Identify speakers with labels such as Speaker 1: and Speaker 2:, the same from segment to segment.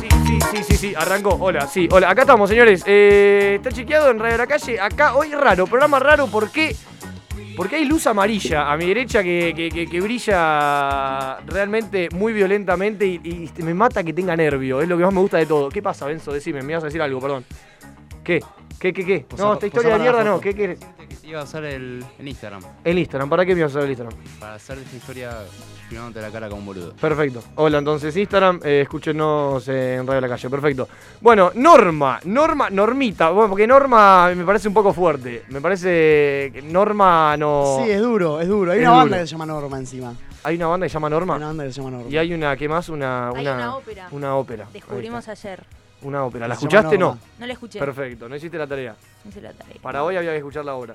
Speaker 1: Sí, sí, sí, sí, arrancó. Hola, sí, hola. Acá estamos, señores. Eh, está chequeado en Radio La Calle. Acá hoy raro, programa raro. ¿Por qué? Porque hay luz amarilla a mi derecha que, que- que- que brilla realmente muy violentamente y, y me mata que tenga nervio. Es lo que más me gusta de todo. ¿Qué pasa, Benzo? Decime, me ibas a decir algo, perdón. ¿Qué? ¿Qué, qué, qué?
Speaker 2: Posá-
Speaker 1: No, esta historia de
Speaker 2: posá para
Speaker 1: mierda
Speaker 2: la
Speaker 1: no.
Speaker 2: foto.
Speaker 1: ¿Qué quieres?
Speaker 2: que te iba a hacer el, el Instagram
Speaker 1: El Instagram. ¿Para qué me ibas a hacer el Instagram?
Speaker 2: para hacer esa historia filmándote la cara como un boludo.
Speaker 1: Perfecto. Hola, entonces Instagram, eh, escúchenos eh, en Radio La Calle. Perfecto. Bueno, Norma, Norma, Normita, bueno, porque Norma me parece un poco fuerte. Me parece que Norma no.
Speaker 3: Sí, es duro, es duro. Hay
Speaker 1: Es
Speaker 3: una banda
Speaker 1: duro.
Speaker 3: que se llama Norma encima.
Speaker 1: Hay una banda que se llama
Speaker 3: Hay
Speaker 1: Norma
Speaker 3: una banda que se llama Norma.
Speaker 1: y hay una que más una
Speaker 4: Hay
Speaker 1: una,
Speaker 4: una ópera.
Speaker 1: una ópera.
Speaker 4: Descubrimos
Speaker 1: Ahí
Speaker 4: ayer.
Speaker 1: está. una ópera. ¿La
Speaker 3: Se llama
Speaker 1: escuchaste? No.
Speaker 3: Norma.
Speaker 4: No la escuché.
Speaker 1: Perfecto, no hiciste la tarea.
Speaker 4: No hice la tarea.
Speaker 1: Para hoy había que escuchar la obra.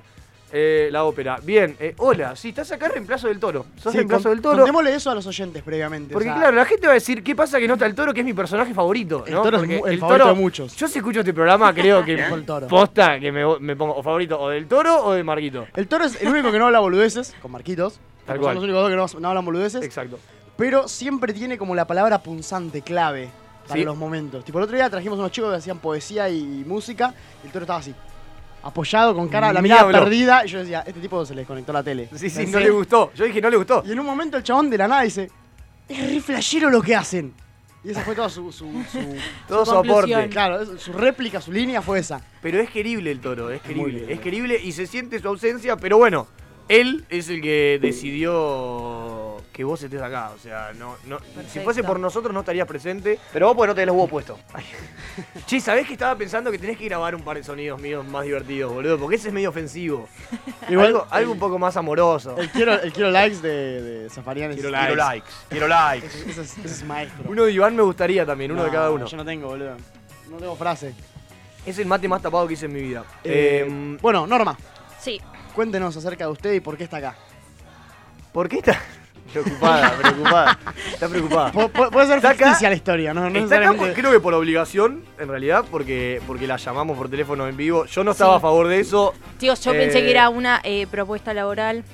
Speaker 1: Eh, la ópera. Bien, eh, hola, si estás acá reemplazo del toro. Sos
Speaker 3: Sí,
Speaker 1: reemplazo
Speaker 3: con-
Speaker 1: del toro.
Speaker 3: Contémosle eso a los oyentes previamente.
Speaker 1: Porque
Speaker 3: o sea,
Speaker 1: claro, la gente va a decir, ¿qué pasa que no está el toro? Que es mi personaje favorito.
Speaker 3: El
Speaker 1: ¿no?
Speaker 3: toro es
Speaker 1: Porque
Speaker 3: mu- el favorito de muchos. ¿Eh?
Speaker 1: Yo si escucho este programa creo que
Speaker 3: Con el toro.
Speaker 1: posta que me, me pongo o favorito o del toro o de Marguito.
Speaker 3: El toro es el único que no habla boludeces, con Marquitos.
Speaker 1: Tal
Speaker 3: Son
Speaker 1: cual.
Speaker 3: los únicos dos que no, no hablan boludeces.
Speaker 1: Exacto.
Speaker 3: Pero siempre tiene como la palabra punzante, clave, para
Speaker 1: Sí.
Speaker 3: los momentos. Tipo, el otro día trajimos unos chicos que hacían poesía y música. Y el toro estaba así, apoyado, con cara, la
Speaker 1: Ni
Speaker 3: mirada
Speaker 1: habló.
Speaker 3: perdida. Y yo decía, este tipo se le desconectó la tele.
Speaker 1: Sí, sí,
Speaker 3: Pensé,
Speaker 1: no le gustó. Yo dije, no le gustó.
Speaker 3: Y en un momento el chabón de la nada dice, es re flashero lo que hacen. Y esa fue toda su... su, su-
Speaker 1: Todo
Speaker 4: su
Speaker 1: su aporte.
Speaker 4: conclusión.
Speaker 3: claro, es- su réplica, su línea fue esa.
Speaker 1: Pero es querible el toro, es
Speaker 3: Muy
Speaker 1: querible.
Speaker 3: bien.
Speaker 1: Es querible y se siente su ausencia, pero bueno, él es el que decidió que vos estés acá. O sea, no, no, si
Speaker 4: Perfecto.
Speaker 1: fuese por nosotros no estarías presente. Pero vos porque no tenés los huevos puestos. Che, ¿sabés que estaba pensando que tenés que grabar un par de sonidos míos más divertidos, boludo? Porque ese es medio ofensivo. algo, algo un poco más amoroso.
Speaker 3: El quiero, el quiero likes de, de Zafarian es-
Speaker 1: Quiero likes. Quiero likes.
Speaker 3: Ese, ese es, ese es maestro.
Speaker 1: Uno de Iván me gustaría también, uno de
Speaker 3: No,
Speaker 1: cada uno.
Speaker 3: Yo no tengo, boludo. No tengo frase.
Speaker 1: Es el mate más tapado que hice en mi vida.
Speaker 3: Eh,
Speaker 1: Em,
Speaker 3: bueno, Norma,
Speaker 4: Sí.
Speaker 3: cuéntenos acerca de usted y por qué está acá.
Speaker 1: ¿Por qué está preocupada, preocupada? Está preocupada.
Speaker 3: Pu- pu- puede ser
Speaker 1: Está acá.
Speaker 3: ficticia la historia, ¿no? no
Speaker 1: Está acá, por-
Speaker 3: necesariamente-
Speaker 1: creo que por obligación, en realidad, porque, porque la llamamos por teléfono en vivo. Yo no estaba a favor de eso,
Speaker 4: Tío, yo
Speaker 1: Eh,
Speaker 4: pensé que era una eh, propuesta laboral.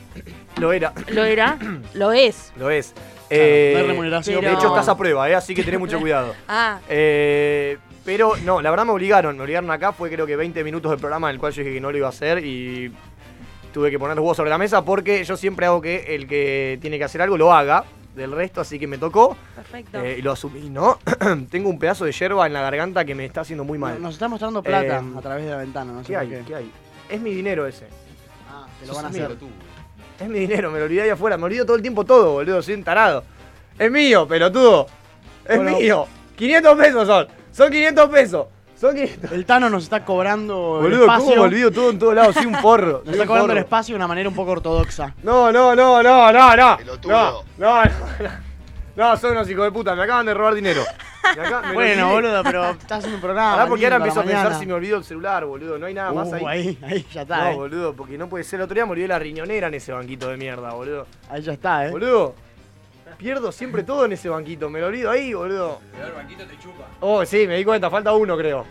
Speaker 1: lo era,
Speaker 4: Lo era. lo es.
Speaker 1: lo es. Eh,
Speaker 3: no hay remuneración,
Speaker 1: De
Speaker 4: pero-
Speaker 1: hecho, estás a prueba, ¿eh? así que tené mucho cuidado.
Speaker 4: Ah,
Speaker 1: Eh, pero no, la verdad me obligaron, me obligaron acá, fue creo que 20 minutos del programa en el cual yo dije que no lo iba a hacer y tuve que poner los huevos sobre la mesa porque yo siempre hago que el que tiene que hacer algo lo haga del resto, así que me tocó
Speaker 4: perfecto.
Speaker 1: eh, y lo asumí, ¿no? Tengo un pedazo de yerba en la garganta que me está haciendo muy mal.
Speaker 3: Nos está mostrando plata
Speaker 1: Eh,
Speaker 3: a través de la ventana, no sé
Speaker 1: ¿Qué
Speaker 3: por
Speaker 1: hay? ¿Qué hay? Es mi dinero ese.
Speaker 3: Ah, te lo
Speaker 2: Sos
Speaker 3: van a
Speaker 2: un
Speaker 3: hacer.
Speaker 2: pelotudo.
Speaker 1: Es mi dinero, me lo olvidé ahí afuera. Me olvido todo el tiempo todo, boludo. Soy un tarado. Es mío, pelotudo. Es
Speaker 3: Bueno.
Speaker 1: mío. 500 pesos son. Son 500 pesos. Son 500.
Speaker 3: El Tano nos está cobrando el
Speaker 1: Boludo,
Speaker 3: espacio.
Speaker 1: ¿cómo me olvido todo en todos lados? Soy un porro.
Speaker 3: Nos
Speaker 1: soy
Speaker 3: está
Speaker 1: un
Speaker 3: cobrando el
Speaker 1: porro.
Speaker 3: espacio de una manera un poco ortodoxa.
Speaker 1: No, no, no, no, no, no. No,
Speaker 5: Pelotudo.
Speaker 1: no, no. No, son unos hijos de puta. Me acaban de robar dinero. Me acá- me lo
Speaker 3: Bueno,
Speaker 1: olvidé.
Speaker 3: boludo, pero estás haciendo un programa.
Speaker 1: Pará, porque ahora
Speaker 3: lindo,
Speaker 1: empiezo a
Speaker 3: la
Speaker 1: pensar
Speaker 3: mañana.
Speaker 1: si me olvido el celular, boludo. No hay nada más
Speaker 3: Uh,
Speaker 1: ahí.
Speaker 3: ahí. Ahí ya está,
Speaker 1: No,
Speaker 3: eh.
Speaker 1: boludo, porque no puede ser. El otro día me olvidé la riñonera en ese banquito de mierda, boludo.
Speaker 3: Ahí ya está, eh.
Speaker 1: Boludo, pierdo siempre todo en ese banquito. Me lo olvido ahí, boludo. el banquito te chupa. Oh, sí, me di cuenta. Falta uno, creo.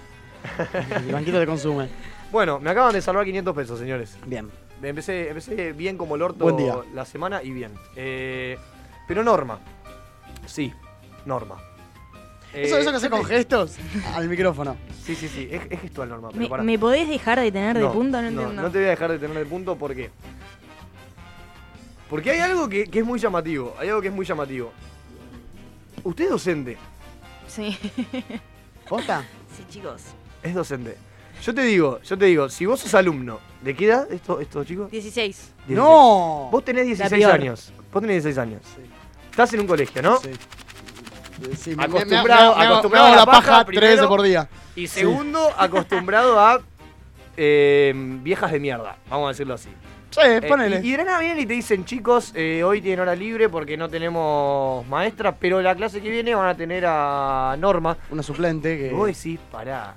Speaker 3: El banquito te consume.
Speaker 1: Bueno, me acaban de salvar 500 pesos, señores.
Speaker 3: Bien.
Speaker 1: Empecé, empecé bien como el orto
Speaker 3: Buen día.
Speaker 1: la semana y bien. Eh, pero Norma. Sí, Norma.
Speaker 3: Eso,
Speaker 1: Eh,
Speaker 3: eso que hace con gestos al micrófono.
Speaker 1: Sí, sí, sí. Es, es gestual, Norma. pero
Speaker 4: ¿Me,
Speaker 1: pará.
Speaker 4: me podés dejar de tener de punto? No, entiendo.
Speaker 1: No te voy a dejar de tener de punto, ¿por qué? Porque hay algo que, que es muy llamativo. Hay algo que es muy llamativo. Usted es docente.
Speaker 4: Sí.
Speaker 3: ¿Posta?
Speaker 4: sí, chicos.
Speaker 1: Es docente. Yo te digo, yo te digo, si vos sos alumno, ¿de qué edad esto- estos chicos?
Speaker 4: 16.
Speaker 1: 16.
Speaker 3: ¡No!
Speaker 1: Vos tenés 16
Speaker 4: peor.
Speaker 1: años. Vos tenés 16 años.
Speaker 3: Sí.
Speaker 1: Estás en un colegio, ¿no?
Speaker 3: Sí. Sí, me-
Speaker 1: Acostumbrado-
Speaker 3: me- me hago- me hago-
Speaker 1: acostumbrado
Speaker 3: me hago
Speaker 1: a la
Speaker 3: la paja
Speaker 1: paja,
Speaker 3: tres
Speaker 1: primero.
Speaker 3: veces por día.
Speaker 1: Y segundo, acostumbrado a eh, viejas de mierda, vamos a decirlo así.
Speaker 3: Sí,
Speaker 1: Eh,
Speaker 3: ponele.
Speaker 1: y, y de la nada vienen y te dicen, chicos, eh, hoy tienen hora libre porque no tenemos maestras, pero la clase que viene van a tener a Norma.
Speaker 3: Una suplente que.
Speaker 1: Y vos decís, pará.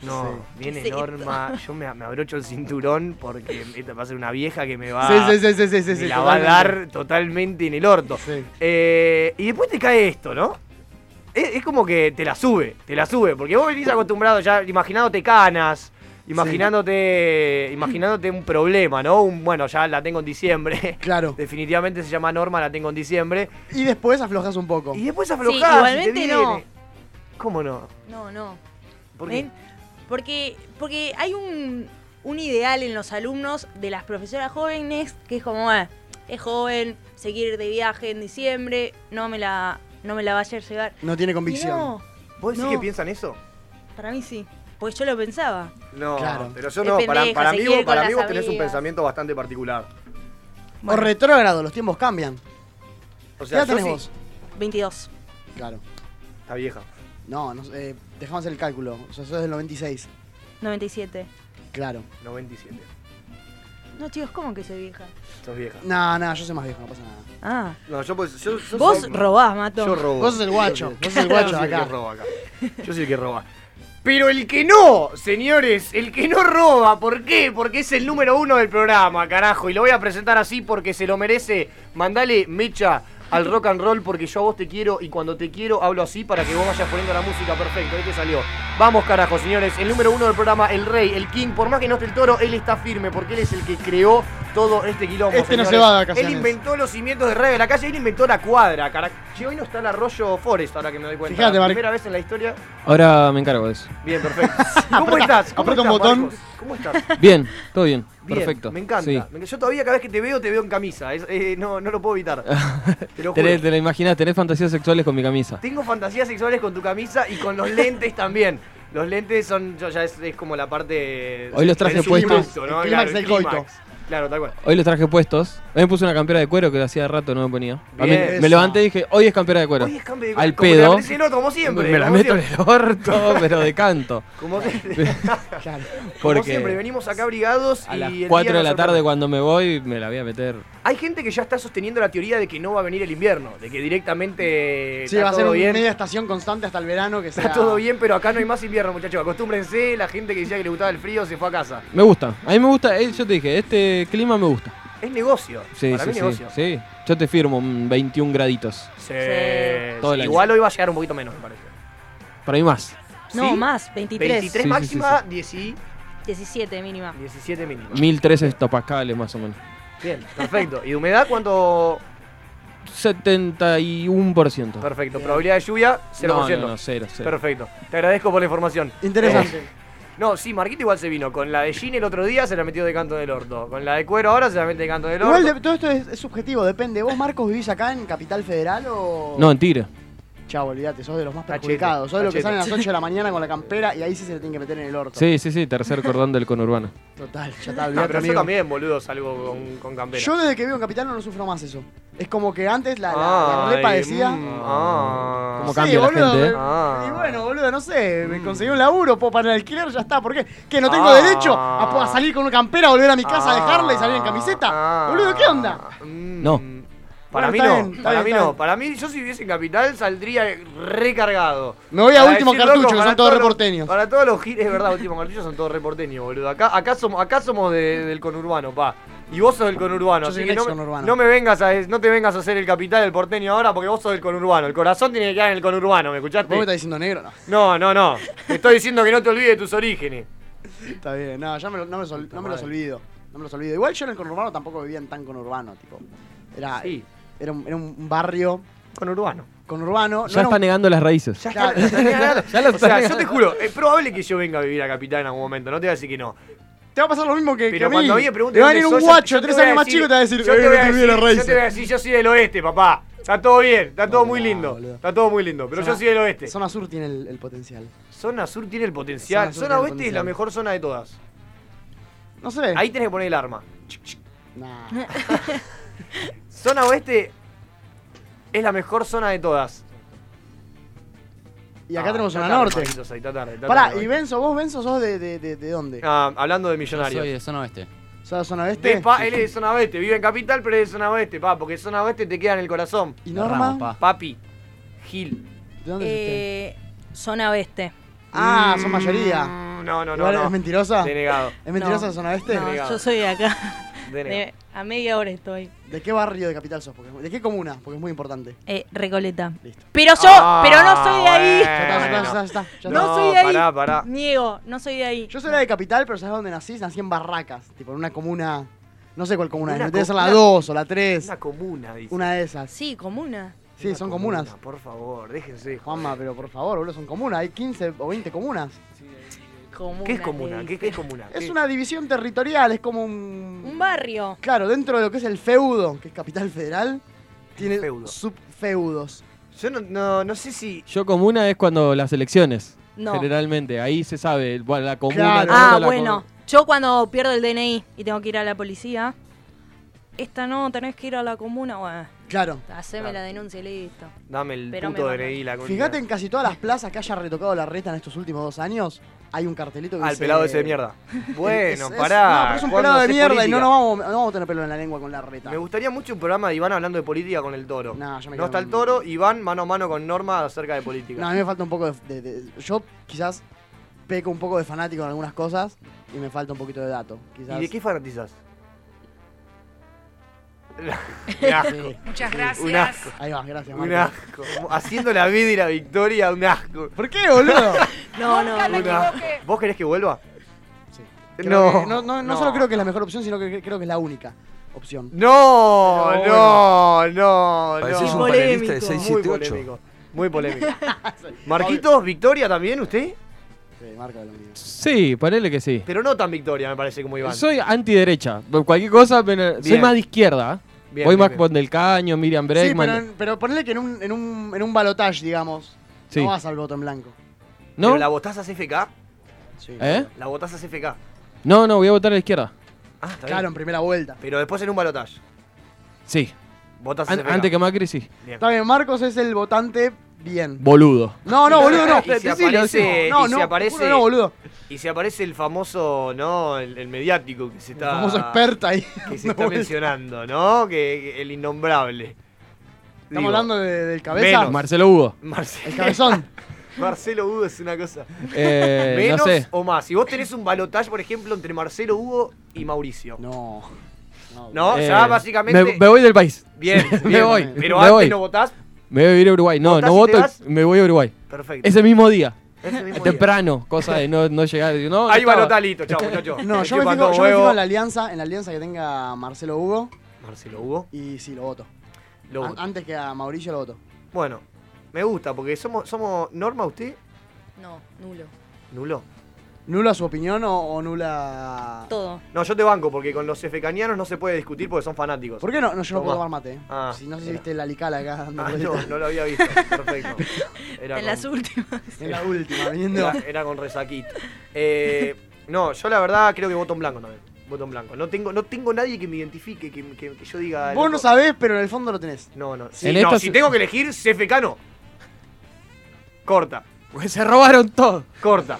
Speaker 1: No, viene
Speaker 4: ¿Qué es
Speaker 1: Norma, yo me, me abrocho el cinturón porque esta va a ser una vieja que me va,
Speaker 3: Sí, sí, sí, sí, sí, sí,
Speaker 1: me
Speaker 3: sí,
Speaker 1: la va a
Speaker 3: totalmente.
Speaker 1: dar totalmente en el orto.
Speaker 3: Sí.
Speaker 1: Eh, y después te cae esto, ¿no? es, es como que te la sube, te la sube. Porque vos venís acostumbrado ya, imaginándote canas, imaginándote, imaginándote un problema, ¿no? Un, bueno, ya la tengo en diciembre.
Speaker 3: Claro.
Speaker 1: Definitivamente se llama Norma, la tengo en diciembre.
Speaker 3: Y después aflojas un poco.
Speaker 1: Y después aflojás.
Speaker 4: Sí,
Speaker 1: y te
Speaker 4: igualmente
Speaker 1: viene.
Speaker 4: no.
Speaker 1: ¿Cómo no?
Speaker 4: No, no.
Speaker 1: ¿Por qué?
Speaker 4: ¿Ven? Porque, porque hay un, un ideal en los alumnos de las profesoras jóvenes que es como, "Ah, es joven, se quiere ir de viaje en diciembre, no me la, no me la va a hacer llegar.
Speaker 3: No tiene convicción.
Speaker 4: No,
Speaker 1: ¿Vos decís
Speaker 4: No.
Speaker 1: que piensan eso?
Speaker 4: para mí sí. Pues yo lo pensaba.
Speaker 1: No,
Speaker 3: Claro.
Speaker 1: pero yo
Speaker 4: Es
Speaker 1: no. para
Speaker 4: pendeja,
Speaker 1: para
Speaker 4: se
Speaker 1: mí,
Speaker 4: quiere
Speaker 1: vos-
Speaker 4: con
Speaker 1: para mí
Speaker 4: las
Speaker 1: vos tenés un
Speaker 4: amigas.
Speaker 1: pensamiento bastante particular.
Speaker 3: O retrógrado, los tiempos cambian.
Speaker 1: O sea,
Speaker 3: Ya
Speaker 1: yo
Speaker 3: tenés
Speaker 1: sí-
Speaker 3: vos.
Speaker 4: 22.
Speaker 3: Claro.
Speaker 1: Está vieja.
Speaker 3: No, no sé, eh, dejamos el cálculo. O sea, sos del 96.
Speaker 4: 97.
Speaker 3: Claro.
Speaker 1: 97.
Speaker 4: No, chicos, ¿cómo que soy vieja?
Speaker 1: Sos vieja.
Speaker 3: No, no, yo soy más viejo, no pasa nada.
Speaker 4: Ah.
Speaker 1: No, yo pues. Yo, yo
Speaker 4: Vos
Speaker 1: soy-
Speaker 4: robás, Mato.
Speaker 1: Yo robo.
Speaker 3: Vos sos el guacho, vos sos el guacho
Speaker 1: Yo soy el
Speaker 3: acá.
Speaker 1: que roba acá. Yo soy el que roba. Pero el que no, señores, el que no roba, ¿por qué? Porque es el número uno del programa, carajo. Y lo voy a presentar así porque se lo merece. Mandale mecha al rock and roll porque yo a vos te quiero y cuando te quiero hablo así para que vos vayas poniendo la música perfecto. Ahí te salió. Vamos, carajo, señores. El número uno del programa, el rey, el king. Por más que no esté el toro, él está firme porque él es el que creó todo este quilombo.
Speaker 3: Este no
Speaker 1: señores.
Speaker 3: se va de vacaciones.
Speaker 1: Él inventó los cimientos de radio de la calle, él inventó la cuadra, carajo. Che, hoy no está el arroyo Forest, ahora que me doy cuenta.
Speaker 3: Fíjate,
Speaker 1: La
Speaker 3: Mar-
Speaker 1: Primera vez en la historia.
Speaker 6: Ahora me encargo de eso.
Speaker 1: Bien, perfecto. ¿Cómo estás? ¿Cómo
Speaker 3: Aprieta
Speaker 1: estás,
Speaker 3: un botón.
Speaker 1: Marcos? ¿Cómo estás?
Speaker 6: Bien, todo bien.
Speaker 1: Bien,
Speaker 6: perfecto.
Speaker 1: Me encanta.
Speaker 6: Sí.
Speaker 1: Me- Yo todavía cada vez que te veo, te veo en camisa. Es- eh, no, no lo puedo evitar. Te lo juro.
Speaker 6: Tenés- te la imaginás, tenés fantasías sexuales con mi camisa.
Speaker 1: Tengo fantasías sexuales con tu camisa y con los lentes también. Los lentes son, yo ya es, es como la parte.
Speaker 6: Hoy los traje
Speaker 1: del
Speaker 6: puestos.
Speaker 1: subproducto, ¿no?
Speaker 3: El
Speaker 1: Claro,
Speaker 3: clímax del
Speaker 1: clímax.
Speaker 3: coito.
Speaker 1: Claro, tal cual.
Speaker 6: Hoy los traje puestos. Hoy me puse una campera de cuero que hacía rato no me ponía. A mí-
Speaker 1: Bien.
Speaker 6: me levanté y dije, hoy es campera de cuero.
Speaker 1: Hoy es cambio de
Speaker 6: Al
Speaker 1: como te
Speaker 6: pedo.
Speaker 1: aparece el otro, como siempre.
Speaker 6: me la
Speaker 1: como
Speaker 6: meto en
Speaker 1: siempre.
Speaker 6: el orto, pero de canto.
Speaker 1: Como siempre.
Speaker 3: Claro.
Speaker 1: Como
Speaker 6: Porque
Speaker 1: siempre, venimos acá abrigados
Speaker 6: a
Speaker 1: y
Speaker 6: las
Speaker 1: el día
Speaker 6: 4 de
Speaker 1: nos
Speaker 6: la
Speaker 1: sorprende.
Speaker 6: tarde cuando me voy me la voy a meter.
Speaker 1: Hay gente que ya está sosteniendo la teoría de que no va a venir el invierno, de que directamente
Speaker 3: Sí,
Speaker 1: está
Speaker 3: va a ser
Speaker 1: todo
Speaker 3: un-
Speaker 1: bien.
Speaker 3: media estación constante hasta el verano que sea.
Speaker 1: Está todo bien, pero acá no hay más invierno, muchachos. Acostúmbrense, la gente que decía que le gustaba el frío se fue a casa.
Speaker 6: Me gusta. A mí me gusta, eh, yo te dije, este clima me gusta.
Speaker 1: Es negocio.
Speaker 6: Sí,
Speaker 1: Para
Speaker 6: sí,
Speaker 1: mí
Speaker 6: sí,
Speaker 1: negocio.
Speaker 6: sí. Yo te firmo mm, 21 graditos.
Speaker 1: Sí.
Speaker 6: Todo el año.
Speaker 1: Igual hoy va a llegar un poquito menos, me parece.
Speaker 6: Para mí más.
Speaker 4: No,
Speaker 1: ¿Sí?
Speaker 4: más, 23.
Speaker 1: 23
Speaker 6: Sí, sí,
Speaker 1: máxima, 10
Speaker 4: 17 mínima.
Speaker 1: 17 mínima.
Speaker 6: 1003 hectopascales más o menos.
Speaker 1: Bien, perfecto. ¿Y de humedad cuánto?
Speaker 6: 71%.
Speaker 1: Perfecto. Probabilidad de lluvia, 0%.
Speaker 6: No, no, no, cero, cero.
Speaker 1: Perfecto. Te agradezco por la información. Eh,
Speaker 3: Interesante.
Speaker 1: No, sí, Marquito igual se vino. Con la de Gin el otro día se la metió de canto del orto. Con la de cuero ahora se la mete de canto del orto.
Speaker 3: Igual de- todo esto es, es subjetivo, depende. ¿Vos, Marcos, vivís acá en Capital Federal o.?
Speaker 6: No, en Tigre.
Speaker 3: Chavo, olvídate, sos de los más
Speaker 1: Tachete,
Speaker 3: perjudicados. Sos de los que
Speaker 1: tachete.
Speaker 3: salen a las 8 de la mañana con la campera y ahí sí se le tienen que meter en el orto.
Speaker 6: Sí, sí, sí, tercer cordón del conurbano.
Speaker 3: Total, ya está,
Speaker 1: No,
Speaker 3: olvídate,
Speaker 1: Ah, pero yo
Speaker 3: amigo.
Speaker 1: también, boludo, salgo con, con campera.
Speaker 3: Yo desde que vivo en Capital no lo sufro más eso. Es como que antes la, la, la
Speaker 1: Ay,
Speaker 3: repadecía.
Speaker 1: mm, ah.
Speaker 6: Como cambia la gente, ¿eh?
Speaker 1: Ah.
Speaker 3: Y bueno, boludo, no sé, me conseguí un laburo, puedo parar el alquiler, ya está. ¿Por qué? ¿Que no tengo
Speaker 1: Mm. Ah.
Speaker 3: derecho a, po- a salir con una campera, volver a mi casa, dejarla y salir en camiseta?
Speaker 1: Ah.
Speaker 3: boludo, ¿qué onda?
Speaker 1: Mm.
Speaker 6: No.
Speaker 1: Para
Speaker 3: Bueno,
Speaker 1: mí
Speaker 3: está
Speaker 1: no,
Speaker 3: bien, está
Speaker 1: para
Speaker 3: bien,
Speaker 1: mí
Speaker 3: está
Speaker 1: no.
Speaker 3: bien.
Speaker 1: Para mí, yo si viviese en Capital saldría recargado.
Speaker 3: Me voy a
Speaker 1: Para
Speaker 3: Último
Speaker 1: decir,
Speaker 3: Cartucho,
Speaker 1: loco,
Speaker 3: que
Speaker 1: para
Speaker 3: son todos
Speaker 1: los-
Speaker 3: reporteños.
Speaker 1: Para todos los giros, es verdad, Último Cartucho son todos reporteños, boludo. Acá, acá somos, acá somos de- del conurbano, pa. Y vos sos del conurbano,
Speaker 3: Yo
Speaker 1: así
Speaker 3: soy
Speaker 1: que
Speaker 3: un
Speaker 1: no,
Speaker 3: ex
Speaker 1: me-
Speaker 3: conurbano.
Speaker 1: no me vengas a, no te vengas a hacer el capital del porteño ahora porque vos sos del conurbano. El corazón tiene que quedar en el conurbano, ¿me
Speaker 3: ¿Vos me
Speaker 1: escuchaste?
Speaker 3: estás diciendo negro? No,
Speaker 1: No, no, no. Te estoy diciendo que no te olvides de tus orígenes.
Speaker 3: está bien, no, ya me, lo- no, me, los ol- no me los
Speaker 1: madre.
Speaker 3: olvido. No me los olvido. Igual yo en el conurbano tampoco vivía en tan conurbano, tipo. Era,
Speaker 1: Sí,
Speaker 3: era, un, era un barrio
Speaker 1: conurbano.
Speaker 3: conurbano. no
Speaker 6: Ya
Speaker 3: era
Speaker 6: está
Speaker 3: un-
Speaker 6: negando las raíces.
Speaker 1: Ya
Speaker 3: Claro.
Speaker 1: está, ya está.
Speaker 6: Ya lo
Speaker 1: o sea,
Speaker 6: está.
Speaker 1: yo te juro, es probable que yo venga a vivir a Capital en algún momento, no te voy a decir que no.
Speaker 3: Te va a pasar lo mismo que, que
Speaker 1: Pero
Speaker 3: a mí.
Speaker 1: cuando a mí me pregunten
Speaker 3: Te va a
Speaker 1: dónde
Speaker 3: venir un
Speaker 1: sos, yo-
Speaker 3: guacho
Speaker 1: yo
Speaker 3: de tres
Speaker 1: voy a
Speaker 3: años más
Speaker 1: decir-
Speaker 3: chico y te va a decir,
Speaker 1: yo te
Speaker 3: "Eh,
Speaker 1: voy a
Speaker 3: no te olvides
Speaker 1: decir,
Speaker 3: de
Speaker 1: yo te
Speaker 3: las
Speaker 1: voy a
Speaker 3: raíces.
Speaker 1: decir, yo soy del oeste, papá. Está todo bien, está todo
Speaker 3: No,
Speaker 1: muy lindo.
Speaker 3: boludo.
Speaker 1: Está todo muy lindo, pero yo
Speaker 3: Zona-
Speaker 1: soy del oeste.
Speaker 3: Zona Sur tiene el, el potencial.
Speaker 1: Zona Sur tiene el potencial.
Speaker 3: Zona Sur
Speaker 1: Zona,
Speaker 3: tiene el
Speaker 1: Oeste es la
Speaker 3: potencial.
Speaker 1: mejor zona de todas.
Speaker 3: No sé.
Speaker 1: Ahí tenés que poner el arma.
Speaker 3: Nah.
Speaker 1: Zona Oeste es la mejor zona de todas.
Speaker 3: Y acá
Speaker 1: Ah,
Speaker 3: tenemos
Speaker 1: está
Speaker 3: zona
Speaker 1: tarde,
Speaker 3: norte.
Speaker 1: Marquitos, ahí, está tarde, está
Speaker 3: Pará,
Speaker 1: tarde.
Speaker 3: y Benzo, vos Benzo sos de, de, de, de dónde?
Speaker 1: Ah, hablando de
Speaker 7: Yo
Speaker 1: millonarios.
Speaker 7: soy de zona oeste.
Speaker 3: ¿Sos de zona
Speaker 1: De
Speaker 3: este?
Speaker 1: pa- él es de zona oeste, vive en capital, pero es de zona oeste, pa, porque zona oeste te queda en el corazón.
Speaker 3: ¿Y
Speaker 7: Ramos,
Speaker 3: Norma?
Speaker 7: pa.
Speaker 1: Papi, Gil.
Speaker 3: ¿De dónde es usted?
Speaker 4: Eh, zona oeste.
Speaker 3: Ah, son
Speaker 1: Mm,
Speaker 3: mayoría.
Speaker 1: No, no, no.
Speaker 3: Igual
Speaker 1: no.
Speaker 3: es mentirosa.
Speaker 1: Denegado.
Speaker 3: ¿Es mentirosa
Speaker 4: No.
Speaker 3: de zona este?
Speaker 4: No,
Speaker 1: Renegado.
Speaker 4: yo soy de acá.
Speaker 1: DNO.
Speaker 4: De- a media hora estoy.
Speaker 3: ¿De qué barrio de Capital sos? Porque- ¿De qué comuna? Porque es muy importante.
Speaker 4: Eh, Recoleta.
Speaker 3: Listo.
Speaker 4: Pero yo,
Speaker 1: Ah,
Speaker 4: pero no soy de ahí.
Speaker 1: bueno.
Speaker 3: Ya está, ya está, ya está, ya está.
Speaker 4: No,
Speaker 1: No,
Speaker 4: soy de ahí.
Speaker 1: pará, pará.
Speaker 4: Niego, no soy de ahí.
Speaker 3: Yo soy de Capital, pero ¿sabes dónde nací? Nací en Barracas, tipo en una comuna. No sé cuál comuna es,
Speaker 1: Una
Speaker 3: debe ser la
Speaker 1: comuna-
Speaker 3: 2 o la 3.
Speaker 1: Una comuna, dice.
Speaker 3: Una de esas.
Speaker 4: Sí, comuna.
Speaker 3: Sí,
Speaker 1: Una
Speaker 3: son
Speaker 1: comuna,
Speaker 3: comunas.
Speaker 1: Por favor, déjense.
Speaker 3: Juanma, pero por favor, boludo, son comunas. Hay 15 o 20 comunas.
Speaker 4: Comuna.
Speaker 1: ¿Qué es
Speaker 4: te
Speaker 1: comuna? ¿Qué,
Speaker 4: dije.
Speaker 1: qué es comuna?
Speaker 3: Es
Speaker 1: ¿Qué?
Speaker 3: una división territorial, es como un...
Speaker 4: Un barrio.
Speaker 3: Claro, dentro de lo que es el feudo, que es Capital Federal, tiene
Speaker 1: Feudo.
Speaker 3: subfeudos.
Speaker 1: Yo no, no, no sé si.
Speaker 6: Yo comuna es cuando las elecciones.
Speaker 4: No.
Speaker 6: Generalmente, ahí se sabe, bueno, la comuna.
Speaker 3: Claro.
Speaker 6: no, no,
Speaker 4: Ah,
Speaker 6: la
Speaker 4: bueno.
Speaker 6: comuna.
Speaker 4: Yo cuando pierdo el DNI y tengo que ir a la policía, esta no, tenés que ir a la comuna. Bueno,
Speaker 3: Claro.
Speaker 4: haceme
Speaker 1: Claro.
Speaker 4: la denuncia y listo.
Speaker 1: Dame el
Speaker 4: Pero me
Speaker 1: puto
Speaker 4: mata.
Speaker 1: DNI, la comuna.
Speaker 3: Fíjate en casi todas las plazas que haya retocado la reta en estos últimos dos años, hay un cartelito que
Speaker 1: Al
Speaker 3: dice-
Speaker 1: Ah, pelado ese de mierda.
Speaker 3: Es-
Speaker 1: Bueno,
Speaker 3: es-
Speaker 1: pará.
Speaker 3: No, pero es un
Speaker 1: ¿cuándo
Speaker 3: pelado de
Speaker 1: hace
Speaker 3: mierda y
Speaker 1: política?
Speaker 3: no, nos vamos, no vamos a tener pelo en la lengua con la reta.
Speaker 1: Me gustaría mucho un programa de Iván hablando de política con el toro.
Speaker 3: No, yo me
Speaker 1: no
Speaker 3: quedo
Speaker 1: está el
Speaker 3: con-
Speaker 1: toro, Iván mano a mano con Norma acerca de
Speaker 3: No,
Speaker 1: política.
Speaker 3: a mí me falta un poco de, de- de- Yo quizás peco un poco de fanático en algunas cosas y me falta un poquito de dato. Quizás.
Speaker 1: ¿Y de qué fanatizas?
Speaker 3: Sí,
Speaker 8: Muchas
Speaker 1: Un
Speaker 8: gracias.
Speaker 1: asco.
Speaker 3: Ahí vas, gracias.
Speaker 1: Un
Speaker 3: Marta.
Speaker 1: asco. Haciendo la vida y la victoria, un asco.
Speaker 3: ¿Por qué, boludo?
Speaker 4: No, no.
Speaker 8: Nunca me
Speaker 1: Una-
Speaker 8: equivoqué.
Speaker 1: ¿Vos querés que vuelva?
Speaker 3: Sí.
Speaker 1: No.
Speaker 3: Creo que- no, no, no
Speaker 1: No.
Speaker 3: solo creo que es la mejor opción, sino que cre- creo que es la única opción.
Speaker 1: No,
Speaker 3: Pero
Speaker 1: no, no, no.
Speaker 9: Parecés
Speaker 4: Sí,
Speaker 9: un panelista de
Speaker 4: polémico.
Speaker 1: Muy
Speaker 9: 678.
Speaker 1: polémico. Muy polémico. Marquitos, victoria también usted,
Speaker 3: Sí, marca lo mío.
Speaker 6: Sí, ponele que sí.
Speaker 1: pero no tan victoria me parece como Iván.
Speaker 6: Soy antiderecha. por Cualquier cosa, pero soy
Speaker 1: Bien.
Speaker 6: más de izquierda.
Speaker 1: Bien,
Speaker 6: Voy
Speaker 1: bien,
Speaker 6: más
Speaker 1: bien.
Speaker 6: por Del Caño, Miriam
Speaker 3: Sí,
Speaker 6: Bregman.
Speaker 3: pero, pero ponele que en un, en un, en un balotage, digamos,
Speaker 6: Sí.
Speaker 3: no vas al voto en blanco.
Speaker 6: ¿No?
Speaker 1: Pero la votás a CFK,
Speaker 3: Sí.
Speaker 6: ¿Eh?
Speaker 1: la votás a CFK.
Speaker 6: No, no, voy a votar a la izquierda.
Speaker 1: Ah, está
Speaker 3: Ah, Claro,
Speaker 1: bien.
Speaker 3: en primera vuelta.
Speaker 1: Pero después en un balotaje.
Speaker 6: Sí.
Speaker 1: Votás a
Speaker 6: An-
Speaker 1: CFK.
Speaker 6: antes que Macri, sí.
Speaker 1: Bien.
Speaker 3: Está bien, Marcos es el votante bien.
Speaker 6: Boludo.
Speaker 3: No, no, boludo, no.
Speaker 1: Y si
Speaker 3: Decilo,
Speaker 1: aparece-
Speaker 3: decilo. no,
Speaker 1: y si
Speaker 3: no, te
Speaker 1: aparece-
Speaker 3: juro, no, boludo.
Speaker 1: Y se aparece el famoso, ¿no? El, el mediático que se
Speaker 3: El
Speaker 1: está.
Speaker 3: famoso experto ahí.
Speaker 1: Que se
Speaker 3: No,
Speaker 1: está
Speaker 3: boludo.
Speaker 1: mencionando, ¿no? Que, que el innombrable.
Speaker 3: Estamos hablando de- del cabeza.
Speaker 1: menos.
Speaker 6: Marcelo Hugo.
Speaker 3: El
Speaker 1: Marcelo,
Speaker 3: cabezón.
Speaker 1: Marcelo Hugo es una cosa.
Speaker 6: Eh,
Speaker 1: ¿Menos
Speaker 6: no sé.
Speaker 1: o más? Si vos tenés un balotaje, por ejemplo, entre Marcelo Hugo y Mauricio.
Speaker 3: No.
Speaker 1: No,
Speaker 6: Eh,
Speaker 1: ya básicamente.
Speaker 6: Me, me voy del país.
Speaker 1: Bien,
Speaker 6: me
Speaker 1: bien.
Speaker 6: voy,
Speaker 1: Pero
Speaker 6: me
Speaker 1: antes
Speaker 6: voy.
Speaker 1: no votás.
Speaker 6: Me voy a ir a Uruguay. No,
Speaker 1: ¿Votás
Speaker 6: no
Speaker 1: y te
Speaker 6: voto.
Speaker 1: vas?
Speaker 6: Me voy a Uruguay.
Speaker 1: Perfecto.
Speaker 6: Ese mismo día.
Speaker 1: Ese mismo día.
Speaker 6: Temprano. Cosa de no, no llegar. No,
Speaker 1: Ahí
Speaker 6: estaba.
Speaker 1: balotá listo, chao, muchachos.
Speaker 3: No, yo me, fijo, yo me fijo en la alianza, en la alianza que tenga Marcelo Hugo
Speaker 1: Marcelo Hugo.
Speaker 3: y sí, lo voto.
Speaker 1: lo
Speaker 3: An-
Speaker 1: voto.
Speaker 3: Antes que a Mauricio lo voto.
Speaker 1: Bueno, me gusta porque somos, somos Norma, usted
Speaker 4: No, nulo.
Speaker 1: nulo.
Speaker 3: ¿Nula su opinión o, o nula...?
Speaker 4: Todo.
Speaker 1: No, yo te banco porque con los cefecanianos no se puede discutir porque son fanáticos.
Speaker 3: ¿Por qué no? No, yo no puedo
Speaker 1: Tomá.
Speaker 3: tomar mate. eh.
Speaker 1: Ah,
Speaker 3: si no sé si
Speaker 1: mira.
Speaker 3: viste la licala acá dando
Speaker 1: Ah, no,
Speaker 3: vueltas.
Speaker 1: no lo había visto. Perfecto. Era
Speaker 4: en las
Speaker 1: con,
Speaker 4: últimas.
Speaker 3: Es la última, viniendo.
Speaker 1: era, era con resaquito. Eh, no, yo la verdad creo que voto en blanco también. Voto en blanco. No tengo, no tengo nadie que me identifique, que, que- que yo diga.
Speaker 3: Vos no
Speaker 1: loco.
Speaker 3: sabés, pero en el fondo lo tenés.
Speaker 1: No, no.
Speaker 6: En
Speaker 1: no,
Speaker 6: esta
Speaker 1: si
Speaker 6: se-
Speaker 1: tengo que elegir, CFK no. Corta,
Speaker 6: Pues se robaron todo.
Speaker 1: corta.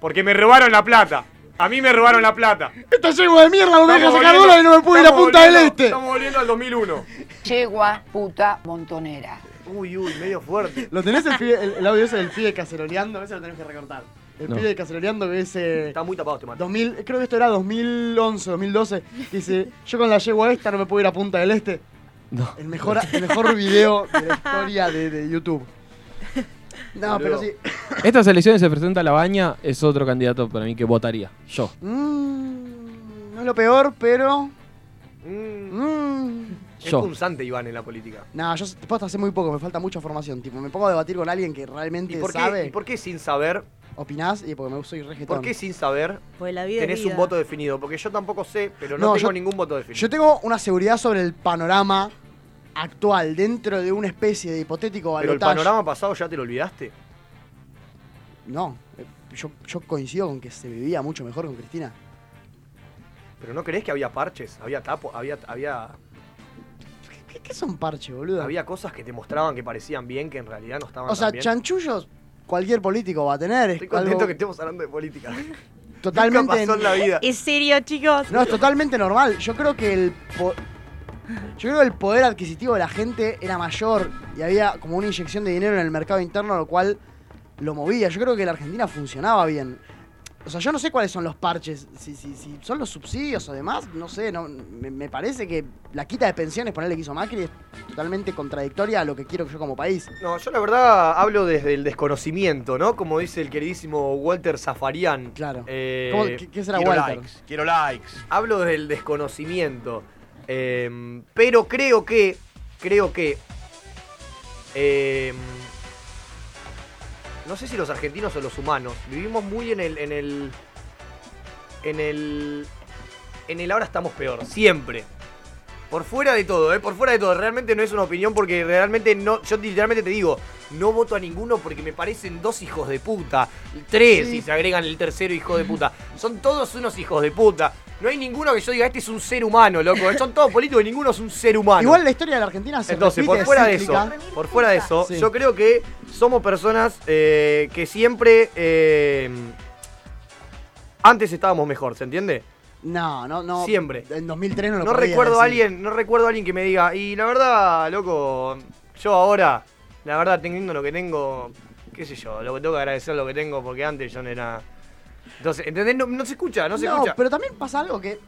Speaker 1: Porque me robaron la plata. A mí me robaron la plata.
Speaker 3: Esta yegua de mierda no me deja
Speaker 1: Estamos
Speaker 3: sacar
Speaker 1: volviendo-
Speaker 3: dólares y no me pude ir a
Speaker 1: estamos
Speaker 3: Punta del
Speaker 1: volviendo-
Speaker 3: Este.
Speaker 1: Estamos volviendo al 2001.
Speaker 8: Yegua, puta, montonera.
Speaker 1: Uy, uy, medio fuerte.
Speaker 3: ¿Lo tenés el, pibe- el- el audio ese del pibe caceroleando? Ese lo tenés que recortar. El
Speaker 6: No.
Speaker 3: pibe caceroleando que dice...
Speaker 1: Está muy tapado este mate.
Speaker 3: 2000, creo que esto era 2011, 2012. que Dice, yo con la yegua esta no me puedo ir a Punta del Este.
Speaker 6: No.
Speaker 3: El mejor, el mejor video de la historia de, de YouTube. No,
Speaker 1: Boludo.
Speaker 3: pero sí.
Speaker 6: Estas elecciones se presenta La Baña. Es otro candidato para mí que votaría. Yo.
Speaker 3: Mm, no es lo peor, pero...
Speaker 1: Mm,
Speaker 3: mm.
Speaker 1: es
Speaker 6: Yo.
Speaker 1: punzante, Iván, en la política.
Speaker 3: No, yo posta hace muy poco, me falta mucha formación. Tipo, me pongo a debatir con alguien que realmente
Speaker 1: ¿Y por, qué,
Speaker 3: sabe.
Speaker 1: y por qué sin saber?
Speaker 3: Opinás y porque me soy rejetón.
Speaker 1: ¿Por qué sin saber
Speaker 4: Pues la vida es
Speaker 1: tenés
Speaker 4: vida.
Speaker 1: un voto definido? Porque yo tampoco sé, pero no,
Speaker 3: No,
Speaker 1: tengo
Speaker 3: yo-
Speaker 1: ningún voto definido.
Speaker 3: Yo tengo una seguridad sobre el panorama actual dentro de una especie de hipotético
Speaker 1: pero el
Speaker 3: balotaje.
Speaker 1: panorama pasado ya te lo olvidaste.
Speaker 3: No, eh, yo, yo coincido con que se vivía mucho mejor con Cristina.
Speaker 1: Pero no crees que había parches, había tapos, había, había,
Speaker 3: ¿Qué, qué son parches, boludo?
Speaker 1: había cosas que te mostraban que parecían bien, que en realidad no estaban
Speaker 3: o sea,
Speaker 1: tan bien.
Speaker 3: chanchullos cualquier político va a tener. Es
Speaker 1: Estoy contento
Speaker 3: algo
Speaker 1: que estemos hablando de política. Nunca
Speaker 3: totalmente
Speaker 1: pasó en la vida.
Speaker 4: ¿Es serio, chicos?
Speaker 3: No, es totalmente normal. Yo creo que el po- yo creo que el poder adquisitivo de la gente era mayor y había como una inyección de dinero en el mercado interno, lo cual lo movía. Yo creo que la Argentina funcionaba bien. O sea, yo no sé cuáles son los parches. Si, si, si son los subsidios o demás, no sé. No, me, me parece que la quita de pensiones, ponerle que hizo Macri, es totalmente contradictoria a lo que quiero yo como país.
Speaker 1: No, yo la verdad hablo desde el desconocimiento, ¿no? Como dice el queridísimo Walter Zafarian.
Speaker 3: Claro.
Speaker 1: Eh,
Speaker 3: ¿Cómo- qué, qué será
Speaker 10: Quiero
Speaker 3: Walter?
Speaker 10: likes, quiero likes.
Speaker 1: Hablo desde el desconocimiento. eh, pero creo que. Creo que. eh, no sé si los argentinos o los humanos. Vivimos muy en el. en el. En el. En el ahora estamos peor. Siempre. Por fuera de todo, ¿eh? Por fuera de todo. Realmente no es una opinión porque realmente no. Yo literalmente te digo, no voto a ninguno porque me parecen dos hijos de puta. Tres,
Speaker 3: Sí.
Speaker 1: y se agregan el tercero hijo de puta. Son todos unos hijos de puta. No hay ninguno que yo diga, este es un ser humano, loco. Son todos políticos y ninguno es un ser humano.
Speaker 3: Igual la historia de la Argentina se
Speaker 1: Entonces,
Speaker 3: repite,
Speaker 1: por fuera de
Speaker 3: es
Speaker 1: eso,
Speaker 3: cíclica.
Speaker 1: por fuera de eso,
Speaker 3: Sí.
Speaker 1: yo creo que somos personas eh, que siempre. eh, antes estábamos mejor, ¿se entiende?
Speaker 3: No, no, no.
Speaker 1: Siempre.
Speaker 3: En 2003 no lo
Speaker 1: No
Speaker 3: podía
Speaker 1: recuerdo a
Speaker 3: decir.
Speaker 1: alguien, no recuerdo a alguien que me diga, y la verdad, loco, yo ahora, la verdad, teniendo lo que tengo, qué sé yo, lo que tengo que agradecer lo que tengo, porque antes yo no era. Entonces, ¿entendés? No, no se escucha, no se escucha.
Speaker 3: pero también pasa algo que.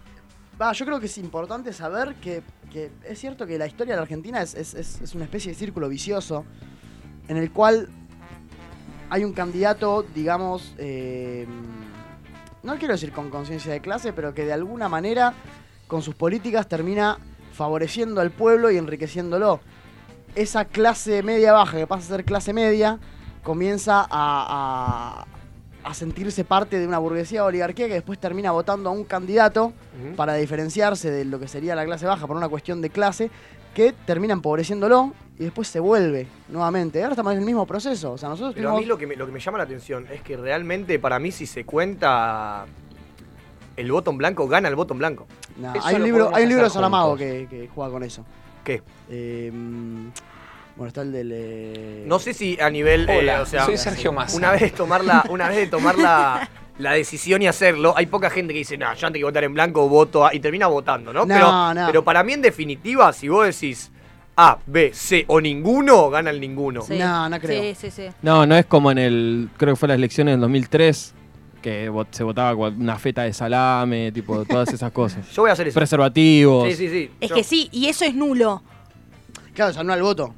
Speaker 3: Va, yo creo que es importante saber que, que es cierto que la historia de la Argentina es, es- es- es una especie de círculo vicioso en el cual hay un candidato, digamos, eh, no quiero decir con conciencia de clase, pero que de alguna manera con sus políticas termina favoreciendo al pueblo y enriqueciéndolo. Esa clase media baja que pasa a ser clase media comienza a, a- a sentirse parte de una burguesía o oligarquía que después termina votando a un candidato
Speaker 1: Ujú.
Speaker 3: para diferenciarse de lo que sería la clase baja por una cuestión de clase que termina empobreciéndolo y después se vuelve nuevamente. Ahora estamos en el mismo proceso. O sea, nosotros
Speaker 1: Pero a mí
Speaker 3: tuvimos-
Speaker 1: lo que, me, lo que me llama la atención es que realmente para mí si se cuenta el botón blanco, gana el botón blanco.
Speaker 3: Nah,
Speaker 1: eso
Speaker 3: hay, un
Speaker 1: lo
Speaker 3: libro,
Speaker 1: podemos
Speaker 3: hay un libro de
Speaker 1: hacer
Speaker 3: Saramago
Speaker 1: juntos.
Speaker 3: que, que juega con eso.
Speaker 1: ¿Qué?
Speaker 3: Eh, bueno, está el del... eh,
Speaker 1: No sé si a nivel... eh, o sea,
Speaker 11: soy Sergio Massa.
Speaker 1: Una vez tomar la, una vez de tomar la, la decisión y hacerlo, hay poca gente que dice, no, yo antes que votar en blanco voto A", y termina votando, ¿no?
Speaker 3: No,
Speaker 1: pero,
Speaker 3: no.
Speaker 1: pero para mí en definitiva, si vos decís A, B, C o ninguno, gana el ninguno.
Speaker 4: Sí.
Speaker 3: No, no creo.
Speaker 4: Sí, sí, sí.
Speaker 6: No, no es como en el. Creo que fue las elecciones del 2003, que vo- se votaba con una feta de salame, tipo, todas esas cosas.
Speaker 1: Yo voy a hacer eso.
Speaker 6: Preservativos.
Speaker 1: Sí, sí, sí.
Speaker 4: Es
Speaker 1: Yo-
Speaker 4: que sí, y eso es nulo.
Speaker 3: Claro, se anula el voto.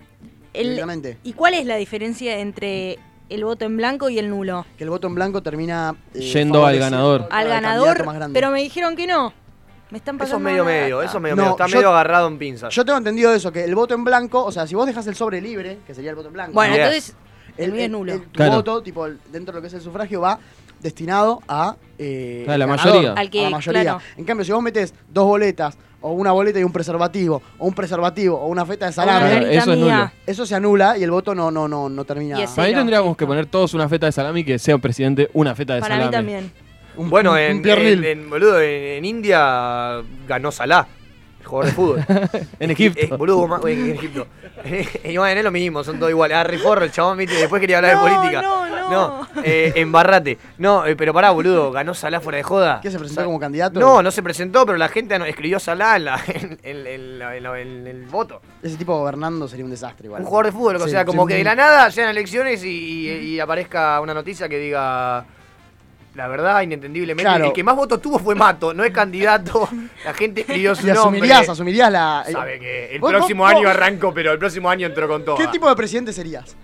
Speaker 4: El-
Speaker 3: directamente.
Speaker 4: ¿Y cuál es la diferencia entre el voto en blanco y el nulo?
Speaker 3: Que el voto en blanco termina... eh,
Speaker 6: Yendo al ganador.
Speaker 4: Al
Speaker 3: candidato
Speaker 4: ganador,
Speaker 3: más grande.
Speaker 4: pero me dijeron que no. Me están
Speaker 1: Eso es
Speaker 4: pasando
Speaker 1: medio
Speaker 4: una
Speaker 1: medio,
Speaker 4: data.
Speaker 1: eso es medio
Speaker 3: No,
Speaker 1: medio. Está
Speaker 3: yo-
Speaker 1: medio agarrado en pinzas.
Speaker 3: Yo tengo entendido eso, que el voto en blanco, o sea, si vos dejas el sobre libre, que sería el voto en blanco.
Speaker 4: Bueno,
Speaker 1: Yes.
Speaker 4: entonces el mío es nulo.
Speaker 3: tu
Speaker 6: Claro.
Speaker 3: voto, tipo, el- dentro de lo que es el sufragio, va destinado a. eh,
Speaker 6: A la
Speaker 3: el
Speaker 6: mayoría.
Speaker 3: ganador,
Speaker 4: Al que,
Speaker 3: a la mayoría.
Speaker 4: claro.
Speaker 3: En cambio, si vos metés dos boletas, o una boleta y un preservativo, o un preservativo, o una feta de
Speaker 4: Una
Speaker 6: Claro,
Speaker 3: salame,
Speaker 4: garita
Speaker 6: eso es
Speaker 4: mía.
Speaker 6: nulo.
Speaker 3: eso se anula y el voto no, no, no, no termina.
Speaker 4: Y es-
Speaker 6: Para mí
Speaker 4: Cero.
Speaker 6: tendríamos que poner todos una feta de salami y que sea presidente una feta de
Speaker 4: Para
Speaker 6: salami.
Speaker 4: mí también.
Speaker 3: Un-
Speaker 1: bueno,
Speaker 3: un- un
Speaker 1: en,
Speaker 3: piernil.
Speaker 1: en- en- boludo, en, en India ganó Salah, el jugador de fútbol.
Speaker 6: En Egipto.
Speaker 1: Eh, boludo, ma- en Egipto. Eh, y bueno, es lo mismo, son todos iguales. Ah, reforro el chabón, viste, después quería hablar
Speaker 4: No,
Speaker 1: de política.
Speaker 4: no, no.
Speaker 1: eh, embarrate. No, eh, pero pará, boludo, ganó Salah fuera de joda.
Speaker 3: ¿Qué se presentó
Speaker 1: Sa-
Speaker 3: como candidato?
Speaker 1: No, no se presentó, pero la gente ano- escribió Salah en, la- en- en- en la- en la- en el voto.
Speaker 3: Ese tipo gobernando sería un desastre igual.
Speaker 1: Un jugador de fútbol, o
Speaker 3: Sí,
Speaker 1: sea, como
Speaker 3: sí,
Speaker 1: que de
Speaker 3: sí.
Speaker 1: la nada sean elecciones y, y- y aparezca una noticia que diga. La verdad, inentendiblemente,
Speaker 3: Claro.
Speaker 1: el que más votos tuvo fue Mato, no es candidato. La gente escribió su
Speaker 3: Y
Speaker 1: nombre.
Speaker 3: asumirías, asumirías la. eh,
Speaker 1: Sabe que el
Speaker 3: Vos-
Speaker 1: próximo
Speaker 3: vos-
Speaker 1: año
Speaker 3: vos-
Speaker 1: arranco, pero el próximo año entro con todo.
Speaker 3: ¿Qué tipo de presidente serías?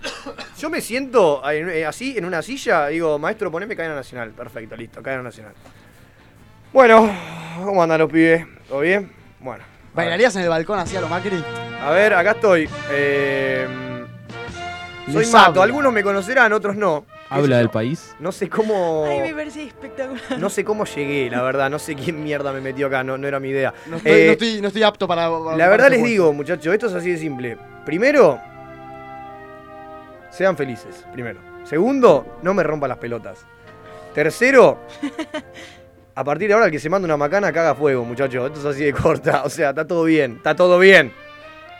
Speaker 1: Yo me siento en- eh, así en una silla, digo, maestro, poneme cadena nacional. Perfecto, listo, cadena nacional. Bueno,
Speaker 3: Oh,
Speaker 1: ¿cómo andan los pibes? ¿Todo bien? Bueno. a ver.
Speaker 3: ¿Bailarías en el balcón así a lo Macri?
Speaker 1: A ver, acá estoy. Eh, soy
Speaker 3: Les
Speaker 1: Mato.
Speaker 3: hablo.
Speaker 1: Algunos me conocerán, otros no. Oh. ¿Qué sé
Speaker 6: Habla
Speaker 1: yo?
Speaker 6: del país.
Speaker 1: No sé cómo.
Speaker 4: Ay, me parece espectacular.
Speaker 1: No sé cómo llegué, la verdad. No sé quién mierda me metió acá, no, no era mi idea.
Speaker 3: No estoy,
Speaker 1: Eh,
Speaker 3: no estoy- no estoy apto para.
Speaker 1: La verdad les digo, muchachos, esto es así de simple. Primero, sean felices, primero. Segundo, no me rompan las pelotas. Tercero, a partir de ahora el que se manda una macana caga fuego, muchachos. Esto es así de corta, o sea, está todo bien, está todo bien.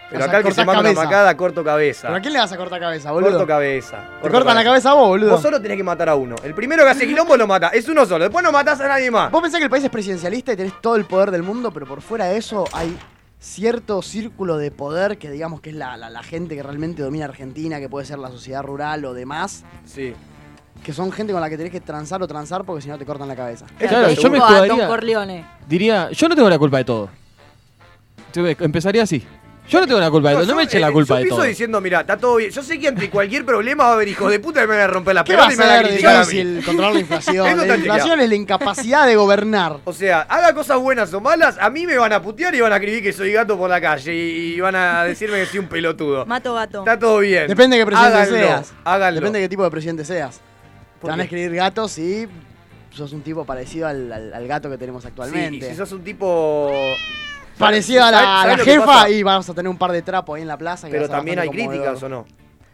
Speaker 1: Pero
Speaker 3: O sea,
Speaker 1: acá el que se
Speaker 3: cortás
Speaker 1: manda
Speaker 3: cabeza.
Speaker 1: una macada, corto
Speaker 3: ¿Pero
Speaker 1: cabeza.
Speaker 3: a quién le vas a cortar cabeza, boludo?
Speaker 1: Corto cabeza.
Speaker 3: Te
Speaker 1: corto
Speaker 3: cortan la cabeza a vos, boludo.
Speaker 1: Vos solo tenés que matar a uno. El primero que hace quilombo lo mata. Es uno solo. Después no matás a nadie más.
Speaker 3: Vos pensás que el país es presidencialista y tenés todo el poder del mundo, pero por fuera de eso hay cierto círculo de poder que digamos que es la, la- la gente que realmente domina Argentina, que puede ser la sociedad rural o demás,
Speaker 1: Sí.
Speaker 3: que son gente con la que tenés que transar o transar porque si no te cortan la cabeza.
Speaker 6: Claro, yo me
Speaker 4: Tipo a Don
Speaker 6: jugaría-
Speaker 4: Corleone.
Speaker 6: Diría, yo no tengo la culpa de todo. Te ve- Empezaría así. Yo no tengo la culpa de todo. No
Speaker 1: yo,
Speaker 6: me eche
Speaker 1: eh,
Speaker 6: la culpa
Speaker 1: yo
Speaker 6: de
Speaker 1: pienso
Speaker 6: todo.
Speaker 1: diciendo, mira, está todo bien. Yo sé que ante cualquier problema va a haber hijos de puta que me van a romper la
Speaker 3: ¿Qué va
Speaker 1: pelota
Speaker 3: a
Speaker 1: y me van a
Speaker 3: ser
Speaker 1: criticar a mí.
Speaker 3: difícil controlar
Speaker 1: Eso
Speaker 3: la
Speaker 1: está
Speaker 3: inflación? La inflación
Speaker 1: chequeado.
Speaker 3: es la incapacidad de gobernar.
Speaker 1: O sea, haga cosas buenas o malas, a mí me van a putear y van a escribir que soy gato por la calle y, y van a decirme que soy un pelotudo.
Speaker 12: Mato gato.
Speaker 1: Está todo bien.
Speaker 3: Depende de qué presidente
Speaker 1: Em, Háganlo,
Speaker 3: seas.
Speaker 1: Háganlo.
Speaker 3: Depende de qué tipo de presidente seas. Te
Speaker 1: ¿Por
Speaker 3: van a
Speaker 1: qué?
Speaker 3: escribir gatos y sos un tipo parecido al, al- al gato que tenemos
Speaker 1: Sí, y
Speaker 3: actualmente.
Speaker 1: si sos un tipo...
Speaker 3: Parecido a la,
Speaker 1: ¿Sabes-
Speaker 3: a la
Speaker 1: sabes lo que pasa?
Speaker 3: jefa y vamos a tener un par de trapos ahí en la plaza. que va
Speaker 1: Pero
Speaker 3: a ser
Speaker 1: también hay
Speaker 3: bastante
Speaker 1: críticas, ¿o
Speaker 3: conmovedor.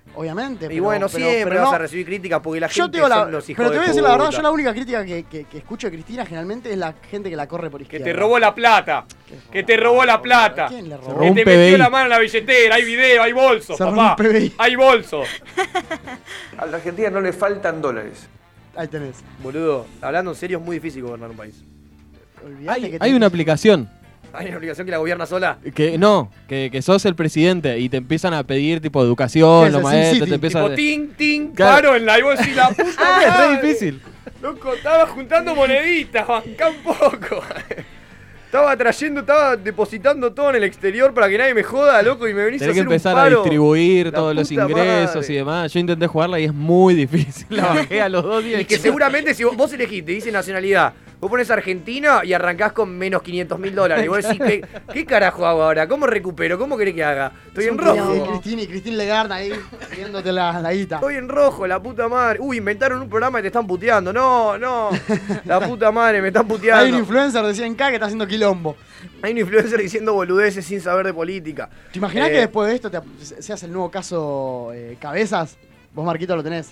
Speaker 1: no?
Speaker 3: Obviamente.
Speaker 1: Y
Speaker 3: pero-
Speaker 1: bueno,
Speaker 3: pero-
Speaker 1: siempre
Speaker 3: pero
Speaker 1: vas
Speaker 3: no.
Speaker 1: a recibir críticas porque la gente
Speaker 3: Yo te digo la,
Speaker 1: son los hijos
Speaker 3: pero te
Speaker 1: de
Speaker 3: voy a decir la verdad,
Speaker 1: puta.
Speaker 3: yo la única crítica que, que- que escucho de Cristina generalmente es la gente que la corre por
Speaker 1: Que
Speaker 3: izquierda.
Speaker 1: te robó la plata. Que te robó la plata.
Speaker 3: ¿Quién le robó?
Speaker 6: robó
Speaker 1: Que
Speaker 6: un
Speaker 1: te metió
Speaker 6: PBI.
Speaker 1: la mano en la billetera. Hay video, hay bolsos,
Speaker 3: Se robó
Speaker 1: papá.
Speaker 3: un PBI.
Speaker 1: Hay bolsos.
Speaker 13: A la Argentina no le faltan dólares.
Speaker 3: Ahí tenés.
Speaker 1: Boludo, hablando en serio, es muy difícil gobernar un país.
Speaker 3: Olvidate que
Speaker 6: Hay
Speaker 3: te-
Speaker 6: una aplicación
Speaker 1: Hay una obligación que la gobierna sola.
Speaker 6: que no, que, que sos el presidente y te empiezan a pedir tipo
Speaker 3: ¿Qué
Speaker 6: educación,
Speaker 3: es
Speaker 6: los
Speaker 3: el Sin
Speaker 6: maestros,
Speaker 3: City?
Speaker 6: te empiezan
Speaker 1: Tipo,
Speaker 6: a...
Speaker 1: ting, ting,
Speaker 6: Claro.
Speaker 1: paro en la. Y vos decís, la puta
Speaker 6: Ah,
Speaker 1: madre.
Speaker 6: es re difícil.
Speaker 1: Loco, estaba juntando moneditas, bancá un poco. Estaba trayendo, estaba depositando todo en el exterior para que nadie me joda, loco, y me venís a
Speaker 6: Tenés que
Speaker 1: hacer un
Speaker 6: empezar a
Speaker 1: paro.
Speaker 6: distribuir
Speaker 1: La
Speaker 6: todos los
Speaker 1: puta
Speaker 6: ingresos
Speaker 1: madre.
Speaker 6: y demás. Yo intenté jugarla y es muy difícil. La bajé a los dos días.
Speaker 1: Y que seguramente si vos, vos elegís, te dice nacionalidad, vos pones Argentina y arrancás con menos 500 mil dólares. Y vos decís, ¿qué, qué carajo hago ahora? ¿Cómo recupero? ¿Cómo querés que haga? Estoy en
Speaker 3: Son
Speaker 1: rojo.
Speaker 3: Cristina y Cristina Legarda ahí viéndote la, la guita.
Speaker 1: Estoy en rojo, la puta madre. Uy, inventaron un programa y te están puteando. No, no. La puta madre, me están puteando.
Speaker 3: Hay un influencer de 100k que está haciendo quilombo.
Speaker 1: Hay un influencer diciendo boludeces sin saber de política.
Speaker 3: ¿Te imaginas
Speaker 1: Eh,
Speaker 3: que después de esto te ap- se- seas el nuevo caso eh, Cabezas? Vos, Marquito, lo tenés.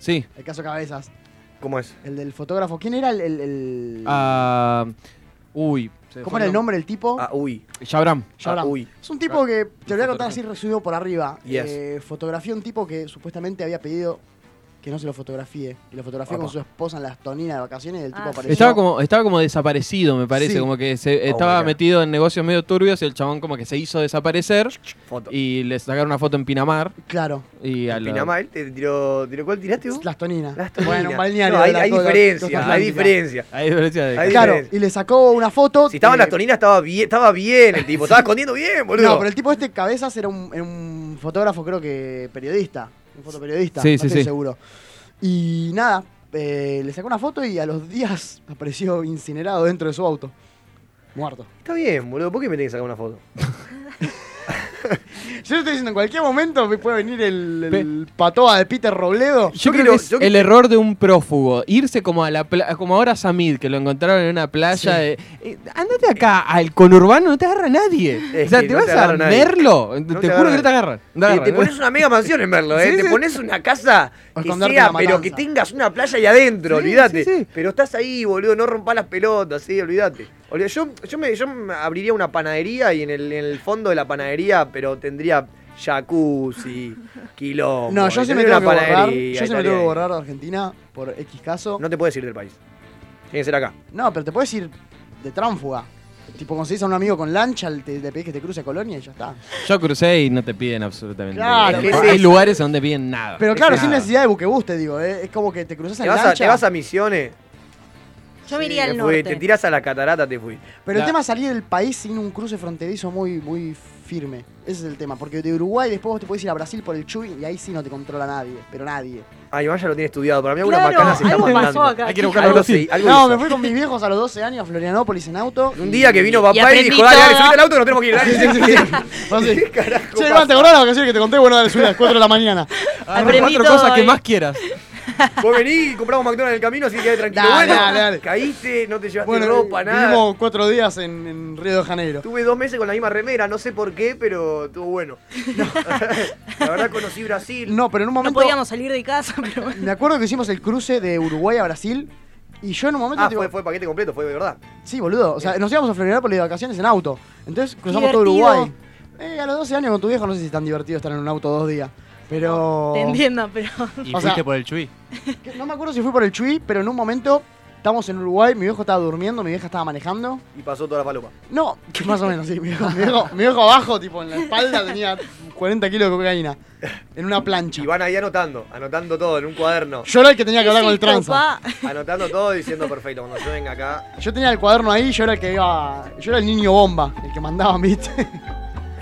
Speaker 6: Sí.
Speaker 3: El caso Cabezas.
Speaker 1: ¿Cómo es?
Speaker 3: El del fotógrafo. ¿Quién era el. el- el-
Speaker 6: Ah, uy. se
Speaker 3: ¿Cómo
Speaker 6: fue
Speaker 3: era el nombre del tipo? Ah,
Speaker 1: Ah, uy.
Speaker 6: Yabram.
Speaker 3: Ya hablamos.
Speaker 1: uy.
Speaker 3: Es un tipo que, te lo voy a contar así resumido por arriba.
Speaker 1: Yes.
Speaker 3: Eh, fotografió un tipo que supuestamente había pedido que no se lo fotografíe. Y lo fotografió
Speaker 1: Apa.
Speaker 3: con su esposa en las toninas de vacaciones y el tipo
Speaker 12: Ah, sí.
Speaker 3: apareció.
Speaker 6: Estaba como, estaba como desaparecido, me parece.
Speaker 3: Sí.
Speaker 6: Como que se,
Speaker 1: my
Speaker 6: estaba
Speaker 1: God.
Speaker 6: metido en negocios medio turbios y el chabón como que se hizo desaparecer
Speaker 1: Foto.
Speaker 6: y le sacaron una foto en Pinamar.
Speaker 3: Claro,
Speaker 6: Y a la-
Speaker 1: Pinamá, Ah, él te tiró, tiró. ¿Cuál tiraste vos?
Speaker 3: las toninas.
Speaker 1: Las toninas.
Speaker 3: Bueno, un balneario.
Speaker 1: No,
Speaker 3: de
Speaker 1: hay,
Speaker 3: la
Speaker 1: hay
Speaker 3: costa-
Speaker 1: diferencia,
Speaker 3: costa
Speaker 1: hay
Speaker 3: atlántica.
Speaker 1: diferencia.
Speaker 6: Ahí decía de-
Speaker 1: Ahí-
Speaker 3: Claro,
Speaker 1: diferencia.
Speaker 3: y le sacó una foto.
Speaker 1: Si estaban
Speaker 3: eh,
Speaker 1: las toninas estaba bien, estaba bien el tipo, estaba escondiendo bien, boludo.
Speaker 3: No, pero el tipo este Cabezas era un, era un fotógrafo, creo que periodista. Un fotoperiodista,
Speaker 6: Sí,
Speaker 3: no
Speaker 6: sí,
Speaker 3: estoy
Speaker 6: sí.
Speaker 3: seguro. Y nada, eh, le sacó una foto y a los días apareció incinerado dentro de su auto. Muerto.
Speaker 1: Está bien, boludo, ¿por qué me tenés que sacar una foto?
Speaker 3: Yo te estoy diciendo, en cualquier momento me puede venir el, el patoa de Peter Robledo.
Speaker 6: Yo,
Speaker 1: Yo
Speaker 6: creo
Speaker 1: quiero-
Speaker 6: que es
Speaker 1: yo-
Speaker 6: el error de un prófugo. Irse como a la pla- como ahora Samid, que lo encontraron en una playa. de- eh, andate acá al conurbano, no te agarra nadie.
Speaker 1: Es
Speaker 6: o sea,
Speaker 1: que
Speaker 6: te
Speaker 1: no
Speaker 6: vas
Speaker 1: te
Speaker 6: a
Speaker 1: agarra nadie.
Speaker 6: Merlo.
Speaker 1: te
Speaker 6: te juro que
Speaker 1: agarra
Speaker 6: no te agarran. No te
Speaker 1: Eh,
Speaker 6: agarran,
Speaker 1: te
Speaker 6: ¿no?
Speaker 1: pones una mega mansión en Merlo, ¿eh?
Speaker 6: Sí,
Speaker 1: te
Speaker 6: sí.
Speaker 1: pones una casa
Speaker 3: O
Speaker 1: que
Speaker 3: esconderte
Speaker 1: sea,
Speaker 3: en la
Speaker 1: pero que
Speaker 3: matanza.
Speaker 1: tengas una playa ahí adentro,
Speaker 6: Sí,
Speaker 1: olvídate.
Speaker 6: sí, sí.
Speaker 1: Pero estás ahí, boludo, no rompas las pelotas, sí, olvídate. Olvi- Yo, yo, me, yo me abriría una panadería y en el, en el fondo de la panadería, pero tendría jacuzzi, quilombo.
Speaker 3: No, yo
Speaker 1: y
Speaker 3: sí me
Speaker 1: tendría
Speaker 3: tengo que
Speaker 1: una
Speaker 3: borrar.
Speaker 1: panadería,
Speaker 3: Yo sí me
Speaker 1: estaría
Speaker 3: tengo que
Speaker 1: ahí.
Speaker 3: borrar de Argentina por X caso. No,
Speaker 1: No te puedes ir del país. Tiene que ser acá.
Speaker 3: pero te puedes ir de tránfuga. Tipo, conseguís a un amigo con lancha, te- le pedís que te cruce a Colonia y ya está.
Speaker 6: Yo crucé y no te piden absolutamente
Speaker 3: Claro,
Speaker 6: nada.
Speaker 1: es que
Speaker 6: Hay
Speaker 1: sí.
Speaker 6: lugares donde piden nada.
Speaker 3: Pero claro,
Speaker 6: Nada.
Speaker 3: sin necesidad de buquebús, te digo. eh, Es como que te cruzas
Speaker 1: Te
Speaker 3: en
Speaker 1: vas,
Speaker 3: lancha.
Speaker 1: a, te vas a Misiones,
Speaker 12: Yo me iría
Speaker 1: te,
Speaker 12: al
Speaker 1: fui-
Speaker 12: norte.
Speaker 1: te tirás a la catarata, te fui.
Speaker 3: Pero el
Speaker 6: La-
Speaker 3: tema es salir del país sin un cruce fronterizo muy, muy firme. Ese es el tema. Porque de Uruguay después vos te podés ir a Brasil por el Chuy y ahí sí no te controla nadie. Pero nadie.
Speaker 1: Ay, Iván ya Ah, lo tiene estudiado. Para mí alguna
Speaker 4: Claro,
Speaker 1: macana se está
Speaker 4: algo pasó
Speaker 1: mandando.
Speaker 4: acá. Hay que ir a
Speaker 6: buscarlo
Speaker 1: Algo
Speaker 6: en Brasil.
Speaker 1: sí, algo
Speaker 3: No,
Speaker 1: hizo.
Speaker 6: Ah,
Speaker 3: me fui con mis viejos a los 12 años a Florianópolis en auto.
Speaker 1: Un día que vino
Speaker 4: Y
Speaker 1: papá y,
Speaker 4: aprendí
Speaker 1: dijo, dale, dale,
Speaker 4: todo.
Speaker 1: subite al auto, nos tenemos que ir. Dale,
Speaker 3: Así.
Speaker 1: ¿Qué carajo
Speaker 3: Che,
Speaker 1: pasa?
Speaker 3: Iván, ¿te acordás la vacación que te conté? Bueno, dale, subí a las 4 de la mañana.
Speaker 6: Agarra
Speaker 4: Aprendí
Speaker 6: cuatro
Speaker 4: todo
Speaker 6: cosas que
Speaker 4: hoy.
Speaker 6: más quieras.
Speaker 1: Vos venís y compramos McDonald's en el camino, así que quedate tranquilo.
Speaker 3: Dale,
Speaker 1: bueno,
Speaker 3: dale, dale.
Speaker 1: caíste, no te llevaste
Speaker 3: Bueno,
Speaker 1: ropa, nada.
Speaker 3: Vivimos 4 días en, en Río de Janeiro.
Speaker 1: Tuve dos meses con la misma remera, no sé por qué, pero estuvo bueno. la verdad conocí Brasil.
Speaker 3: No, pero en un
Speaker 12: No
Speaker 3: momento.
Speaker 12: podíamos salir de casa, pero bueno.
Speaker 3: Me acuerdo que hicimos el cruce de Uruguay a Brasil. Y yo en un momento.
Speaker 1: Ah,
Speaker 3: digo,
Speaker 1: fue, fue paquete completo, fue de verdad.
Speaker 3: Sí, boludo. O sea, nos íbamos a Florianópolis de vacaciones en auto. Entonces cruzamos todo
Speaker 12: Divertido.
Speaker 3: Uruguay. Eh, a los 12 años con tu viejo no sé si es tan divertido estar en un auto dos días. Pero. Oh.
Speaker 12: Te entiendo, pero.
Speaker 14: ¿Y
Speaker 3: O
Speaker 14: fuiste
Speaker 3: sea-
Speaker 14: por el Chuy?
Speaker 3: Que No me acuerdo si fui por el Chuy, pero en un momento Estamos en Uruguay, mi viejo estaba durmiendo, mi vieja estaba manejando.
Speaker 1: Y pasó toda la paloma.
Speaker 3: No, que más o menos, sí. Mi viejo, mi viejo- mi viejo abajo, tipo, en la espalda tenía 40 kilos de cocaína. En una plancha.
Speaker 1: Y van ahí anotando, anotando todo en un cuaderno.
Speaker 3: Yo era el que tenía que hablar con el
Speaker 4: Sí,
Speaker 3: tranza.
Speaker 4: papá.
Speaker 1: Anotando todo diciendo perfecto, cuando yo venga acá.
Speaker 3: Yo tenía el cuaderno ahí, yo era el que iba. Yo era el niño bomba, el que mandaba, ¿viste?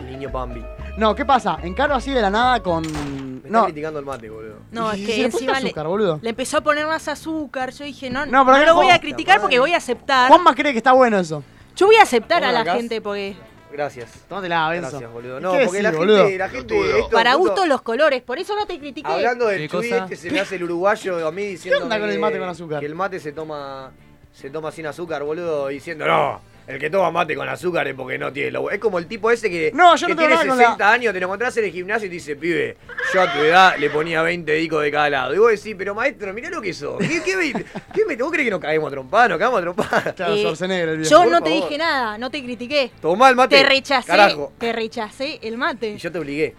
Speaker 1: El niño Bambi.
Speaker 3: No, ¿qué pasa? Encaro así de la nada con.
Speaker 1: Me está
Speaker 3: No,
Speaker 1: criticando el mate, boludo.
Speaker 4: No,
Speaker 3: y
Speaker 4: es
Speaker 3: se
Speaker 4: que
Speaker 3: le puso
Speaker 4: encima le,
Speaker 3: azúcar, boludo.
Speaker 4: le empezó a poner más azúcar. Yo dije, no,
Speaker 3: No,
Speaker 4: no,
Speaker 3: pero acá
Speaker 4: lo voy
Speaker 3: no,
Speaker 4: a criticar porque voy a aceptar.
Speaker 3: Juanma cree que está bueno eso.
Speaker 4: Yo voy a aceptar
Speaker 1: Vos
Speaker 4: a la
Speaker 1: bancás.
Speaker 4: gente porque.
Speaker 1: Gracias.
Speaker 3: Tómatela, Benzo.
Speaker 1: Gracias, boludo.
Speaker 3: ¿Qué
Speaker 1: No,
Speaker 3: decís,
Speaker 1: porque la
Speaker 3: boludo?
Speaker 1: gente, la gente. esto,
Speaker 4: Para
Speaker 1: justo-
Speaker 4: gusto los colores, por eso no te critiqué.
Speaker 1: Hablando del
Speaker 15: ¿Qué
Speaker 1: Chuy,
Speaker 15: cosa?
Speaker 1: este se me hace el uruguayo a mí diciendo.
Speaker 3: onda con el mate con azúcar?
Speaker 1: Que el mate se toma, se toma sin azúcar, boludo, diciendo, no, el que toma mate con azúcar es porque no tiene lo Es como el tipo ese que,
Speaker 3: No, yo
Speaker 1: que
Speaker 3: no tengo
Speaker 1: tiene
Speaker 3: nada con
Speaker 1: 60 años, te lo encontrás en el gimnasio y te dice, pibe, yo a tu edad le ponía 20 dicos de cada lado. Y vos decís, pero maestro, mirá lo que sos. ¿Qué, qué, me- qué me- ¿Vos crees que nos caemos a trompar? Nos caemos a trompar.
Speaker 3: Claro,
Speaker 4: Eh,
Speaker 3: Schwarzenegger, el viejo.
Speaker 4: Yo no
Speaker 1: por
Speaker 4: te
Speaker 1: favor.
Speaker 4: dije nada, no te critiqué.
Speaker 1: Tomá el mate.
Speaker 4: Te rechacé,
Speaker 1: Carajo.
Speaker 4: te rechacé el
Speaker 1: Y
Speaker 4: mate.
Speaker 1: yo te obligué.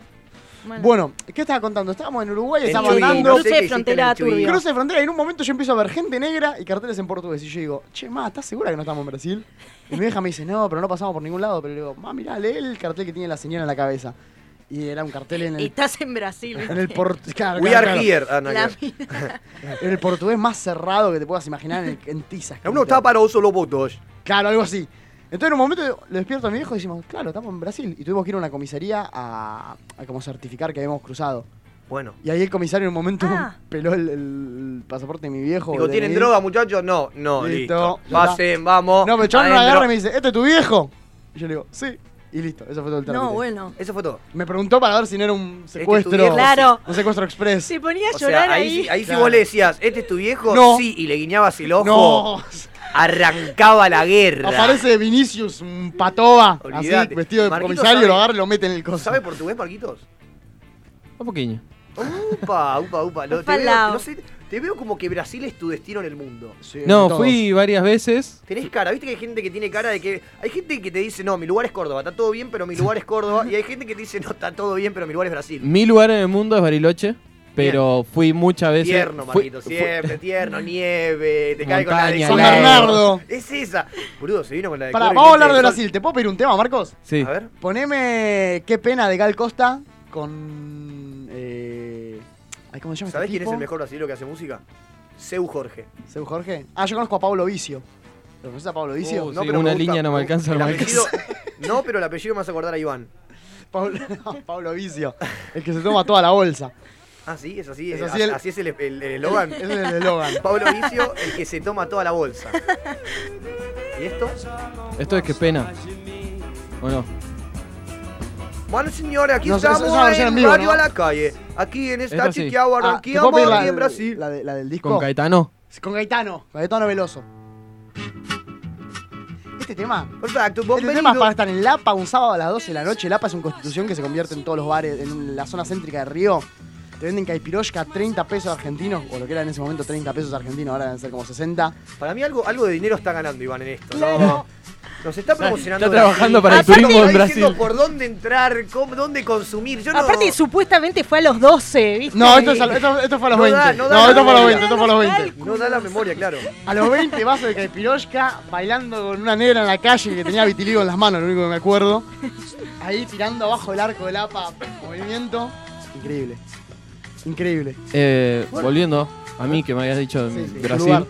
Speaker 3: Bueno, ¿qué estaba contando? Estábamos en Uruguay,
Speaker 1: El
Speaker 3: estábamos
Speaker 1: Chuy,
Speaker 3: andando.
Speaker 1: no sé
Speaker 4: Crucé
Speaker 1: qué hiciste
Speaker 4: frontera
Speaker 1: en el Chuy.
Speaker 4: turbia.
Speaker 3: Cruce de frontera y en un momento yo empiezo a ver gente negra y carteles en portugués. Y yo digo, che, ma, ¿estás segura que no estamos en Brasil? Y mi vieja me dice, no, pero no pasamos por ningún lado. Pero le digo, ma, mirá, lee el cartel que tiene la señora en la cabeza. Y era un cartel en el,
Speaker 4: Estás en Brasil.
Speaker 3: en el, por- claro,
Speaker 1: We
Speaker 3: claro,
Speaker 1: are
Speaker 3: claro.
Speaker 1: here. Ah, no,
Speaker 4: La
Speaker 1: claro.
Speaker 4: mina.
Speaker 3: En el portugués más cerrado que te puedas imaginar en, en Tizas.
Speaker 1: Uno está para oso los votos.
Speaker 3: Claro, algo así. Entonces en un momento le despierto a mi viejo y decimos, claro, estamos en Brasil. Y tuvimos que ir a una comisaría a, a como certificar que habíamos cruzado.
Speaker 1: Bueno.
Speaker 3: Y ahí el comisario en un momento
Speaker 4: Ah.
Speaker 3: peló el, el pasaporte de mi viejo.
Speaker 1: Digo,
Speaker 3: el
Speaker 1: ¿tienen
Speaker 3: DNI.
Speaker 1: droga, muchachos? No, no,
Speaker 3: Listo,
Speaker 1: listo.
Speaker 3: ya está.
Speaker 1: Pasen, vamos.
Speaker 3: No, pero Chabón me
Speaker 1: adentro.
Speaker 3: agarra y me dice, ¿este es tu viejo? Y yo le digo, sí. Y listo, eso fue todo el trámite.
Speaker 4: No, bueno.
Speaker 1: Eso fue todo.
Speaker 3: Me preguntó para ver si no era un
Speaker 1: Este es tu
Speaker 3: secuestro.
Speaker 1: viejo.
Speaker 4: Claro.
Speaker 3: Un secuestro express.
Speaker 4: Se ponía a
Speaker 1: O
Speaker 4: llorar
Speaker 1: sea, ahí,
Speaker 4: ahí.
Speaker 1: sí- ahí
Speaker 3: Claro.
Speaker 1: si vos le decías, este es tu viejo,
Speaker 3: No.
Speaker 1: sí, y le guiñabas el ojo,
Speaker 3: No.
Speaker 1: arrancaba la guerra.
Speaker 3: Aparece Vinicius, un patoba, así,
Speaker 1: Olvídate.
Speaker 3: vestido de
Speaker 1: Marquito
Speaker 3: comisario,
Speaker 1: sabe-
Speaker 3: lo agarra y lo mete en el coso.
Speaker 1: ¿Sabe portugués, Marquitos?
Speaker 6: Un poquillo.
Speaker 1: Upa, upa, upa. Lo-
Speaker 4: Upa
Speaker 1: te, veo,
Speaker 4: lao.
Speaker 1: no sé, te veo como que Brasil es tu destino en el mundo.
Speaker 3: Sí,
Speaker 6: No,
Speaker 3: todos.
Speaker 6: fui varias veces.
Speaker 1: Tenés cara, viste que hay gente que tiene cara de que. Hay gente que te dice, no, mi lugar es Córdoba, está todo bien, pero mi lugar es Córdoba. Y hay gente que te dice, no, está todo bien, pero mi lugar es Brasil.
Speaker 6: Mi lugar en el mundo es Bariloche, pero fui muchas veces.
Speaker 1: Tierno,
Speaker 6: fui-
Speaker 1: Marquito,
Speaker 6: fui-
Speaker 1: siempre, tierno, nieve, te cae con la de
Speaker 6: Montaña,
Speaker 3: San
Speaker 6: Claro.
Speaker 3: Bernardo.
Speaker 1: Es esa. Boludo, se vino con la de
Speaker 3: Pará,
Speaker 1: Coro y
Speaker 3: vamos a hablar de
Speaker 1: Monte
Speaker 3: Brasil. ¿Te puedo pedir un tema, Marcos?
Speaker 6: Sí.
Speaker 1: Sol. A ver.
Speaker 3: Poneme qué pena de Gal Costa con. Eh... ay, ¿Cómo se llama? este
Speaker 1: ¿Sabés quién es
Speaker 3: tipo?
Speaker 1: el mejor brasilero que hace música? Seu Jorge.
Speaker 3: Seu Jorge. Ah, yo conozco a Pablo Vicio. ¿Lo conoces a Pablo Vicio?
Speaker 6: Uh, sí, una
Speaker 1: gusta-
Speaker 6: línea no me alcanza,
Speaker 1: el
Speaker 6: no me
Speaker 1: apellido- No, pero el apellido me hace acordar a Iván.
Speaker 3: Pablo, no, Pablo Vicio. El que se toma toda la bolsa.
Speaker 1: Ah, sí, es así.
Speaker 3: Es
Speaker 1: Es así,
Speaker 3: así el-
Speaker 1: así es el el- el eslogan.
Speaker 3: Ese es el eslogan.
Speaker 1: Pablo Vicio, el que se toma toda la bolsa. ¿Y esto?
Speaker 6: Esto es que pena. ¿O no?
Speaker 1: Bueno, señores, aquí
Speaker 3: No, es- es una
Speaker 1: estamos
Speaker 3: versión
Speaker 1: en,
Speaker 3: en vivo,
Speaker 1: Radio
Speaker 3: ¿no?
Speaker 1: a la Calle. Aquí en esta
Speaker 6: Esto sí.
Speaker 1: chiquiao
Speaker 3: Ah, ¿te
Speaker 1: Barranquilla,
Speaker 3: puedo pedir
Speaker 1: aquí en Brasil.
Speaker 3: La, de- la del disco.
Speaker 6: Con Caetano.
Speaker 3: Con Gaetano. Gaetano Veloso. Este tema.
Speaker 1: Perfecto,
Speaker 3: Este tema es
Speaker 1: bienvenido.
Speaker 3: para estar en Lapa un sábado a las 12 de la noche. Lapa es una constitución que se convierte en todos los bares, en la zona céntrica de Río. Te venden caipirosca a 30 pesos argentinos, o lo que era en ese momento 30 pesos argentinos, ahora deben ser como 60.
Speaker 1: Para mí algo, algo de dinero está ganando Iván en esto.
Speaker 4: Claro.
Speaker 1: ¿no? Nos está promocionando.
Speaker 6: Está
Speaker 1: Brasil.
Speaker 6: trabajando para el
Speaker 4: Aparte-
Speaker 6: turismo
Speaker 1: Está
Speaker 6: en
Speaker 1: diciendo
Speaker 6: Brasil.
Speaker 1: por dónde entrar, cómo- dónde consumir. Yo no-
Speaker 4: Aparte, supuestamente fue a los 12, ¿viste?
Speaker 3: No, esto, es al- esto, esto fue a los
Speaker 1: No
Speaker 3: 20.
Speaker 1: da,
Speaker 3: no,
Speaker 1: no da, no
Speaker 3: esto fue a los
Speaker 1: da.
Speaker 3: 20, esto fue a los 20.
Speaker 1: no da la memoria, claro.
Speaker 3: A los 20 vasos de caipirosca, bailando con una negra en la calle que tenía vitiligo en las manos, lo único que me acuerdo. Ahí tirando abajo del arco de Lapa, movimiento. Increíble. Increíble.
Speaker 6: Eh, volviendo a mí que me habías dicho en
Speaker 3: Sí, sí, lugar.
Speaker 6: Brasil.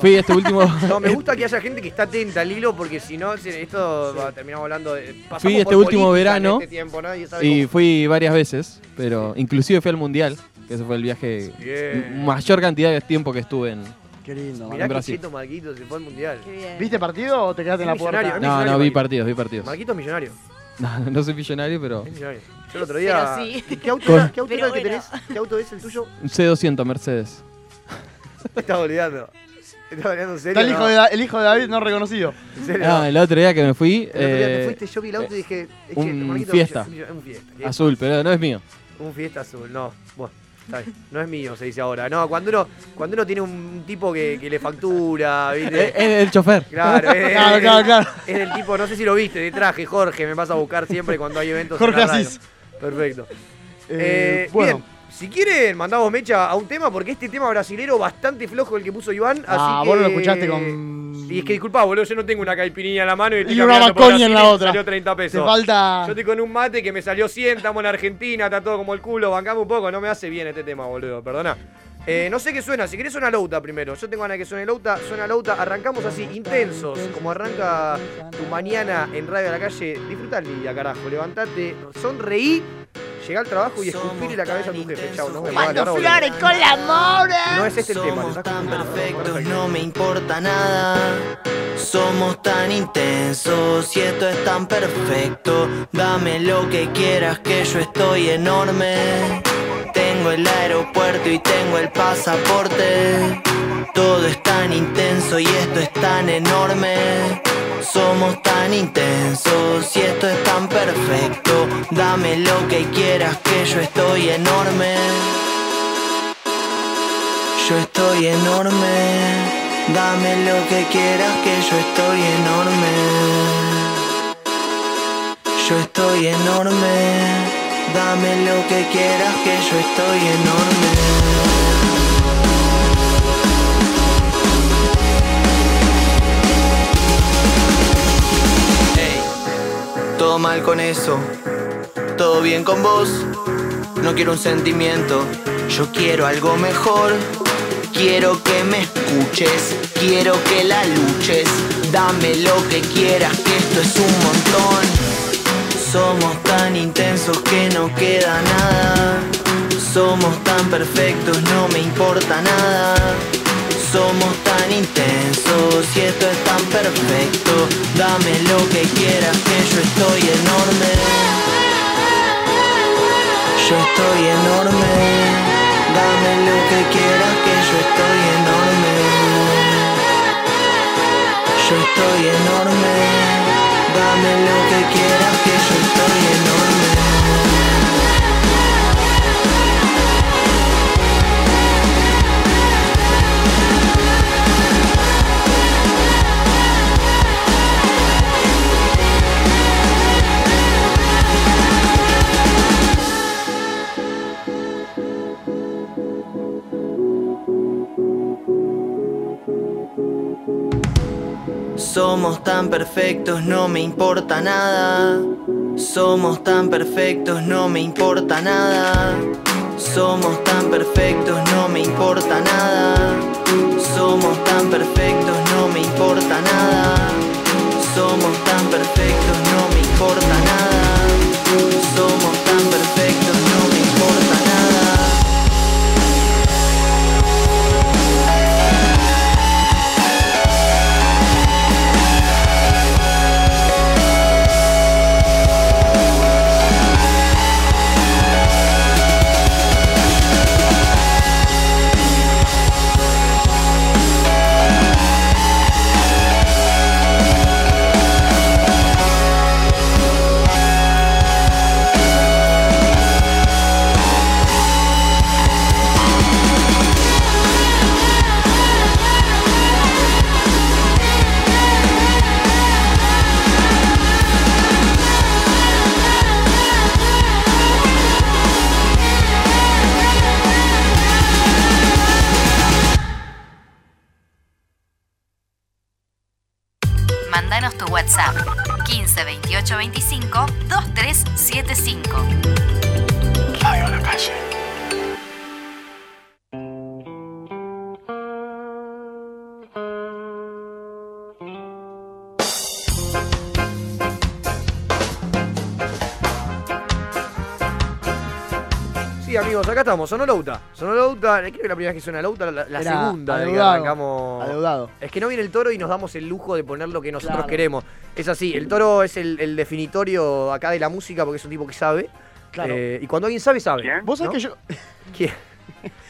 Speaker 6: Fui este último.
Speaker 1: No, me gusta que haya gente que está atenta al hilo porque si no, se- esto va, terminamos hablando de. pasamos
Speaker 6: Fui
Speaker 1: por
Speaker 6: este último
Speaker 1: política en
Speaker 6: verano
Speaker 1: este tiempo, nadie sabe
Speaker 6: Y
Speaker 1: cómo-
Speaker 6: fui varias veces, pero inclusive fui al Mundial, que ese fue el viaje
Speaker 1: Bien.
Speaker 6: mayor cantidad de tiempo que estuve en...
Speaker 3: Qué lindo,
Speaker 1: Mirá
Speaker 3: man.
Speaker 6: en
Speaker 1: que
Speaker 6: Brasil.
Speaker 1: cheto Marquito se fue al mundial.
Speaker 4: Qué bien.
Speaker 3: ¿Viste partido o te quedaste en la puerta?
Speaker 1: Millonario,
Speaker 6: No, no, vi partidos, vi partidos.
Speaker 1: Marquito es millonario.
Speaker 6: No, no soy millonario, pero...
Speaker 1: es millonario. Yo el otro día.
Speaker 4: Pero sí.
Speaker 1: ¿Y ¿Qué auto,
Speaker 6: Con-
Speaker 1: era- qué auto
Speaker 4: Pero
Speaker 1: era el que
Speaker 4: bueno.
Speaker 1: tenés? ¿Qué auto es el tuyo?
Speaker 6: Un C200 Mercedes.
Speaker 1: Te estás olvidando. Te estás olvidando en serio.
Speaker 3: Está el hijo,
Speaker 1: ¿no?
Speaker 3: de, Da- el hijo de David no reconocido.
Speaker 1: En serio.
Speaker 6: Ah, el otro día que me fui,
Speaker 1: El otro día
Speaker 6: eh,
Speaker 1: que fuiste, yo vi el auto y dije. es que,
Speaker 6: un
Speaker 1: Marquito,
Speaker 6: fiesta.
Speaker 1: yo- Un fiesta. ¿eh?
Speaker 6: azul, pero no es mío.
Speaker 1: Un fiesta azul, no. Bueno, está bien. No es mío, se dice ahora. No, cuando uno, cuando uno tiene un tipo que, que le factura,
Speaker 6: Es,
Speaker 1: ¿viste?
Speaker 6: es el chofer.
Speaker 1: Claro, es,
Speaker 3: Claro,
Speaker 1: es-
Speaker 3: claro, claro.
Speaker 1: es del tipo, no sé si lo viste, de traje, Jorge, me vas a buscar siempre cuando hay eventos. en
Speaker 3: Jorge
Speaker 1: la radio.
Speaker 3: Asís.
Speaker 1: Perfecto.
Speaker 3: Eh,
Speaker 1: Eh,
Speaker 3: bueno,
Speaker 1: bien, Si quieren, mandamos mecha a un tema, porque este tema brasilero bastante flojo el que puso Iván. Así
Speaker 3: Ah,
Speaker 1: que-
Speaker 3: vos lo escuchaste con-
Speaker 1: Y es que disculpa, boludo, yo no tengo una caipirinha en la mano y, estoy
Speaker 3: Y una
Speaker 1: caminando por
Speaker 3: Macoña en la
Speaker 1: Brasil y me
Speaker 3: otra.
Speaker 1: Salió 30
Speaker 3: Te
Speaker 1: pesos.
Speaker 3: falta.
Speaker 1: Yo estoy con un mate que me salió 100, estamos en Argentina, está todo como el culo, bancame un poco, no me hace bien este tema, boludo, perdona. Eh, no sé qué suena, si querés suena Louta primero. Yo tengo ganas de que suene Louta, suena Louta, arrancamos así, intensos, como arranca tu mañana en Radio a la Calle. Disfrutá el día, carajo, levantate, sonreí, llegá al trabajo y escupirle la cabeza a tu jefe, chao, no me
Speaker 4: con la mora.
Speaker 1: No es este el tema, te
Speaker 2: Somos
Speaker 1: estás
Speaker 2: tan
Speaker 1: confundiendo,
Speaker 2: perfectos,
Speaker 1: perfecto.
Speaker 2: no me importa nada. Somos tan intensos y esto es tan perfecto. Dame lo que quieras, que yo estoy enorme. Tengo el aeropuerto y tengo el pasaporte. Todo es tan intenso y esto es tan enorme. Somos tan intensos y esto es tan perfecto. Dame lo que quieras, que yo estoy enorme. Yo estoy enorme, dame lo que quieras que yo estoy enorme. Yo estoy enorme, dame lo que quieras que yo estoy enorme. Ey, Todo mal con eso, todo bien con vos. No quiero un sentimiento, yo quiero algo mejor. Quiero que me escuches, quiero que la luches. Dame lo que quieras, que esto es un montón. Somos tan intensos que no queda nada. Somos tan perfectos, no me importa nada. Somos tan intensos y esto es tan perfecto. Dame lo que quieras, que yo estoy enorme. Yo estoy enorme, dame lo que quieras que yo estoy enorme. Yo estoy enorme, dame lo que quieras que yo estoy enorme. Somos tan perfectos, no me importa nada. Somos tan perfectos, no me importa nada. Somos tan perfectos, no me importa nada. Somos tan perfectos, no me importa nada. Somos tan perfectos, no me importa nada. Somos tan perfectos, no me importa nada.
Speaker 12: Mándanos tu WhatsApp 15 28 25 2375.
Speaker 2: Radio a la calle.
Speaker 1: Sí, amigos, acá estamos, sonó Louta. Sonó Louta, creo que la primera vez que suena Louta, la, la
Speaker 3: Era
Speaker 1: segunda de que
Speaker 3: adeudado,
Speaker 1: arrancamos.
Speaker 3: Adeudado.
Speaker 1: Es que no viene el toro y nos damos el lujo de poner lo que nosotros
Speaker 3: Claro.
Speaker 1: queremos. Es así, el toro es el, el definitorio acá de la música porque es un tipo que sabe.
Speaker 3: Claro.
Speaker 1: Eh, y cuando alguien sabe, sabe.
Speaker 3: Vos sabés
Speaker 1: ¿no?
Speaker 3: que yo.
Speaker 1: ¿Quién?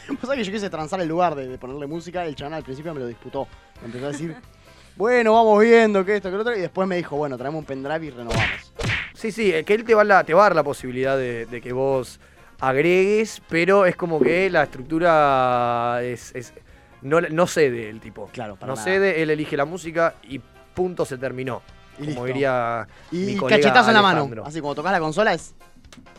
Speaker 3: Vos sabés que yo quise transar el lugar de, de ponerle música, el chabón al principio me lo disputó. Me empezó a decir, bueno, vamos viendo que esto, que lo otro, y después me dijo, bueno, traemos un pendrive y renovamos.
Speaker 1: Sí, sí, eh, que él te va, a la- te va a dar la posibilidad de, de que vos agregues, pero es como que la estructura es, es- no, no cede el tipo.
Speaker 3: Claro, para
Speaker 1: No
Speaker 3: nada.
Speaker 1: cede, él elige la música y punto se terminó.
Speaker 3: Y
Speaker 1: como
Speaker 3: listo.
Speaker 1: diría
Speaker 3: Y
Speaker 1: mi colega
Speaker 3: cachetazo en la mano.
Speaker 1: Alejandro.
Speaker 3: Así como tocas la consola es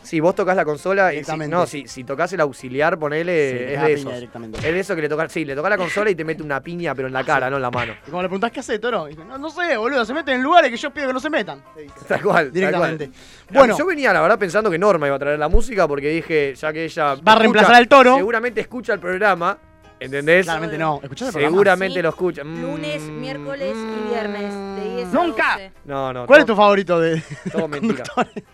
Speaker 1: Sí, vos tocas la consola y si,
Speaker 3: Directamente.
Speaker 1: no, si, si tocas el auxiliar,
Speaker 3: Sí,
Speaker 1: ponele,
Speaker 3: le
Speaker 1: es
Speaker 3: da
Speaker 1: de
Speaker 3: piña
Speaker 1: esos.
Speaker 3: directamente. Ah,
Speaker 1: Es de eso que le tocas, sí, le tocas la consola y te mete una piña, pero en la cara, no en la mano.
Speaker 3: Y cuando le preguntás qué hace, toro, dice, no, no sé, boludo, se meten en lugares que yo pido que no se metan. te dice.
Speaker 1: Tal cual,
Speaker 3: Directamente.
Speaker 1: Tal cual.
Speaker 3: Bueno.
Speaker 1: yo venía la verdad pensando que Norma iba a traer la música porque dije, ya que ella
Speaker 3: Va a reemplazar al toro.
Speaker 1: Seguramente escucha el programa, ¿entendés?
Speaker 3: Claramente no. ¿Escuchás el programa?
Speaker 1: Seguramente
Speaker 4: Sí.
Speaker 1: lo escucha. Mm,
Speaker 4: Lunes, miércoles y viernes. De 10 a
Speaker 3: Nunca.
Speaker 4: 12.
Speaker 1: No, no.
Speaker 3: ¿Cuál es
Speaker 1: todo-
Speaker 3: tu favorito de.?
Speaker 1: Todo mentira.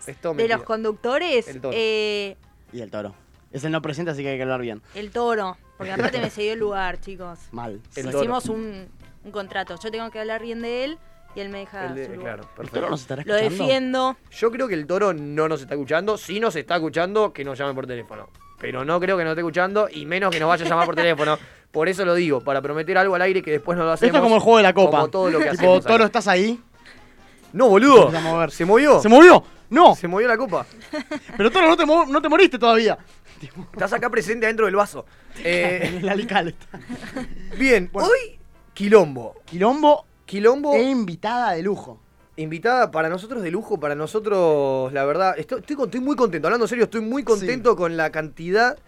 Speaker 1: Es todo
Speaker 4: De
Speaker 1: mentira.
Speaker 4: los conductores,
Speaker 1: El toro.
Speaker 4: eh,
Speaker 3: Y el toro. Es el no presente, así que hay que hablar bien.
Speaker 4: el toro. Porque aparte me cedió el lugar, chicos.
Speaker 3: Mal.
Speaker 1: El toro.
Speaker 4: Hicimos un, un contrato. Yo tengo que hablar bien de él y él me deja.
Speaker 1: El de-
Speaker 4: su lugar.
Speaker 1: claro,
Speaker 3: ¿El
Speaker 1: perfecto.
Speaker 3: toro nos estará
Speaker 4: Lo
Speaker 3: escuchando?
Speaker 4: defiendo.
Speaker 1: Yo creo que el toro no nos está escuchando. Si nos está escuchando, que nos llame por teléfono. Pero no creo que nos esté escuchando y menos que nos vaya a llamar por teléfono. Por eso lo digo, para prometer algo al aire que después no lo hacemos.
Speaker 3: Esto es como el juego de la copa.
Speaker 1: Como todo lo que
Speaker 3: tipo,
Speaker 1: hacemos. acá.
Speaker 3: toro, estás ahí.
Speaker 1: No, boludo.
Speaker 3: Vamos a mover.
Speaker 1: ¿Se movió?
Speaker 3: ¿Se movió? No,
Speaker 1: Se movió la copa.
Speaker 3: pero toro, no te, mo- no te moriste todavía.
Speaker 1: Estás acá presente adentro del vaso. Eh,
Speaker 3: El alical está.
Speaker 1: bien, hoy Quilombo.
Speaker 3: Quilombo
Speaker 1: Quilombo,
Speaker 3: e invitada de lujo.
Speaker 1: invitada para nosotros de lujo, para nosotros, la verdad, estoy, estoy, con- estoy muy contento. Hablando en serio, estoy muy contento con la cantidad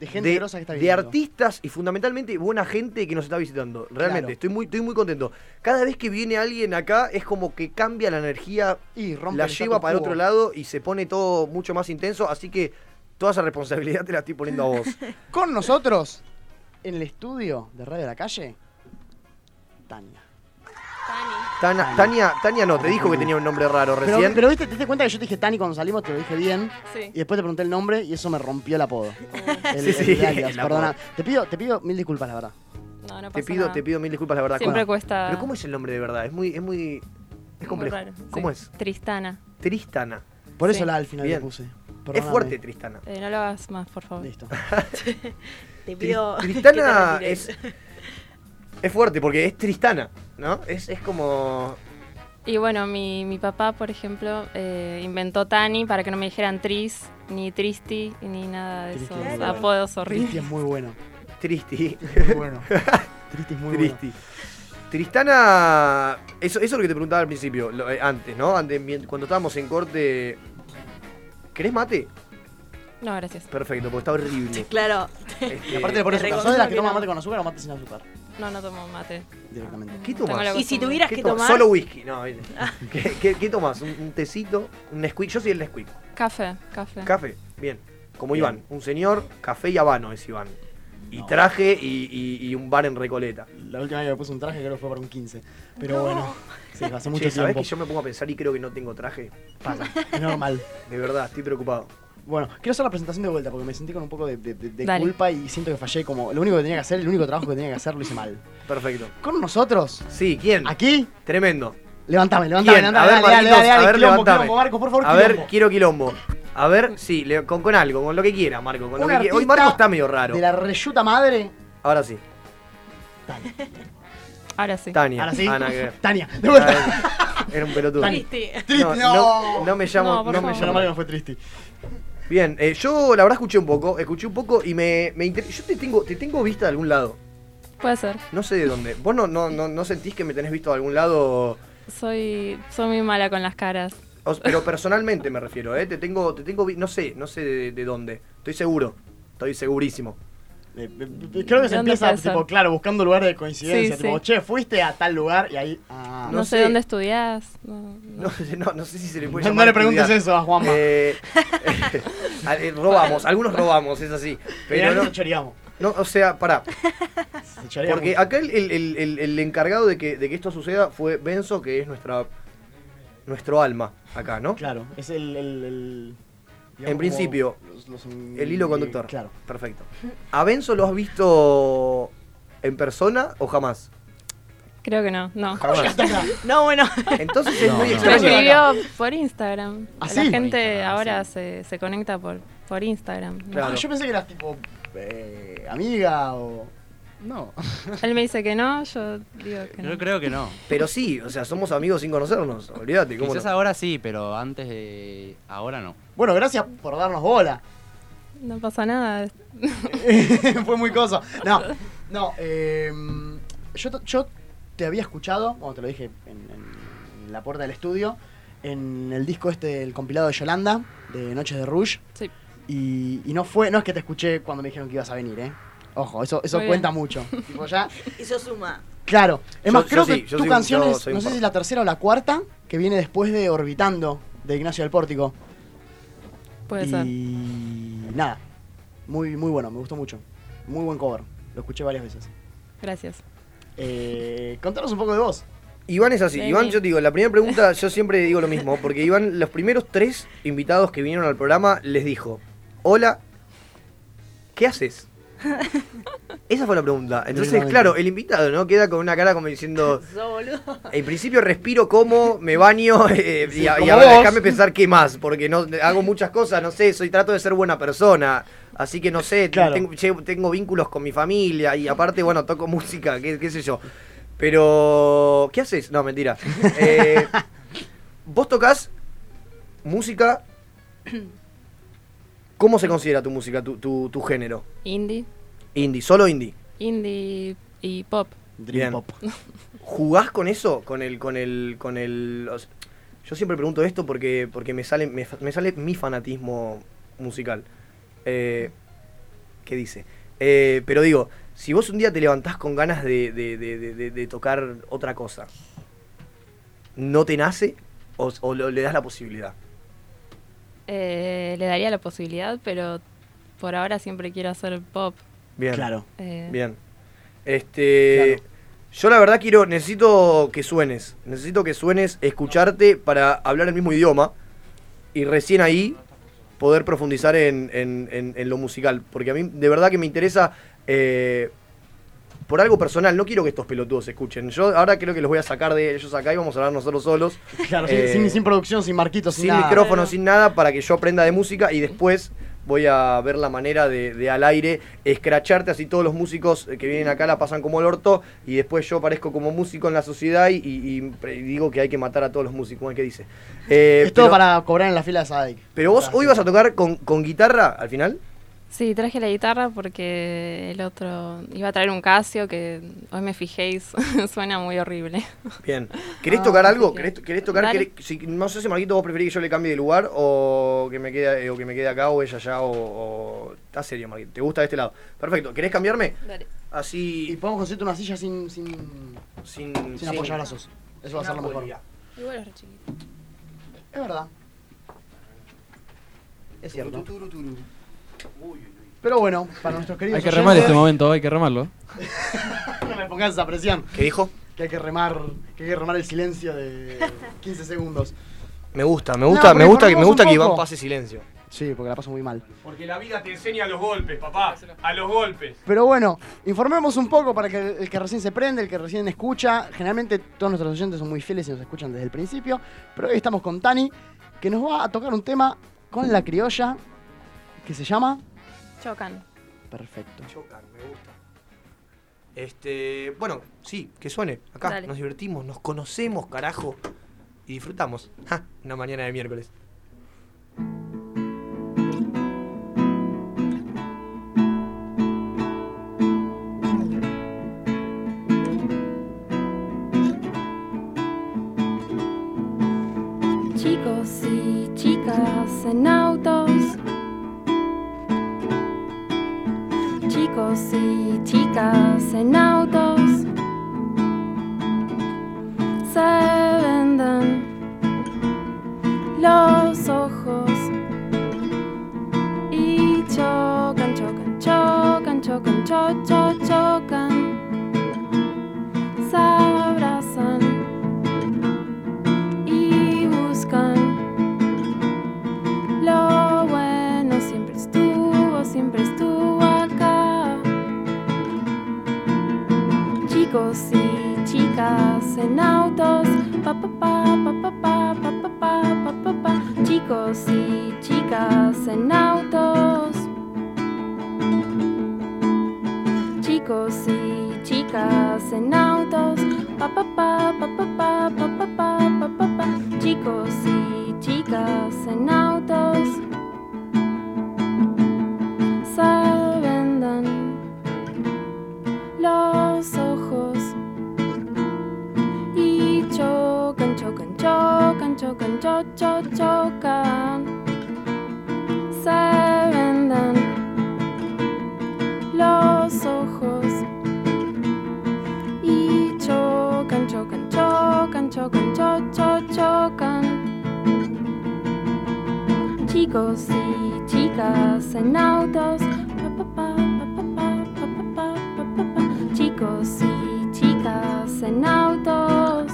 Speaker 3: De gente
Speaker 1: de,
Speaker 3: grosa que está
Speaker 1: de
Speaker 3: viniendo.
Speaker 1: artistas y fundamentalmente buena gente que nos está visitando. Realmente,
Speaker 3: Claro.
Speaker 1: estoy, muy, estoy muy contento. Cada vez que viene alguien acá es como que cambia la energía,
Speaker 3: Y rompe
Speaker 1: la
Speaker 3: el
Speaker 1: lleva
Speaker 3: status
Speaker 1: para
Speaker 3: quo.
Speaker 1: otro lado y se pone todo mucho más intenso. Así que toda esa responsabilidad te la estoy poniendo a vos.
Speaker 3: Con nosotros, en el estudio de Radio de la Calle, Tania.
Speaker 1: Tana- Tania, Tania no, te dijo que tenía un nombre raro
Speaker 3: Pero,
Speaker 1: recién.
Speaker 3: pero, viste, te diste cuenta que yo te dije Tani cuando salimos, te lo dije bien.
Speaker 4: Sí.
Speaker 3: Y después te pregunté el nombre y eso me rompió el apodo. El-
Speaker 1: Sí,
Speaker 3: el
Speaker 1: sí,
Speaker 3: alias,
Speaker 1: el apodo.
Speaker 3: perdona. Te pido, te pido mil disculpas, la verdad.
Speaker 16: No, no pasa
Speaker 1: te pido,
Speaker 16: nada.
Speaker 1: te pido mil disculpas, la verdad.
Speaker 16: Siempre
Speaker 1: ¿Cómo-
Speaker 16: cuesta.
Speaker 1: Pero ¿cómo es el nombre de verdad? Es muy, es muy. Es
Speaker 16: muy
Speaker 1: complejo.
Speaker 16: raro, sí.
Speaker 1: ¿Cómo es?
Speaker 16: Tristana.
Speaker 1: Tristana.
Speaker 3: Por
Speaker 16: Sí.
Speaker 3: eso la al final
Speaker 1: Bien.
Speaker 3: le puse.
Speaker 1: Es
Speaker 3: Perdóname.
Speaker 1: fuerte Tristana.
Speaker 16: Eh, no lo hagas más, por favor.
Speaker 3: Listo.
Speaker 4: Te
Speaker 1: Tri-
Speaker 4: pido. que te
Speaker 1: Tristana
Speaker 4: retires.
Speaker 1: es. Es fuerte porque es Tristana, ¿no? Es, es como.
Speaker 16: Y bueno, mi, mi papá, por ejemplo, eh, inventó Tani para que no me dijeran Tris, ni Tristi, ni nada de
Speaker 4: eh,
Speaker 3: Tristi,
Speaker 16: esos
Speaker 3: muy bueno.
Speaker 16: apodos
Speaker 3: Tristi
Speaker 16: horribles.
Speaker 3: es muy bueno.
Speaker 1: Tristi.
Speaker 3: Muy bueno. Tristi es muy
Speaker 1: Tristi. Tristana. Eso, eso es lo que te preguntaba al principio, lo- eh, antes, ¿no? Antes, mien- cuando estábamos en corte. ¿Querés mate?
Speaker 16: No, gracias.
Speaker 1: Perfecto, porque está horrible.
Speaker 4: Claro.
Speaker 1: Este,
Speaker 3: bueno. Aparte le pones
Speaker 4: Te
Speaker 3: azúcar. ¿Sos de las que toma
Speaker 4: reconozco que
Speaker 3: mate
Speaker 4: no.
Speaker 3: con azúcar o mate sin azúcar?
Speaker 16: No, no tomo mate.
Speaker 3: Directamente.
Speaker 1: ¿Qué
Speaker 16: Tengo
Speaker 1: tomás?
Speaker 16: la
Speaker 4: Y si tuvieras que
Speaker 1: ¿Qué tomas?
Speaker 4: tomar.
Speaker 1: Solo whisky, no. bien. ¿Qué, qué, qué tomas? ¿Un, un tecito? ¿Un Nesquik? Yo soy el Nesquik.
Speaker 16: Café, café.
Speaker 1: ¿Café? Bien. Como
Speaker 3: Bien.
Speaker 1: Iván. Un señor, café y habano es Iván. Y traje y, y- y un bar en Recoleta.
Speaker 3: La última vez que me puse un traje creo que fue para un 15. Pero bueno, sí, hace mucho
Speaker 1: Che, ¿sabés
Speaker 3: tiempo.
Speaker 1: que yo me pongo a pensar y creo que no tengo traje?
Speaker 3: Pasa, es normal.
Speaker 1: De verdad, estoy preocupado.
Speaker 3: Bueno, quiero hacer la presentación de vuelta porque me sentí con un poco de, de- de- de
Speaker 16: Dale.
Speaker 3: culpa y siento que fallé como lo único que tenía que hacer, el único trabajo que tenía que hacer lo hice mal.
Speaker 1: Perfecto.
Speaker 3: Con nosotros,
Speaker 1: Sí, ¿quién?
Speaker 3: aquí,
Speaker 1: Tremendo.
Speaker 3: levantame, levantame,
Speaker 1: ¿Quién?
Speaker 3: levantame,
Speaker 1: A ver,
Speaker 3: dale, dale,
Speaker 1: Marquitos,
Speaker 3: dale, dale,
Speaker 1: a ver,
Speaker 3: quilombo,
Speaker 1: levantame.
Speaker 3: quilombo, Marco, por favor,
Speaker 1: A ver,
Speaker 3: quilombo.
Speaker 1: quiero quilombo. A ver, sí, le- con, con algo, con lo que quiera, Marco. Con lo
Speaker 3: Un
Speaker 1: que quiera. Hoy
Speaker 3: artista
Speaker 1: Marco está medio raro.
Speaker 3: De la reyuta madre,
Speaker 1: Ahora sí.
Speaker 16: Ahora sí.
Speaker 1: Tania.
Speaker 3: ahora sí,
Speaker 1: Ah, nada que ver.
Speaker 3: Tania, de vuelta.
Speaker 1: Ah, Era un pelotudo.
Speaker 3: Tani.
Speaker 4: Triste.
Speaker 3: Triste,
Speaker 1: No, no, no me
Speaker 16: No,
Speaker 1: llamo.
Speaker 16: por
Speaker 1: No,
Speaker 16: favor.
Speaker 1: me
Speaker 3: Menos
Speaker 1: llamo.
Speaker 3: mal que no fue triste.
Speaker 1: Bien, eh, yo la verdad escuché un poco, escuché un poco y me, me inter- Yo te tengo, te tengo vista de algún lado.
Speaker 16: Puede ser.
Speaker 1: No sé de dónde. ¿Vos no, no, no, no sentís que me tenés visto de algún lado?
Speaker 16: Soy, soy muy mala con las caras.
Speaker 1: O- pero personalmente me refiero, ¿eh? Te tengo, te tengo vi- no sé, no sé de, de dónde. Estoy seguro, estoy segurísimo.
Speaker 3: Eh, eh, eh, Creo que se
Speaker 16: ¿De dónde
Speaker 3: empieza,
Speaker 16: puede ser?
Speaker 3: tipo, claro, buscando lugares de coincidencia.
Speaker 16: Sí,
Speaker 3: tipo,
Speaker 16: sí.
Speaker 3: che, fuiste a tal lugar y ahí. Ah,
Speaker 16: No,
Speaker 1: No
Speaker 16: sé
Speaker 1: sé.
Speaker 16: dónde estudias. No,
Speaker 1: No, sé- no, no sé si se le puede
Speaker 3: No,
Speaker 1: llamar
Speaker 3: le preguntes
Speaker 1: estudiar.
Speaker 3: eso a Juanma.
Speaker 1: Eh, a- eh, robamos, algunos robamos, es así. Pero
Speaker 3: Pero
Speaker 1: no,
Speaker 3: se choreamos.
Speaker 1: no, o sea, pará.
Speaker 3: Se choreamos.
Speaker 1: Porque ah, acá el, el- el- el- el encargado de que, de que esto suceda fue Benzo, que es nuestra nuestro alma acá, ¿no?
Speaker 3: Claro, es el. el- el-
Speaker 1: En principio,
Speaker 3: como los- los-
Speaker 1: El hilo conductor.
Speaker 3: Claro.
Speaker 1: Perfecto. ¿A Benzo lo has visto en persona o jamás?
Speaker 16: Creo que no. No.
Speaker 1: Jamás.
Speaker 4: No, bueno.
Speaker 1: Ah, Entonces es muy
Speaker 16: Me
Speaker 1: extraño.
Speaker 16: escribió por Instagram.
Speaker 3: ¿Ah,
Speaker 16: La
Speaker 3: sí?
Speaker 16: gente
Speaker 3: Por Instagram,
Speaker 16: ahora se, se conecta por, por Instagram. ¿no?
Speaker 1: Claro.
Speaker 3: Ah, yo pensé que eras tipo. eh, amiga o.
Speaker 15: No,
Speaker 16: Él me dice que no, yo digo que no.
Speaker 15: yo creo que no.
Speaker 1: Pero sí, o sea, somos amigos sin conocernos. Olvídate, ¿cómo
Speaker 15: Quizás
Speaker 1: no?
Speaker 15: ahora sí, pero antes de. Ahora no.
Speaker 3: Bueno, gracias por darnos bola.
Speaker 16: No pasa nada.
Speaker 3: Fue muy cosa. No, no. eh, yo, t- yo te había escuchado, bueno, te lo dije en, en- en la puerta del estudio, en el disco este, el compilado de Yolanda, de Noches de Rouge. Y, y no fue, no es que te escuché cuando me dijeron que ibas a venir, ¿eh? Ojo, eso, eso
Speaker 4: Muy
Speaker 3: cuenta
Speaker 4: bien.
Speaker 3: mucho. Tipo, ya-
Speaker 4: Eso suma.
Speaker 3: Claro. Es
Speaker 4: Yo-
Speaker 3: más,
Speaker 4: yo
Speaker 3: creo
Speaker 4: sí,
Speaker 3: que tu
Speaker 4: yo soy un-
Speaker 3: canción
Speaker 4: yo
Speaker 3: es,
Speaker 4: soy
Speaker 3: no
Speaker 4: un
Speaker 3: sé si
Speaker 4: par-
Speaker 3: es la tercera o la cuarta, que viene después de Orbitando, de Ignacio del Pórtico.
Speaker 16: Puede
Speaker 3: y...
Speaker 16: ser.
Speaker 3: nada, muy, muy bueno, me gustó mucho. Muy buen cover, lo escuché varias veces.
Speaker 16: Gracias.
Speaker 3: Eh, contanos un poco de vos.
Speaker 1: Iván es así.
Speaker 16: Vení.
Speaker 1: Iván, yo te digo, la primera pregunta, yo siempre digo lo mismo, porque Iván, los primeros tres invitados que vinieron al programa, les dijo, hola, ¿qué haces? Esa fue la pregunta. Entonces,
Speaker 17: Tremendo.
Speaker 1: claro, el invitado, ¿no? Queda con una cara como diciendo,
Speaker 4: Sos boludo.
Speaker 1: en principio respiro como, me baño eh,
Speaker 17: Sí,
Speaker 1: y, a- y
Speaker 17: como
Speaker 1: ahora
Speaker 17: vos.
Speaker 1: déjame pensar qué más, porque no hago muchas cosas, no sé, soy trato de ser buena persona, así que no sé,
Speaker 17: Claro.
Speaker 1: tengo, che- tengo vínculos con mi familia y aparte, bueno, toco música, qué, qué sé yo. Pero, ¿qué haces? No, mentira. Eh, vos tocas música, ¿cómo se considera tu música, tu, tu- tu género?
Speaker 16: Indie,
Speaker 1: Indie, solo indie.
Speaker 16: indie y pop.
Speaker 1: Bien. ¿Jugás con eso? Con el, con el, con el. o sea, yo siempre pregunto esto porque, porque me sale, me, fa- me sale mi fanatismo musical. Eh, ¿Qué dice? Eh, pero digo, si vos un día te levantás con ganas de, de- de- de- de- de tocar otra cosa, ¿no te nace? O, o lo- le das la posibilidad.
Speaker 16: Eh, le daría la posibilidad, pero por ahora siempre quiero hacer pop.
Speaker 1: Bien.
Speaker 3: Claro.
Speaker 16: Eh,
Speaker 1: Bien. Este. Yo la verdad quiero. Necesito que suenes. Necesito que suenes, escucharte para hablar el mismo idioma. Y recién ahí poder profundizar en, en- en- en lo musical. Porque a mí de verdad que me interesa. eh, por algo personal, no quiero que estos pelotudos escuchen. Yo ahora creo que los voy a sacar de ellos acá y vamos a hablar nosotros solos.
Speaker 3: Claro, sin-
Speaker 1: Eh,
Speaker 3: sin, sin producción, sin marquitos, sin,
Speaker 1: sin
Speaker 3: nada.
Speaker 1: micrófono, sin nada, para que yo aprenda de música y después voy a ver la manera de, de al aire escracharte así todos los músicos eh, que vienen acá la pasan como el orto y después yo aparezco como músico en la sociedad y, y- y pre- digo que hay que matar a todos los músicos, ¿qué dice? Eh,
Speaker 3: es todo
Speaker 1: pero,
Speaker 3: para cobrar en la fila de Sadek.
Speaker 1: pero vos hoy vas a tocar con, con guitarra al final.
Speaker 16: Sí, traje la guitarra porque el otro iba a traer un Casio que hoy me fijéis, suena muy horrible.
Speaker 1: Bien. ¿Querés
Speaker 16: Ah,
Speaker 1: tocar algo?
Speaker 16: sí,
Speaker 1: ¿Querés, querés tocar?
Speaker 16: dale.
Speaker 1: querés- si- no sé si Marquito vos preferís que yo le cambie de lugar o que me quede, eh, o que me quede acá o ella allá o, o- Está serio, Marquito. ¿Te gusta de este lado? Perfecto. ¿Querés cambiarme?
Speaker 16: Dale.
Speaker 1: Así...
Speaker 3: Y podemos conseguirte una silla sin, sin,
Speaker 1: sin,
Speaker 3: sin apoyabrazos. Eso va a ser lo mejor.
Speaker 16: Igual es re chiquito.
Speaker 3: Es verdad.
Speaker 1: Es cierto.
Speaker 3: Pero bueno, para nuestros queridos.
Speaker 6: Hay que
Speaker 3: oyentes-
Speaker 6: remar este momento, hay que remarlo.
Speaker 3: no me pongas esa presión.
Speaker 1: ¿Qué dijo?
Speaker 3: Que hay que remar, que hay que remar el silencio de 15 segundos.
Speaker 1: Me gusta, me
Speaker 3: No,
Speaker 1: gusta, me
Speaker 3: porque
Speaker 1: gusta que me
Speaker 3: formemos
Speaker 1: gusta
Speaker 3: un
Speaker 1: que Iván
Speaker 3: poco.
Speaker 1: pase silencio.
Speaker 3: Sí, porque la paso muy mal.
Speaker 17: Porque la vida te enseña a los golpes, papá. A los golpes.
Speaker 3: Pero bueno, informemos un poco para que el, el que recién se prende, el que recién escucha. Generalmente todos nuestros oyentes son muy fieles y nos escuchan desde el principio. Pero hoy estamos con Tani, que nos va a tocar un tema con la criolla que se llama.
Speaker 16: Chocan.
Speaker 3: Perfecto.
Speaker 1: Chocan, me gusta. Este, bueno, sí, que suene. Acá
Speaker 16: Dale.
Speaker 1: nos divertimos, nos conocemos, carajo. Y disfrutamos. Ja, una mañana de miércoles.
Speaker 16: Chicos y chicas en autos. Chicos y chicas en autos. Se venden los ojos y chocan, chocan, chocan, chocan, cho, cho, chocan. Se abrazan y buscan lo bueno siempre estuvo siempre estuvo acá chicos y chicas en autos pa pa pa pa pa pa pa pa pa pa pa, pa. chicos y chicas en autos chicos y chicas en autos pa pa pa pa pa pa pa pa pa pa pa pa chicos y chicas en autos se vendan los ojos y chocan chocan chocan chocan, cho, cho, chocan. Se vendan los ojos y chocan, chocan, chocan, chocan, cho, cho, chocan. Chicos y chicas en autos. pa, pa, pa, pa, pa, pa, pa, pa, pa, pa, pa. Chicos y chicas en autos.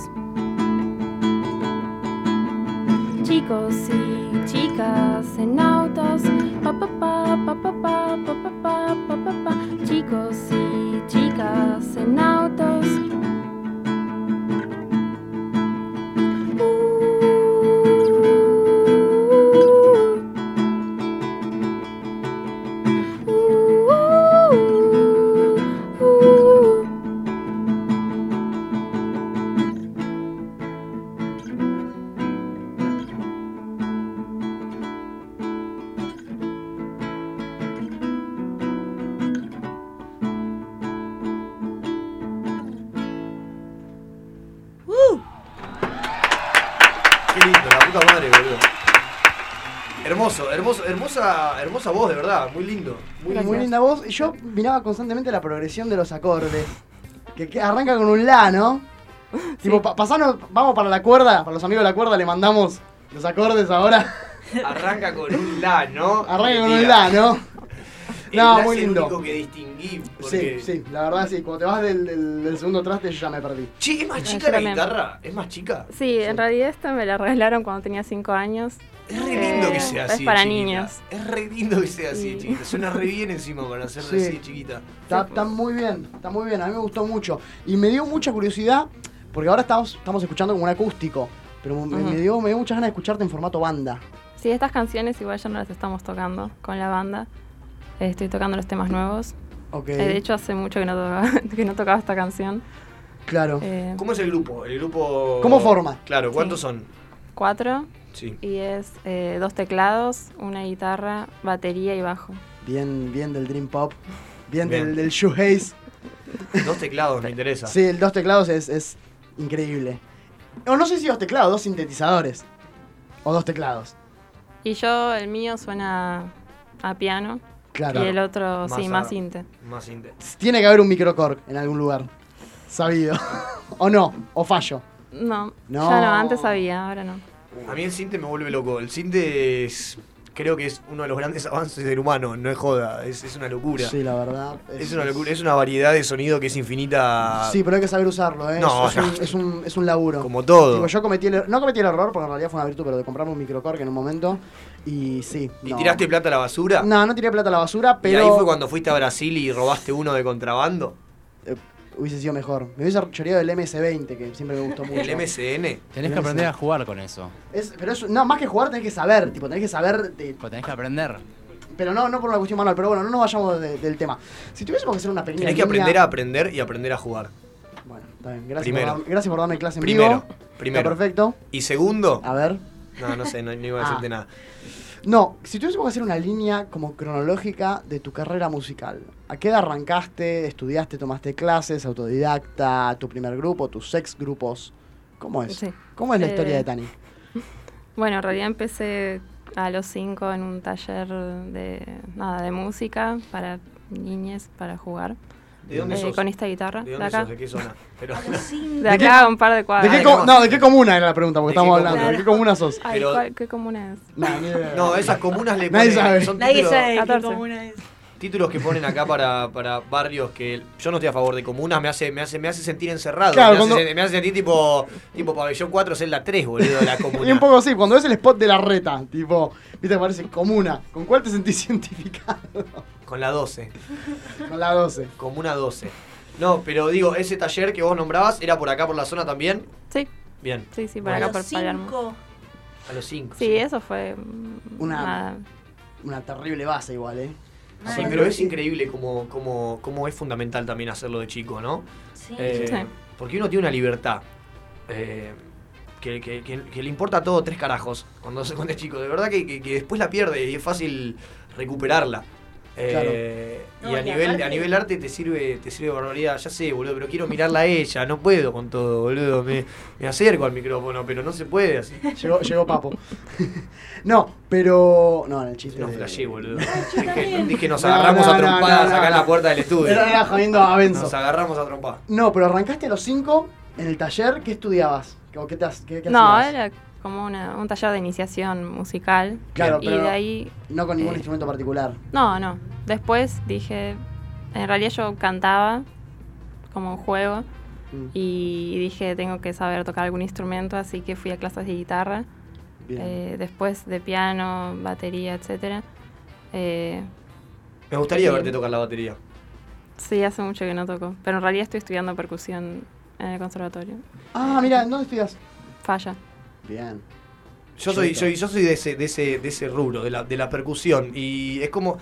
Speaker 16: Chicos y chicas en autos, pa pa pa pa pa pa pa pa pa pa pa pa. Chicos y chicas en autos.
Speaker 1: Qué lindo, la puta madre, boludo. Hermoso, hermoso, hermosa, hermosa voz, de verdad, muy lindo. Muy
Speaker 3: Muy,
Speaker 1: lindo.
Speaker 3: linda voz. Y yo miraba constantemente la progresión de los acordes. Que, que arranca con un la, ¿no? Tipo, pa- pasanos, vamos para la cuerda. Para los amigos de la cuerda le mandamos los acordes ahora.
Speaker 1: Arranca con un la, ¿no?
Speaker 3: Arranca con
Speaker 1: Mentira.
Speaker 3: un la, ¿no?
Speaker 1: El
Speaker 3: No,
Speaker 1: la
Speaker 3: muy
Speaker 1: es el
Speaker 3: lindo.
Speaker 1: único que distinguí.
Speaker 3: Sí,
Speaker 1: Porque...
Speaker 3: sí, la verdad sí. Cuando te vas del, del- del segundo traste yo ya me perdí.
Speaker 1: Che, ¿es más
Speaker 16: No, yo
Speaker 1: chica la
Speaker 16: también.
Speaker 1: guitarra? ¿Es más chica?
Speaker 16: Sí, en realidad esta me la regalaron cuando tenía 5 años.
Speaker 1: Es re lindo que sea así.
Speaker 16: Es para
Speaker 1: chiquita.
Speaker 16: niños.
Speaker 1: Es re lindo que sea así, chiquita. Suena re bien encima para hacerla
Speaker 3: Sí.
Speaker 1: así, chiquita.
Speaker 3: Está, está muy bien, está muy bien. A mí me gustó mucho. Y me dio mucha curiosidad, porque ahora estamos, estamos escuchando como un acústico. Pero me,
Speaker 16: Ujú.
Speaker 3: me dio, me dio muchas ganas de escucharte en formato banda.
Speaker 16: Sí, estas canciones igual ya no las estamos tocando con la banda. Eh, Estoy tocando los temas nuevos.
Speaker 3: Ok.
Speaker 16: Eh, De hecho, hace mucho que no tocaba, que no tocaba esta canción.
Speaker 3: Claro.
Speaker 16: Eh,
Speaker 1: ¿Cómo es el grupo? El grupo.
Speaker 3: ¿Cómo forma?
Speaker 1: Claro, ¿cuántos son?
Speaker 16: Cuatro.
Speaker 1: Sí.
Speaker 16: Y es eh, dos teclados, una guitarra, batería y bajo.
Speaker 3: Bien, bien del Dream Pop. Bien,
Speaker 1: Bien.
Speaker 3: del, del shoegaze.
Speaker 1: Dos teclados, me interesa.
Speaker 3: Sí, el dos teclados es, es increíble. O no sé si dos teclados, dos sintetizadores. O dos teclados.
Speaker 16: Y yo, el mío suena a piano.
Speaker 3: Claro.
Speaker 16: Y el otro,
Speaker 3: Más
Speaker 16: sí,
Speaker 3: a-
Speaker 16: más inte.
Speaker 1: Más inte.
Speaker 3: Tiene que haber un microcorg en algún lugar. Sabido. o no, o fallo.
Speaker 16: No,
Speaker 1: No.
Speaker 16: ya no, antes sabía, ahora no.
Speaker 1: A mí el cinte me vuelve loco. El cinte es. Creo que es uno de los grandes avances del humano, no es joda, es, es una locura.
Speaker 3: Sí, la verdad.
Speaker 1: Es, una locura, es una variedad de sonido que es infinita.
Speaker 3: Sí, pero hay que saber usarlo, ¿eh?
Speaker 1: Ah. No,
Speaker 3: es,
Speaker 1: no.
Speaker 3: Un, es, un, es un laburo.
Speaker 1: Como todo.
Speaker 3: Tipo, yo cometí el, er- no cometí el error, porque en realidad fue una virtud, pero de comprarme un microcorg en un momento. Y sí.
Speaker 1: ¿Y
Speaker 3: no.
Speaker 1: tiraste plata a la basura?
Speaker 3: No, no tiré plata a la basura,
Speaker 1: ¿Y
Speaker 3: pero.
Speaker 1: ahí fue cuando fuiste a Brasil y robaste uno de contrabando?
Speaker 3: Hubiese sido mejor. Me hubiese choreado el MS-20, que siempre me gustó mucho.
Speaker 1: ¿El E. MCN?
Speaker 15: Tenés que aprender a jugar con eso.
Speaker 3: Es- pero es, no, más que jugar tenés que saber, tipo, tenés que saber de-
Speaker 15: Pues tenés que aprender.
Speaker 3: pero no, no por una cuestión manual, pero bueno, no nos vayamos de- del tema. Si tuviésemos que hacer una pequeña
Speaker 1: Tenés que
Speaker 3: línea-
Speaker 1: aprender a aprender y aprender a jugar.
Speaker 3: Está bien, gracias,
Speaker 1: primero.
Speaker 3: Por, dar- gracias por darme clase en
Speaker 1: Primero,
Speaker 3: vivo.
Speaker 1: primero.
Speaker 3: Está perfecto.
Speaker 1: ¿Y segundo?
Speaker 3: A ver.
Speaker 1: No, no sé, no, no iba a decirte
Speaker 3: Ah.
Speaker 1: nada.
Speaker 3: No, si tuviésemos que hacer una línea como cronológica de tu carrera musical, ¿a qué edad arrancaste, estudiaste, tomaste clases, autodidacta, tu primer grupo, tus ex grupos? ¿Cómo es?
Speaker 16: Sí.
Speaker 3: ¿Cómo es la
Speaker 16: Eh,
Speaker 3: historia de Tani?
Speaker 16: Bueno, en realidad empecé a los cinco en un taller de nada de música para niñas para jugar.
Speaker 1: ¿De dónde
Speaker 16: Eh,
Speaker 1: sos?
Speaker 16: Con esta guitarra.
Speaker 1: ¿De dónde
Speaker 16: acá.
Speaker 1: sos? ¿De qué zona? Pero,
Speaker 16: De acá a un par de cuadras.
Speaker 3: ¿De qué, com- no, ¿de qué comuna era la pregunta? Porque
Speaker 1: ¿De qué
Speaker 3: estamos hablando.
Speaker 1: comuna?
Speaker 3: ¿De qué comuna sos?
Speaker 16: Ay,
Speaker 1: Pero-
Speaker 16: ¿cuál- ¿Qué comuna es?
Speaker 3: No, ni idea.
Speaker 1: no, esas comunas le
Speaker 3: Nadie
Speaker 1: ponen-
Speaker 3: sabe.
Speaker 1: Son
Speaker 4: Nadie
Speaker 1: títulos,
Speaker 4: sabe qué
Speaker 16: 14.
Speaker 4: comuna es.
Speaker 1: títulos que ponen acá para, para barrios que yo no estoy a favor de comunas, me hace, me hace, me hace sentir encerrado.
Speaker 3: Claro,
Speaker 1: me, hace,
Speaker 3: cuando-
Speaker 1: sen- me hace sentir tipo, tipo pabellón 4, celda 3, boludo, de la
Speaker 3: Y un
Speaker 1: comuna.
Speaker 3: poco sí, cuando ves el spot de la reta, tipo, viste, parece comuna. ¿Con cuál te sentís científica?
Speaker 1: Con la 12.
Speaker 3: Con la 12.
Speaker 1: Comuna 12. No, pero digo, ese taller que vos nombrabas era por acá, por la zona también.
Speaker 16: Sí,
Speaker 1: Bien.
Speaker 16: sí, sí, por
Speaker 1: Bueno.
Speaker 16: acá por Palermo.
Speaker 4: Cinco.
Speaker 1: A los 5.
Speaker 16: Sí, eso fue mm,
Speaker 3: Una-
Speaker 16: nada.
Speaker 3: Una terrible base igual, ¿eh?
Speaker 4: Ah.
Speaker 1: Sí, pero es increíble como, como, como es fundamental también hacerlo de chico, ¿no?
Speaker 4: Sí.
Speaker 1: Eh,
Speaker 16: Sí.
Speaker 1: Porque uno tiene una libertad eh, que, que- que- que le importa todo tres carajos cuando se cuando es chico. De verdad que, que- que después la pierde y es fácil recuperarla. Eh,
Speaker 4: Claro.
Speaker 1: Y
Speaker 4: No,
Speaker 1: a
Speaker 4: y
Speaker 1: nivel,
Speaker 4: aparte-
Speaker 1: a nivel arte te sirve, te sirve barbaridad, ya sé, boludo, pero quiero mirarla a ella, no puedo con todo, boludo. Me, me acerco al micrófono, pero no se puede así.
Speaker 3: Llegó, llegó Papo. no, pero. No, en el chiste.
Speaker 1: No
Speaker 3: de-
Speaker 1: flashé, boludo. Dije,
Speaker 3: Eh, también.
Speaker 1: dije, nos
Speaker 3: No,
Speaker 1: agarramos
Speaker 3: no,
Speaker 1: a
Speaker 3: no,
Speaker 1: trompadas
Speaker 3: no, no.
Speaker 1: acá en la puerta del estudio.
Speaker 3: Era- era jodiendo a Benzo.
Speaker 1: Nos agarramos a trompadas.
Speaker 3: No, pero arrancaste a los 5 en el taller. ¿Qué estudiabas? ¿O qué, te, has- qué, qué
Speaker 16: No,
Speaker 3: hacías?
Speaker 16: era como una- un taller de iniciación musical.
Speaker 3: Claro,
Speaker 16: y
Speaker 3: pero
Speaker 16: de ahí,
Speaker 3: no con ningún
Speaker 16: eh,
Speaker 3: instrumento particular.
Speaker 16: no, no. Después dije, en realidad yo cantaba como un juego
Speaker 3: Mm.
Speaker 16: y dije, tengo que saber tocar algún instrumento, así que fui a clases de guitarra,
Speaker 1: Bien.
Speaker 16: eh, después de piano, batería, etcétera. Eh,
Speaker 1: Me gustaría
Speaker 16: Sí.
Speaker 1: verte tocar la batería.
Speaker 16: sí, hace mucho que no toco, pero en realidad estoy estudiando percusión en el conservatorio.
Speaker 3: Ah, mira, ¿dónde estudias?
Speaker 16: Falla.
Speaker 3: Bien.
Speaker 1: Yo soy, yo, yo soy de ese, de ese, de ese rubro, de la, de la percusión. Y es como.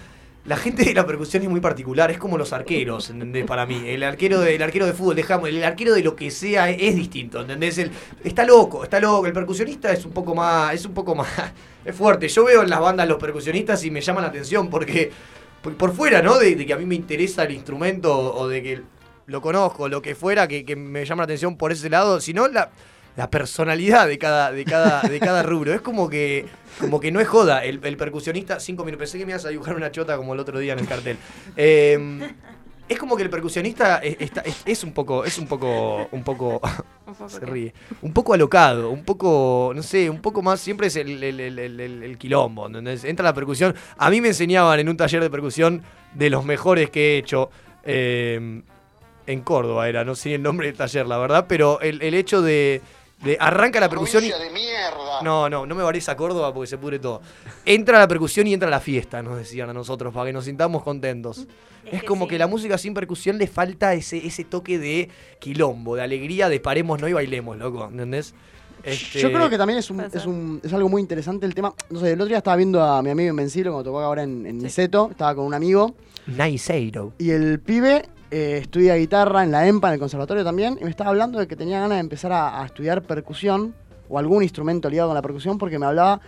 Speaker 1: La gente de la percusión es muy particular, es como los arqueros, ¿entendés? Para mí. El arquero de, el arquero de fútbol, dejamos, el arquero de lo que sea es, es distinto, ¿entendés? El, está loco, está loco. El percusionista es un poco más. Es un poco más. Es fuerte. Yo veo en las bandas los percusionistas y me llama la atención porque. Por, por fuera, ¿no? De, de que a mí me interesa el instrumento o de que lo conozco, lo que fuera, que, que me llama la atención por ese lado. Sino la, la personalidad de cada, de cada, de cada rubro. Es como que, como que no es joda. El, el percusionista, cinco minutos. Pensé que me ibas a dibujar una chota como el otro día en el cartel. Eh, es como que el percusionista es, está- es- es un poco, es un poco, un poco. Se ríe. Un poco alocado, un poco, no sé, un poco más. Siempre es el, el- el- el- el- el quilombo, ¿entendés? Entra la percusión. A mí me enseñaban en un taller de percusión de los mejores que he hecho. eh, en Córdoba era, no sé el nombre del taller, la verdad, pero el, el hecho de, de arranca la percusión y. No, no, no me varés a Córdoba porque se pudre todo. Entra la percusión y entra la fiesta, nos decían a nosotros, para que nos sintamos contentos. Es, como que la música sin percusión le falta ese, ese toque de quilombo, de alegría, de paremos no y bailemos, loco, ¿entendés? Este,
Speaker 3: Yo creo que también es, un, es, un- es algo muy interesante el tema. No sé, el otro día estaba viendo a mi amigo Invencible cuando tocó ahora en, en Niceto. Estaba con un amigo.
Speaker 1: Niceiro.
Speaker 3: Y el pibe eh, estudia guitarra en la EMPA, en el conservatorio también. Y me estaba hablando de que tenía ganas de empezar a, a estudiar percusión o algún instrumento ligado con la percusión porque me hablaba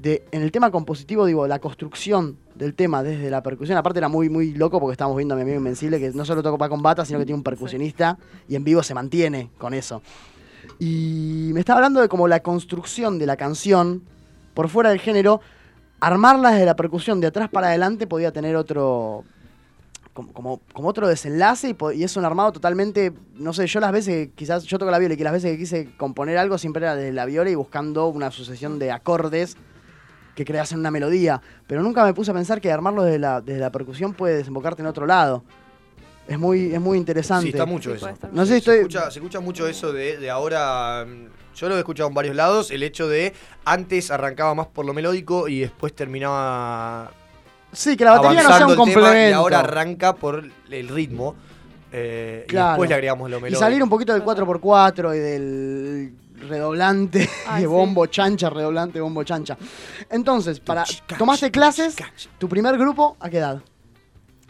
Speaker 3: de, en el tema compositivo, digo, la construcción del tema desde la percusión. Aparte era muy, muy loco porque estábamos viendo a mi amigo Invencible que no solo toca para combata, sino que tiene un percusionista y en vivo se mantiene con eso. Y me estaba hablando de como la construcción de la canción por fuera del género, armarla desde la percusión de atrás para adelante podía tener otro, como, como, como otro desenlace y, po- y es un armado totalmente, no sé, yo las veces, que quizás yo toco la viola y que las veces que quise componer algo siempre era desde la viola y buscando una sucesión de acordes que creasen una melodía, pero nunca me puse a pensar que armarlo desde la, desde la percusión puede desembocarte en otro lado. Es muy, es muy interesante.
Speaker 1: Sí, está mucho eso.
Speaker 3: No sé
Speaker 1: se,
Speaker 3: si estoy...
Speaker 1: escucha, se escucha mucho eso de, de ahora. mm, Yo lo he escuchado en varios lados. El hecho de antes arrancaba más por lo melódico y después terminaba
Speaker 3: Sí, que la batería no sea
Speaker 1: avanzando
Speaker 3: un
Speaker 1: el tema
Speaker 3: complemento.
Speaker 1: y ahora arranca por el ritmo. eh, Y
Speaker 3: Claro.
Speaker 1: después le agregamos lo
Speaker 3: Y
Speaker 1: melódico.
Speaker 3: salir un poquito del 4x4 y del redoblante, de bombo chancha, redoblante, bombo chancha. Entonces, para tomaste clases, tu primer grupo, ¿a qué edad?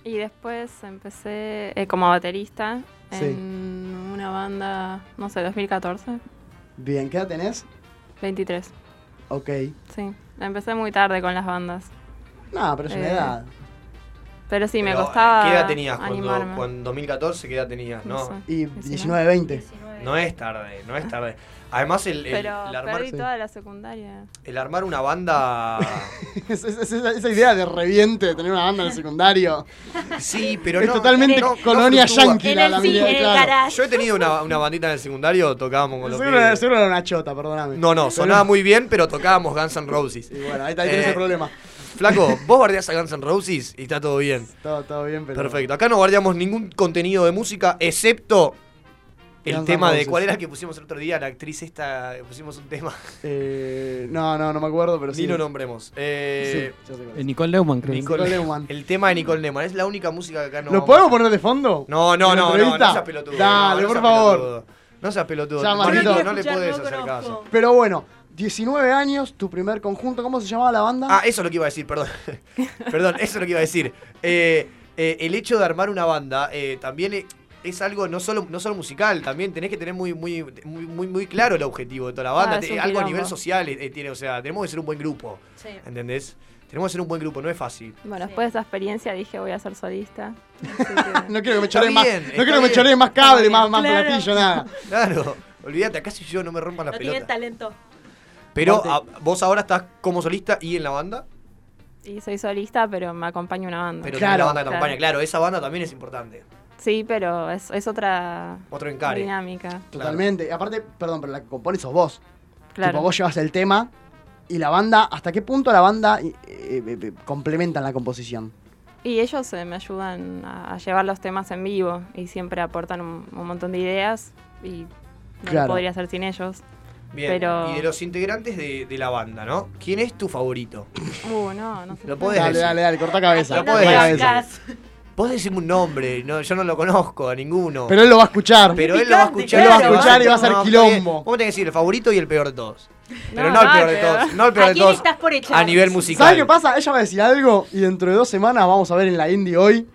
Speaker 16: Y después empecé eh, como baterista
Speaker 3: Sí.
Speaker 16: en una banda, no sé, 2014,
Speaker 3: Bien, ¿qué edad tenés?
Speaker 16: 23.
Speaker 3: Ok.
Speaker 16: Sí, empecé muy tarde con las bandas.
Speaker 3: No, Ah, pero es una
Speaker 16: Eh,
Speaker 3: edad.
Speaker 16: Pero sí, me
Speaker 1: Pero, eh,
Speaker 16: costaba.
Speaker 1: ¿Qué edad tenías
Speaker 16: animarme.
Speaker 1: cuando, cuando 2014? ¿Qué edad tenías? No,
Speaker 3: Y 19, 20.
Speaker 1: no es tarde, no es tarde. Además, el, el-
Speaker 16: Pero
Speaker 1: el armar,
Speaker 16: perdí toda la secundaria.
Speaker 1: el armar una banda.
Speaker 3: Es- es- es- esa idea de reviente de tener una banda en el secundario.
Speaker 1: Sí, pero
Speaker 3: Es
Speaker 1: no.
Speaker 3: totalmente
Speaker 1: no- no
Speaker 3: colonia
Speaker 1: fluctúa.
Speaker 3: yankee la, la mirada, claro.
Speaker 1: Yo he tenido una, una bandita en el secundario, tocábamos con los
Speaker 3: Seguro, era-
Speaker 1: pibes.
Speaker 3: seguro era una chota, perdóname.
Speaker 1: No, no,
Speaker 3: Pero-
Speaker 1: sonaba muy bien, pero tocábamos Guns N' Roses. Eh,
Speaker 3: Y bueno, ahí, ahí tenés el problema.
Speaker 1: Flaco, vos bardeás a Guns N' Roses y está todo bien.
Speaker 3: Todo, todo bien, pero.
Speaker 1: Perfecto. Acá no guardamos ningún contenido de música, excepto el
Speaker 3: Guns N'
Speaker 1: tema de
Speaker 3: Roses.
Speaker 1: cuál era el que pusimos el otro día, la actriz esta, pusimos un tema.
Speaker 3: Eh, no, no, no me acuerdo, pero sí.
Speaker 1: Ni lo nombremos. Eh,
Speaker 3: Sí, yo sé cuál
Speaker 6: Eh, Nicole Neumann, creo.
Speaker 1: Nicole-
Speaker 3: Nicole Neumann.
Speaker 1: El tema de Nicole Neumann, es la única música que acá no.
Speaker 3: ¿Lo podemos poner de fondo?
Speaker 1: No, no,
Speaker 3: ¿En la
Speaker 1: no, no, no
Speaker 3: entrevista?
Speaker 1: seas pelotudo.
Speaker 3: Dale,
Speaker 1: No, no
Speaker 3: por
Speaker 1: seas
Speaker 3: favor.
Speaker 1: pelotudo. No seas pelotudo.
Speaker 3: Ya,
Speaker 1: Marito,
Speaker 3: Marito.
Speaker 1: no le
Speaker 3: Escuchar,
Speaker 1: podés
Speaker 3: no
Speaker 1: hacer caso.
Speaker 3: Pero bueno, 19 años, tu primer conjunto, ¿cómo se llamaba la banda?
Speaker 1: Ah, eso es lo que iba a decir, perdón. perdón, eso es lo que iba a decir. Eh, eh, el hecho de armar una banda eh, también eh, es algo no solo, no solo musical, también tenés que tener muy, muy, muy, muy, muy claro el objetivo de toda la banda.
Speaker 18: Ah, es
Speaker 1: Te-
Speaker 18: un
Speaker 1: algo a
Speaker 18: quilombo.
Speaker 1: nivel social eh, tiene, o sea, tenemos que ser un buen grupo.
Speaker 4: Sí.
Speaker 1: ¿Entendés? Tenemos que ser un buen grupo, no es fácil.
Speaker 16: Bueno, después de esa experiencia dije voy a ser solista.
Speaker 3: No quiero que me
Speaker 1: Está
Speaker 3: choreen más,
Speaker 1: bien,
Speaker 3: no
Speaker 1: está
Speaker 3: quiero que me
Speaker 1: bien.
Speaker 3: choreen más cable, más, más
Speaker 4: Claro.
Speaker 3: platillo, nada.
Speaker 1: Claro, olvídate, acá si yo no me rompan la
Speaker 4: No tiene
Speaker 1: pelota.
Speaker 4: talento.
Speaker 1: Pero a- vos ahora estás como solista y en la banda,
Speaker 16: Y soy solista, pero me acompaña una banda.
Speaker 1: pero tenés la banda que te acompaña. Claro, esa banda también es importante.
Speaker 16: Sí, pero es, es otra
Speaker 1: Otro encare.
Speaker 16: dinámica.
Speaker 3: Totalmente. Y aparte, perdón, pero la que compone sos vos.
Speaker 16: Claro.
Speaker 3: Tipo, vos llevas el tema y la banda, ¿hasta qué punto la banda eh, eh, eh, complementa la composición?
Speaker 16: Y ellos eh, me ayudan a, a llevar los temas en vivo y siempre aportan un, un montón de ideas y no lo
Speaker 1: Claro.
Speaker 16: podría hacer sin ellos.
Speaker 1: Bien,
Speaker 16: Pero...
Speaker 1: y de los integrantes de, de la banda, ¿no? ¿Quién es tu favorito?
Speaker 16: Uh, no, no sé.
Speaker 1: Lo podés
Speaker 3: Dale,
Speaker 1: decir.
Speaker 3: dale, dale, corta cabeza.
Speaker 1: Lo
Speaker 3: corta
Speaker 1: podés decir.
Speaker 3: cabeza.
Speaker 1: Vos decime un nombre, no, yo no lo conozco a ninguno.
Speaker 3: Pero él lo va a escuchar.
Speaker 1: Pero él lo va a escuchar.
Speaker 3: Él lo va a
Speaker 1: se
Speaker 3: escuchar y va a ser
Speaker 1: no,
Speaker 3: quilombo.
Speaker 1: Vos tenés que decir el favorito y el peor de todos. Pero no,
Speaker 3: no,
Speaker 1: el peor
Speaker 3: el
Speaker 1: de
Speaker 3: peor.
Speaker 1: todos. No el
Speaker 3: ¿A
Speaker 1: peor de
Speaker 3: quién
Speaker 1: todos.
Speaker 3: estás
Speaker 4: por
Speaker 1: A nivel musical.
Speaker 3: ¿Sabes qué pasa? Ella va a decir algo y dentro de dos semanas vamos a ver en la indie hoy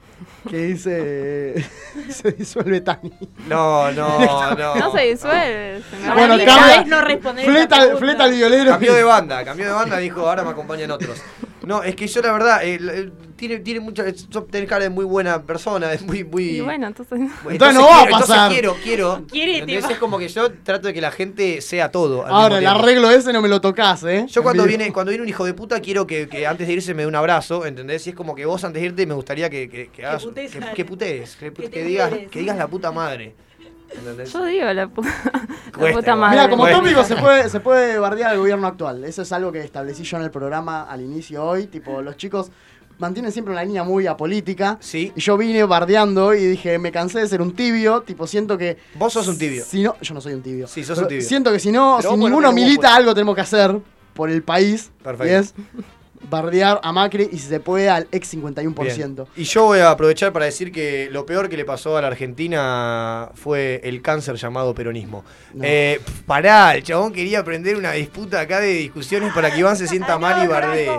Speaker 3: que dice. se disuelve Tani.
Speaker 1: No, no, no.
Speaker 16: No se disuelve.
Speaker 1: Ah.
Speaker 16: se me va
Speaker 3: Bueno,
Speaker 16: la vida.
Speaker 3: cambia. no responder Fleta- esta pregunta. fleta al violero.
Speaker 1: Cambió de banda, cambió de banda, dijo, ahora me acompañan otros. No, es que yo la verdad, eh, la- eh, tiene, tiene mucha. sos- Tenés cara de muy buena persona, es muy, muy.
Speaker 16: Y bueno, entonces...
Speaker 1: quiero, entonces quiero, quiero.
Speaker 16: Quiere, te
Speaker 1: Entonces
Speaker 16: va.
Speaker 1: es como que yo trato de que la gente sea todo. al
Speaker 3: Ahora,
Speaker 1: mismo
Speaker 3: el
Speaker 1: tiempo.
Speaker 3: arreglo ese no me lo tocas, ¿eh?
Speaker 1: Yo cuando
Speaker 3: Envidia.
Speaker 1: viene, cuando viene un hijo de puta quiero que, que antes de irse me dé un abrazo, ¿entendés? Y es como que vos antes de irte me gustaría que, que, que hagas.
Speaker 16: putees
Speaker 1: que,
Speaker 16: a alguien.
Speaker 1: que putees, que,
Speaker 16: Que te
Speaker 1: que digas,
Speaker 16: enteres.
Speaker 1: que digas la puta madre. ¿Entendés?
Speaker 16: Yo digo la puta, la
Speaker 1: Cuesta,
Speaker 16: puta
Speaker 1: igual.
Speaker 16: madre.
Speaker 3: Mira, como
Speaker 1: Bueno.
Speaker 3: tópico se puede, se puede bardear al gobierno actual. Eso es algo que establecí yo en el programa al inicio hoy. Tipo, los chicos mantienen siempre una línea muy apolítica.
Speaker 1: Sí.
Speaker 3: Y yo vine bardeando y dije, me cansé de ser un tibio. Tipo, siento que.
Speaker 1: Vos sos un tibio.
Speaker 3: Si no, yo no soy un tibio.
Speaker 1: Sí, sos
Speaker 3: Pero
Speaker 1: un tibio.
Speaker 3: Siento que si no,
Speaker 1: Pero
Speaker 3: si
Speaker 1: vos ponés
Speaker 3: ninguno
Speaker 1: como vos
Speaker 3: milita,
Speaker 1: podés.
Speaker 3: algo tenemos que hacer por el país.
Speaker 1: Perfecto.
Speaker 3: Y es bardear a Macri y si se puede al ex 51%.
Speaker 1: Bien. Y yo voy a aprovechar para decir que lo peor que le pasó a la Argentina fue el cáncer llamado peronismo. Eh, pará, el chabón quería prender una disputa acá de discusiones para que Iván se sienta mal y bardee.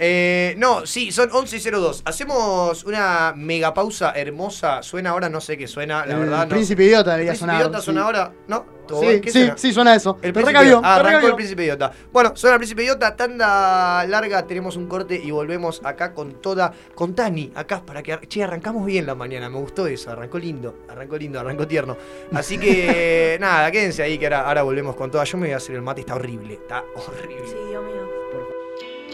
Speaker 1: Eh, no, sí, son 11.02. Hacemos una mega pausa hermosa. Suena ahora, no sé qué suena, la
Speaker 3: El
Speaker 1: verdad. no.
Speaker 3: príncipe idiota debería
Speaker 1: Príncipe
Speaker 3: sonar,
Speaker 1: Idiota
Speaker 3: sí.
Speaker 1: suena ahora, ¿no? ¿Todo
Speaker 3: Sí,
Speaker 1: bien? ¿Qué
Speaker 3: sí,
Speaker 1: suena?
Speaker 3: sí, suena eso.
Speaker 1: El
Speaker 3: Te
Speaker 1: príncipe
Speaker 3: recabió,
Speaker 1: idiota. Ah,
Speaker 3: te
Speaker 1: arrancó
Speaker 3: recabió.
Speaker 1: el príncipe idiota. Bueno, suena el príncipe idiota, tanda larga, tenemos un corte y volvemos acá con toda, con Tani, acá para que. ar- Che, arrancamos bien la mañana, me gustó eso, arrancó lindo, arrancó lindo, arrancó tierno. Así que nada, quédense ahí que ahora, ahora volvemos con toda. Yo me voy a hacer el mate, está horrible, está horrible.
Speaker 4: Sí, Dios mío.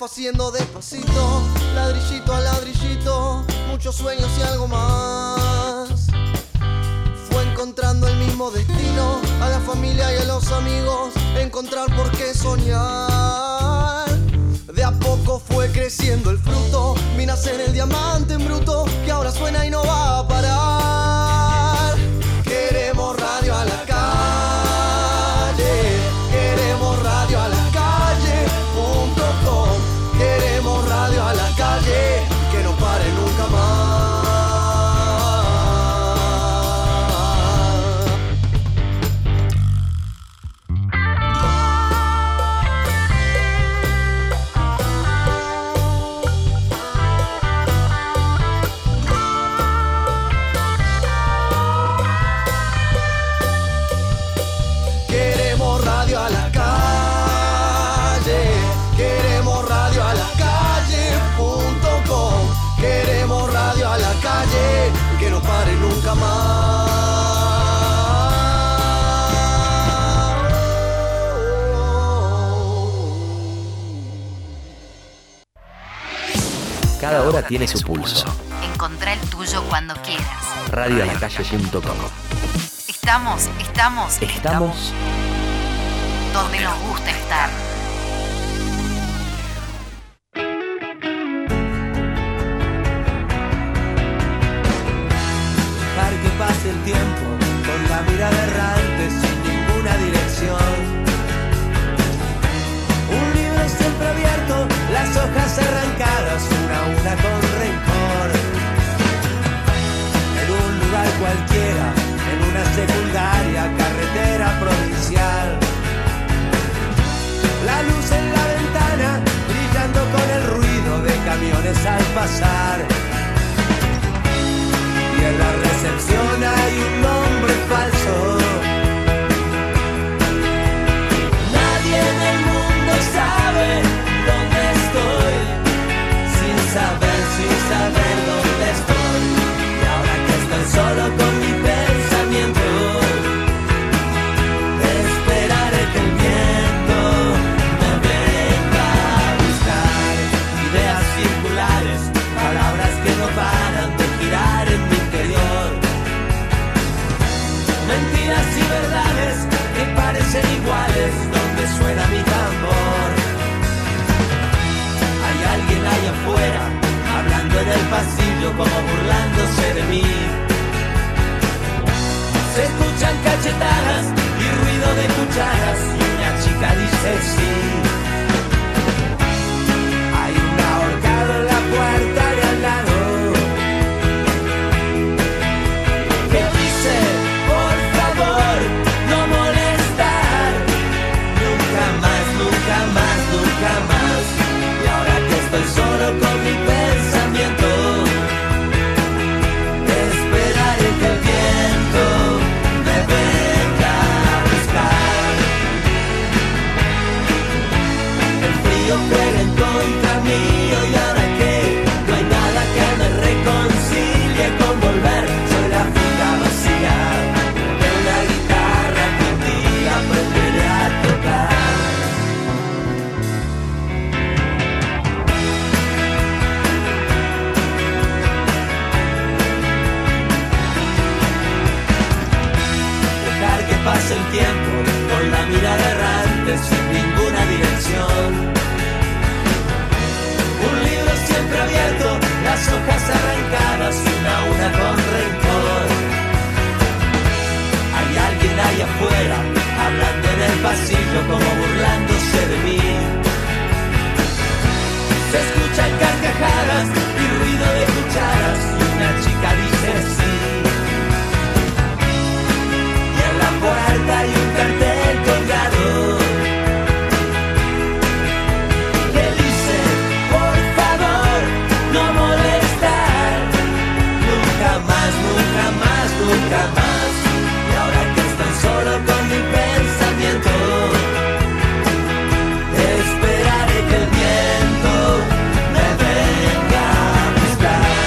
Speaker 18: haciendo despacito, ladrillito a ladrillito, muchos sueños y algo más. Fue encontrando el mismo destino, a la familia y a los amigos, encontrar por qué soñar. De a poco fue creciendo el fruto, vino a ser el diamante en bruto, que ahora suena y no va a parar. Queremos radio a la calle, queremos radio a la calle.com, queremos radio a la calle, que no pare nunca más. Queremos radio a la calle, queremos radio a la calle.com, queremos radio a la calle, que no pare nunca más.
Speaker 19: Cada hora tiene su pulso.
Speaker 12: Encontrá el tuyo cuando quieras.
Speaker 19: Radioalacalle.com.
Speaker 12: Estamos, estamos
Speaker 19: Estamos
Speaker 12: donde nos gusta estar.
Speaker 20: Dejar que pase el tiempo con la mirada errante sin ninguna dirección. Un libro siempre abierto, las hojas arrancadas una a una con rencor. En un lugar cualquiera, en una secundaria, carretera provincial. La luz en la ventana, brillando con el ruido de camiones al pasar. Y en la recepción hay un nombre falso. Nadie en el mundo sabe dónde estoy, sin saber, sin saber dónde estoy. Y ahora que estoy solo con mi pensamiento, esperaré que el viento me venga a buscar. Ideas circulares, palabras que no paran de girar en mi interior. Mentiras y verdades que parecen iguales donde suena mi tambor. Hay alguien ahí afuera, hablando en el pasillo como burlándose de mí. Se escuchan cachetadas y ruido de cucharas y una chica dice sí. Hay un ahorcado en la puerta de al lado que dice, por favor, no molestar. Nunca más, nunca más, nunca más. Y ahora que estoy solo con mi pensamiento, esperaré que el viento me venga a buscar. El frío juega en contra mío y ahora que no hay nada que me reconcilie con volver. Soy la fuga vacía de una guitarra que un día aprenderé a tocar. Dejar que pase el tiempo con la mirada errante sin ninguna dirección. Un libro siempre abierto, las hojas arrancadas una a una con rencor. Hay alguien ahí afuera, hablando en el pasillo como burlándose de mí. Se escuchan carcajadas y ruido de cucharas y una chica dice sí. Y en la puerta hay un cartel colgado que dice, por favor, no molestar. Nunca más, nunca más, nunca más. Y ahora que estoy solo con mi pensamiento, esperaré que el viento me venga a buscar.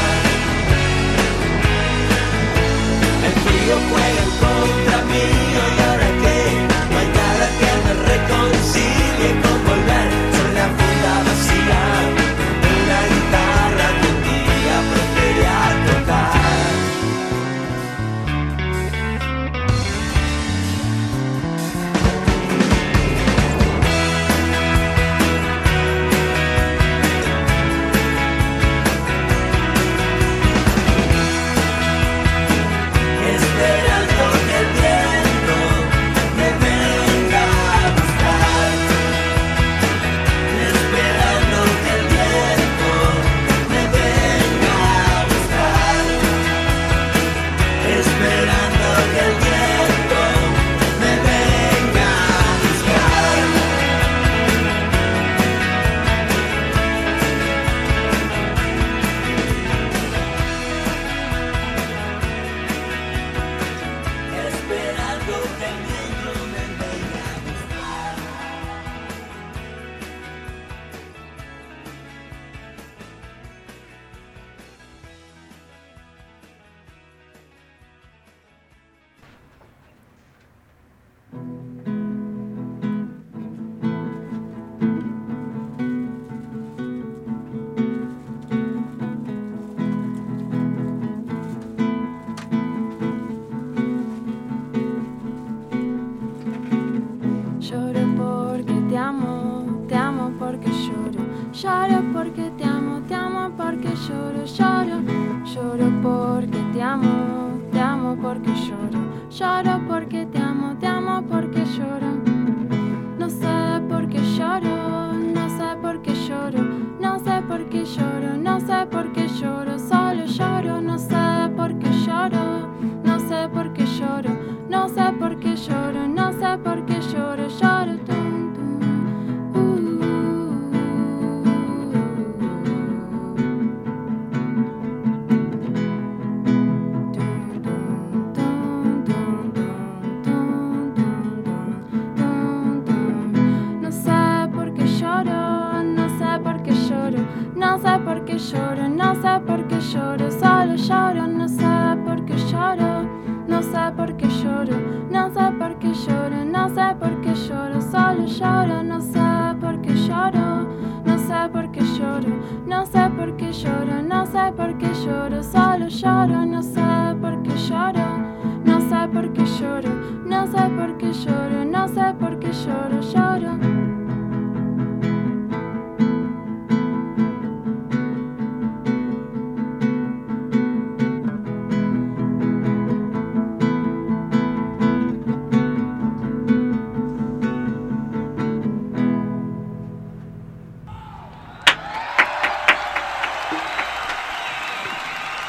Speaker 20: El frío juega en contra mío y ahora que no hay nada que me reconcilie con volver, soy la puta vacía.
Speaker 16: lloro, lloro porque te amo, te amo porque lloro, lloro porque te amo, te amo porque lloro. No sé por qué lloro, no sé por qué lloro, no sé por qué lloro, no sé por qué lloro, solo lloro, no sé por qué lloro, no sé por qué lloro, no sé por qué lloro, no sé por qué lloro, lloro. tum, tum, uh, No sé por qué lloro, no sé por qué lloro, no sé por qué lloro, no sé por qué lloro, solo lloro, no sé por qué lloro, no sé por qué lloro, no sé por qué lloro, no sé por qué lloro, solo lloro, no sé por qué lloro, no sé por qué lloro, no sé por qué lloro, no sé por qué lloro, solo lloro, no sé por qué lloro. No sé por qué lloro, no sé por qué lloro, no sé por qué lloro, lloro.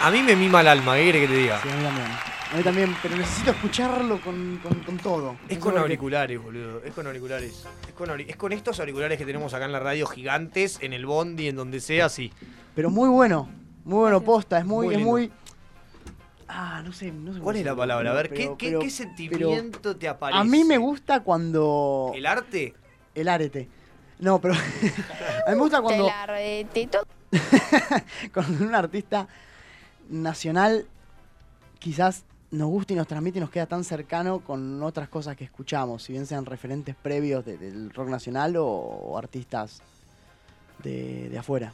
Speaker 1: A mí me mima el alma, ¿qué quiere que te diga?
Speaker 3: Sí, a mí también. A mí también, pero necesito escucharlo con, con- con todo.
Speaker 1: Es con auriculares, boludo. Es con auriculares. Es con, auri- es con estos auriculares que tenemos acá en la radio gigantes, en el bondi, en donde sea, sí.
Speaker 3: Pero muy bueno, muy bueno posta, es muy,
Speaker 1: Muy
Speaker 3: es
Speaker 1: lindo.
Speaker 3: muy. Ah, no sé, no sé.
Speaker 1: ¿Cuál es la palabra? A ver, ¿qué,
Speaker 3: Pero-
Speaker 1: qué-
Speaker 3: pero-
Speaker 1: qué sentimiento te aparece?
Speaker 3: A mí me gusta cuando.
Speaker 1: ¿El arte?
Speaker 3: El arete. No, pero. a mí me gusta cuando. cuando un artista nacional quizás nos gusta y nos transmite y nos queda tan cercano con otras cosas que escuchamos, si bien sean referentes previos de- del rock nacional o, o artistas de, de afuera.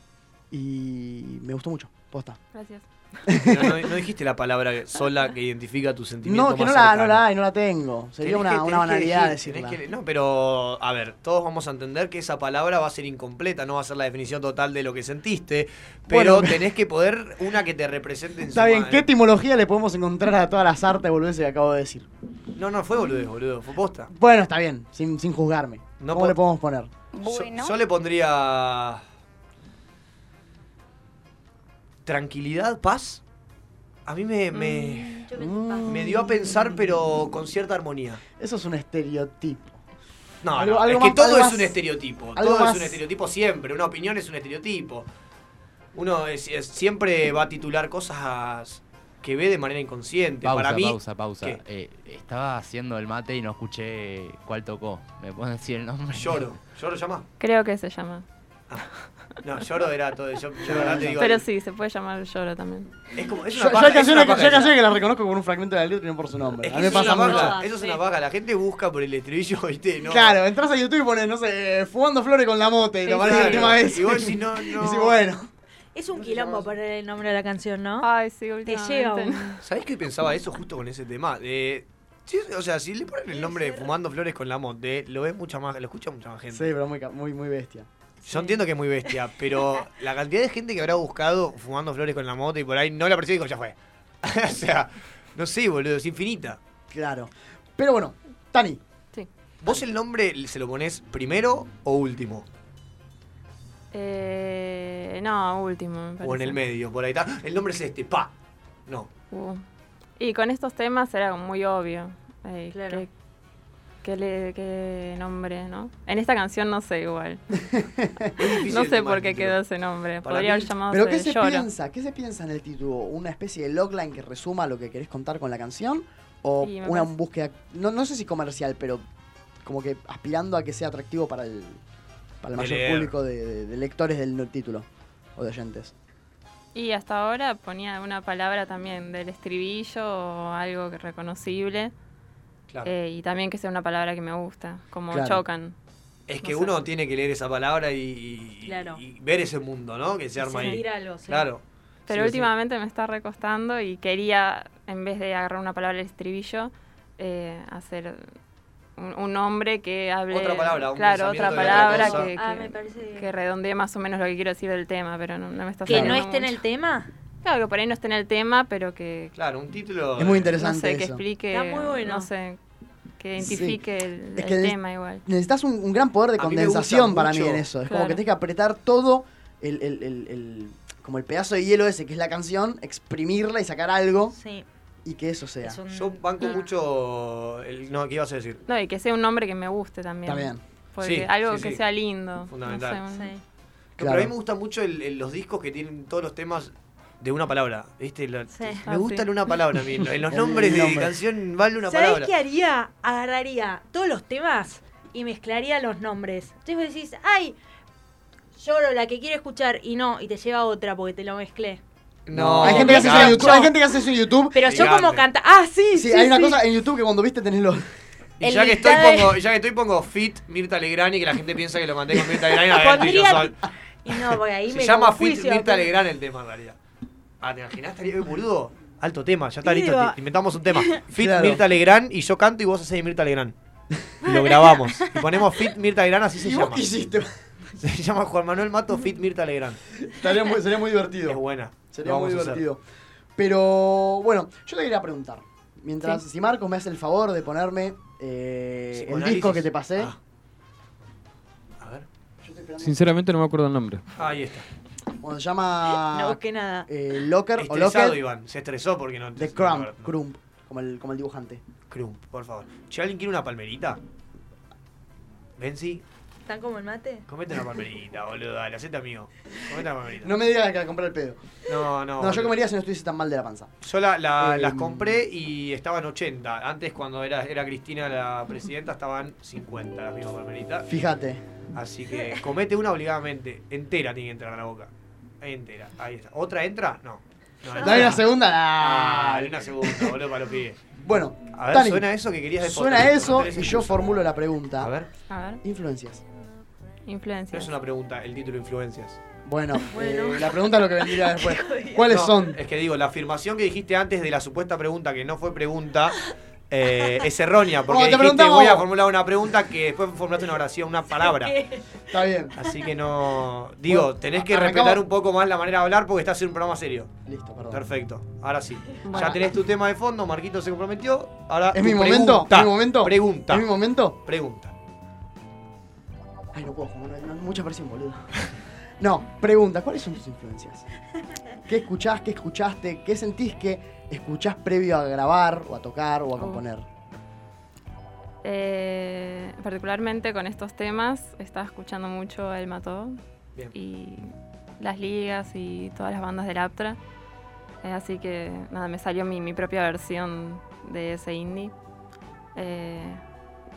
Speaker 3: Y me gustó mucho, posta.
Speaker 16: Gracias.
Speaker 1: No, no- no dijiste la palabra sola que identifica tu sentimiento
Speaker 3: No, que no
Speaker 1: más
Speaker 3: la,
Speaker 1: cercano.
Speaker 3: no la hay, no la tengo.
Speaker 1: Tenés
Speaker 3: Sería
Speaker 1: que-
Speaker 3: una,
Speaker 1: tenés
Speaker 3: una
Speaker 1: que
Speaker 3: banalidad
Speaker 1: elegir, tenés
Speaker 3: decirla.
Speaker 1: que ele- no, pero a ver, todos vamos a entender que esa palabra va a ser incompleta, no va a ser la definición total de lo que sentiste, pero
Speaker 3: Bueno.
Speaker 1: tenés que poder una que te represente en
Speaker 3: Está
Speaker 1: su
Speaker 3: bien,
Speaker 1: ma-
Speaker 3: ¿qué etimología le podemos encontrar a todas las artes boludeces que acabo de decir?
Speaker 1: No, no fue boludez, boludo, fue posta.
Speaker 3: Bueno, está bien, sin, sin juzgarme.
Speaker 1: No
Speaker 3: ¿Cómo
Speaker 1: po-
Speaker 3: le podemos poner?
Speaker 1: Yo, yo le pondría tranquilidad, paz. A mí me me, me dio a pensar, pero con cierta armonía.
Speaker 3: Eso es un estereotipo.
Speaker 1: No,
Speaker 3: Algo-
Speaker 1: no,
Speaker 3: algo
Speaker 1: es que
Speaker 3: más-
Speaker 1: todo
Speaker 3: algo
Speaker 1: es
Speaker 3: más-
Speaker 1: un estereotipo.
Speaker 3: algo
Speaker 1: Todo
Speaker 3: más-
Speaker 1: es un estereotipo siempre. Una opinión es un estereotipo. Uno es- es- siempre va a titular cosas que ve de manera inconsciente.
Speaker 15: Pausa,
Speaker 1: Para mí.
Speaker 15: pausa, pausa.
Speaker 1: ¿Qué?
Speaker 15: Eh, estaba haciendo el mate y no escuché cuál tocó. ¿Me pueden decir el nombre?
Speaker 1: Lloro. ¿Lloro llama?
Speaker 16: Creo que se llama.
Speaker 1: No, lloro era todo. Yo, yo la verdad te digo.
Speaker 16: Pero sí, se puede llamar lloro también.
Speaker 1: Es como, es
Speaker 3: Yo,
Speaker 1: una
Speaker 3: yo
Speaker 1: paja,
Speaker 3: hay
Speaker 1: es una
Speaker 3: canciones
Speaker 1: paja
Speaker 3: que, yo hay
Speaker 1: esa.
Speaker 3: canciones que las reconozco con un fragmento de la letra y no por su nombre.
Speaker 1: Es
Speaker 3: a
Speaker 1: que
Speaker 3: mí me
Speaker 1: eso es
Speaker 3: pasa
Speaker 1: una
Speaker 3: mucho.
Speaker 1: paja, Eso es una paja. La gente busca por el esterillo, ¿viste? No.
Speaker 3: Claro, entras a YouTube y pones, no sé, fumando flores con la mote y te aparece el
Speaker 1: Claro.
Speaker 3: tema ese.
Speaker 1: Y vos decís, no, no.
Speaker 3: Y decís, bueno.
Speaker 4: Es un quilombo poner el nombre de la canción, ¿no?
Speaker 16: Ay, sí,
Speaker 4: Te
Speaker 16: últimamente.
Speaker 4: lleva un...
Speaker 1: ¿Sabés que pensaba eso justo con ese tema? Eh, sí, o sea, si le ponen el nombre de Fumando Flores con la Monte, lo ve mucha más, lo escucha mucha más gente.
Speaker 3: Sí, pero muy, ca- muy, muy bestia.
Speaker 1: Yo entiendo que es muy bestia, pero la cantidad de gente que habrá buscado fumando flores con la moto y por ahí no la apareció y dijo, ya fue. o sea, no sé, boludo, es infinita.
Speaker 3: Claro. Pero bueno, Tani.
Speaker 1: ¿Vos el nombre se lo ponés primero o último?
Speaker 16: Eh, no, último. me
Speaker 1: O en
Speaker 16: parece.
Speaker 1: el medio, por ahí está. El nombre es este, pa. No.
Speaker 16: Uh. Y con estos temas era como muy obvio. eh, qué- qué le- qué nombre, ¿no? En esta canción no sé igual. no
Speaker 1: el
Speaker 16: sé
Speaker 1: tema
Speaker 16: por
Speaker 1: del
Speaker 16: qué
Speaker 1: título.
Speaker 16: quedó ese nombre.
Speaker 1: Para
Speaker 16: Podría
Speaker 1: mí-
Speaker 16: haber llamado
Speaker 3: ¿Pero qué se
Speaker 16: Lloro.
Speaker 3: piensa? ¿Qué se piensa en el título? ¿Una especie de logline que resuma lo que querés contar con la canción? ¿O
Speaker 16: Sí, me
Speaker 3: una
Speaker 16: parece.
Speaker 3: búsqueda, no, no sé si comercial, pero como que aspirando a que sea atractivo para el, para
Speaker 1: De
Speaker 3: el mayor
Speaker 1: leer.
Speaker 3: público de, de- de lectores del no- título o de oyentes?
Speaker 16: Y hasta ahora ponía una palabra también del estribillo o algo que reconocible.
Speaker 1: Claro.
Speaker 16: Eh, y también que sea una palabra que me gusta, como
Speaker 1: Claro.
Speaker 16: chocan.
Speaker 1: Es que uno tiene que leer esa palabra y, y-
Speaker 16: Claro.
Speaker 1: y ver ese mundo, ¿no? Que se arma ahí.
Speaker 16: sentir algo, sí.
Speaker 1: Claro.
Speaker 16: Pero
Speaker 1: Sí, sí.
Speaker 16: últimamente me está recostando y quería, en vez de agarrar una palabra del estribillo, eh, hacer
Speaker 21: un, un nombre que hable.
Speaker 1: Otra palabra, un
Speaker 21: Claro, otra
Speaker 1: pensamiento de otra
Speaker 21: palabra
Speaker 1: cosa.
Speaker 21: que, que,
Speaker 4: Ah, me parece bien.
Speaker 21: que redondee más o menos lo que quiero decir del tema, pero no, no me está
Speaker 4: ¿Que no
Speaker 21: saliendo
Speaker 4: esté en
Speaker 21: mucho.
Speaker 4: el tema?
Speaker 21: Claro, que por ahí no esté en el tema, pero que.
Speaker 1: Claro, un título.
Speaker 3: Es muy
Speaker 1: eh,
Speaker 3: interesante
Speaker 21: No sé, que
Speaker 3: eso.
Speaker 21: explique.
Speaker 4: Está muy bueno.
Speaker 21: No sé, que
Speaker 3: Sí.
Speaker 21: identifique el,
Speaker 3: Es que
Speaker 21: el
Speaker 3: ne-
Speaker 21: tema igual.
Speaker 3: Necesitas un, un gran poder de
Speaker 21: A mí me
Speaker 3: condensación
Speaker 21: gusta
Speaker 3: para mí
Speaker 21: mucho.
Speaker 3: en eso. Es como
Speaker 21: Claro.
Speaker 3: que tenés que apretar todo el, el- el- el- como el pedazo de hielo ese que es la canción, exprimirla y sacar algo
Speaker 4: Sí.
Speaker 3: y que eso sea.
Speaker 1: Yo banco mucho. el- no, ¿qué ibas a decir?
Speaker 21: No, y que sea un nombre que me guste también.
Speaker 1: También.
Speaker 21: Porque
Speaker 1: Sí,
Speaker 21: algo
Speaker 1: sí,
Speaker 21: que
Speaker 1: sí.
Speaker 21: sea lindo.
Speaker 1: Fundamental.
Speaker 21: No sé, un-
Speaker 1: No, Pero a
Speaker 3: Claro.
Speaker 1: mí me gustan mucho el- el- los discos que tienen todos los temas de una palabra. ¿Viste? La- Me
Speaker 21: Ah,
Speaker 1: gusta
Speaker 21: sí.
Speaker 1: una palabra a mí. En los
Speaker 3: El
Speaker 1: nombres de
Speaker 3: nombre.
Speaker 1: canción vale una
Speaker 4: ¿Sabés
Speaker 1: palabra.
Speaker 4: qué haría? Agarraría todos los temas y mezclaría los nombres. Entonces vos decís, ay, lloro la que quiero escuchar y no, y te lleva otra porque te lo mezclé.
Speaker 1: No,
Speaker 3: hay, gente que hace eso en
Speaker 1: gigante.
Speaker 3: YouTube, hay gente que hace eso en YouTube.
Speaker 4: Pero yo como canta, ah, sí, sí.
Speaker 3: Sí, hay una
Speaker 4: sí.
Speaker 3: cosa en YouTube que cuando viste tenés los.
Speaker 1: Y
Speaker 4: El
Speaker 1: ya que, estoy,
Speaker 4: listado de-
Speaker 1: pongo, ya que estoy pongo Fit Mirta Legrani, que la gente piensa que lo mandé con Mirta Legrani. la verdad, yo
Speaker 4: Pondría-
Speaker 1: soy-
Speaker 4: Y no, porque ahí
Speaker 1: Se
Speaker 4: me
Speaker 1: llama Fit
Speaker 4: conjuicio,
Speaker 1: Mirta
Speaker 4: pero-
Speaker 1: Legrand el tema en realidad. Ah, ¿te imaginás? Estaría eh, boludo. Alto tema, ya está
Speaker 4: Y
Speaker 1: listo.
Speaker 4: digo-
Speaker 1: te- te Inventamos un tema. Fit
Speaker 3: Claro.
Speaker 1: Mirta Legrand y yo canto y vos haces de Mirta Legrand. Lo grabamos. Y ponemos Fit Mirta Legrand, así se
Speaker 3: ¿Y
Speaker 1: llama.
Speaker 3: vos qué hiciste?
Speaker 1: Se llama Juan Manuel Mato Fit Mirta Legrand.
Speaker 3: Estaría muy- sería muy divertido.
Speaker 1: Es buena.
Speaker 3: Sería
Speaker 1: Lo
Speaker 3: muy
Speaker 1: vamos a hacer.
Speaker 3: divertido. Pero bueno, yo te quería preguntar. Mientras, si Marcos me hace el favor de ponerme eh, el
Speaker 1: Psicoanálisis.
Speaker 3: disco que te pasé.
Speaker 1: Ah. A ver.
Speaker 6: Sinceramente no me acuerdo el nombre.
Speaker 1: Ah, Ahí está.
Speaker 3: Bueno, se llama.
Speaker 4: No busqué nada.
Speaker 3: eh, Locker o
Speaker 1: Estresado,
Speaker 3: Locker.
Speaker 1: Iván. Se estresó porque Este no.
Speaker 3: De Crumb, Crumb, como el, como el dibujante.
Speaker 1: Crumb, por favor. Si alguien quiere una palmerita. Benzi,
Speaker 4: ¿Están como el mate?
Speaker 1: comete una palmerita, boludo. Dale, hacete amigo. Comete una palmerita.
Speaker 3: No me digas que la compré el pedo.
Speaker 1: No, no.
Speaker 3: No, yo
Speaker 1: boludo.
Speaker 3: comería si no estuviese tan mal de la panza.
Speaker 1: Yo la- la-
Speaker 3: Eh,
Speaker 1: las compré y estaban 80. Antes, cuando era, era Cristina la presidenta, estaban 50 las mismas palmeritas.
Speaker 3: Fíjate.
Speaker 1: Así que comete una obligadamente. Entera tiene que entrar a la boca. Entera. Ahí está. ¿Otra entra? No. no entra.
Speaker 3: Dale una segunda.
Speaker 1: Ah, dale
Speaker 3: Dale.
Speaker 1: una segunda, boludo, para los pibes.
Speaker 3: Bueno,
Speaker 1: A ver,
Speaker 3: Tani,
Speaker 1: suena eso que querías de
Speaker 3: Suena
Speaker 1: postre.
Speaker 3: eso
Speaker 1: Tres
Speaker 3: y yo
Speaker 1: impulsos.
Speaker 3: formulo la pregunta.
Speaker 1: A ver.
Speaker 21: A ver,
Speaker 3: Influencias.
Speaker 1: No
Speaker 21: influencia.
Speaker 1: es una pregunta, el título influencias.
Speaker 3: Bueno,
Speaker 4: Bueno.
Speaker 3: eh, la pregunta es lo que vendría después. ¿Cuáles
Speaker 1: No,
Speaker 3: son?
Speaker 1: Es que digo, la afirmación que dijiste antes de la supuesta pregunta que no fue pregunta eh, es errónea, porque
Speaker 3: No, te
Speaker 1: dijiste
Speaker 3: preguntamos.
Speaker 1: voy a formular una pregunta que después formulaste una oración, una palabra.
Speaker 3: Está bien.
Speaker 1: Así que no. Digo,
Speaker 3: Bueno,
Speaker 1: tenés que
Speaker 3: arrancamos.
Speaker 1: respetar un poco más la manera de hablar porque estás en un programa serio.
Speaker 3: Listo, perdón.
Speaker 1: Perfecto, ahora sí. Ya
Speaker 21: Bueno.
Speaker 1: tenés tu tema de fondo, Marquito se comprometió. Ahora
Speaker 3: ¿Es
Speaker 1: tu
Speaker 3: mi momento?
Speaker 1: pregunta.
Speaker 3: ¿Es mi momento?
Speaker 1: Pregunta.
Speaker 3: ¿Es mi momento?
Speaker 1: Pregunta.
Speaker 3: Ay, no puedo jugar, no, no, mucha presión, boludo. No, pregunta, ¿cuáles son tus influencias? ¿Qué escuchás, qué escuchaste, qué sentís que escuchás previo a grabar o a tocar o a
Speaker 21: Oh.
Speaker 3: componer?
Speaker 21: Eh, particularmente con estos temas, estaba escuchando mucho El Mató
Speaker 1: Bien.
Speaker 21: y las ligas y todas las bandas del Aptra. Eh, así que nada, me salió mi, mi propia versión de ese indie. Eh,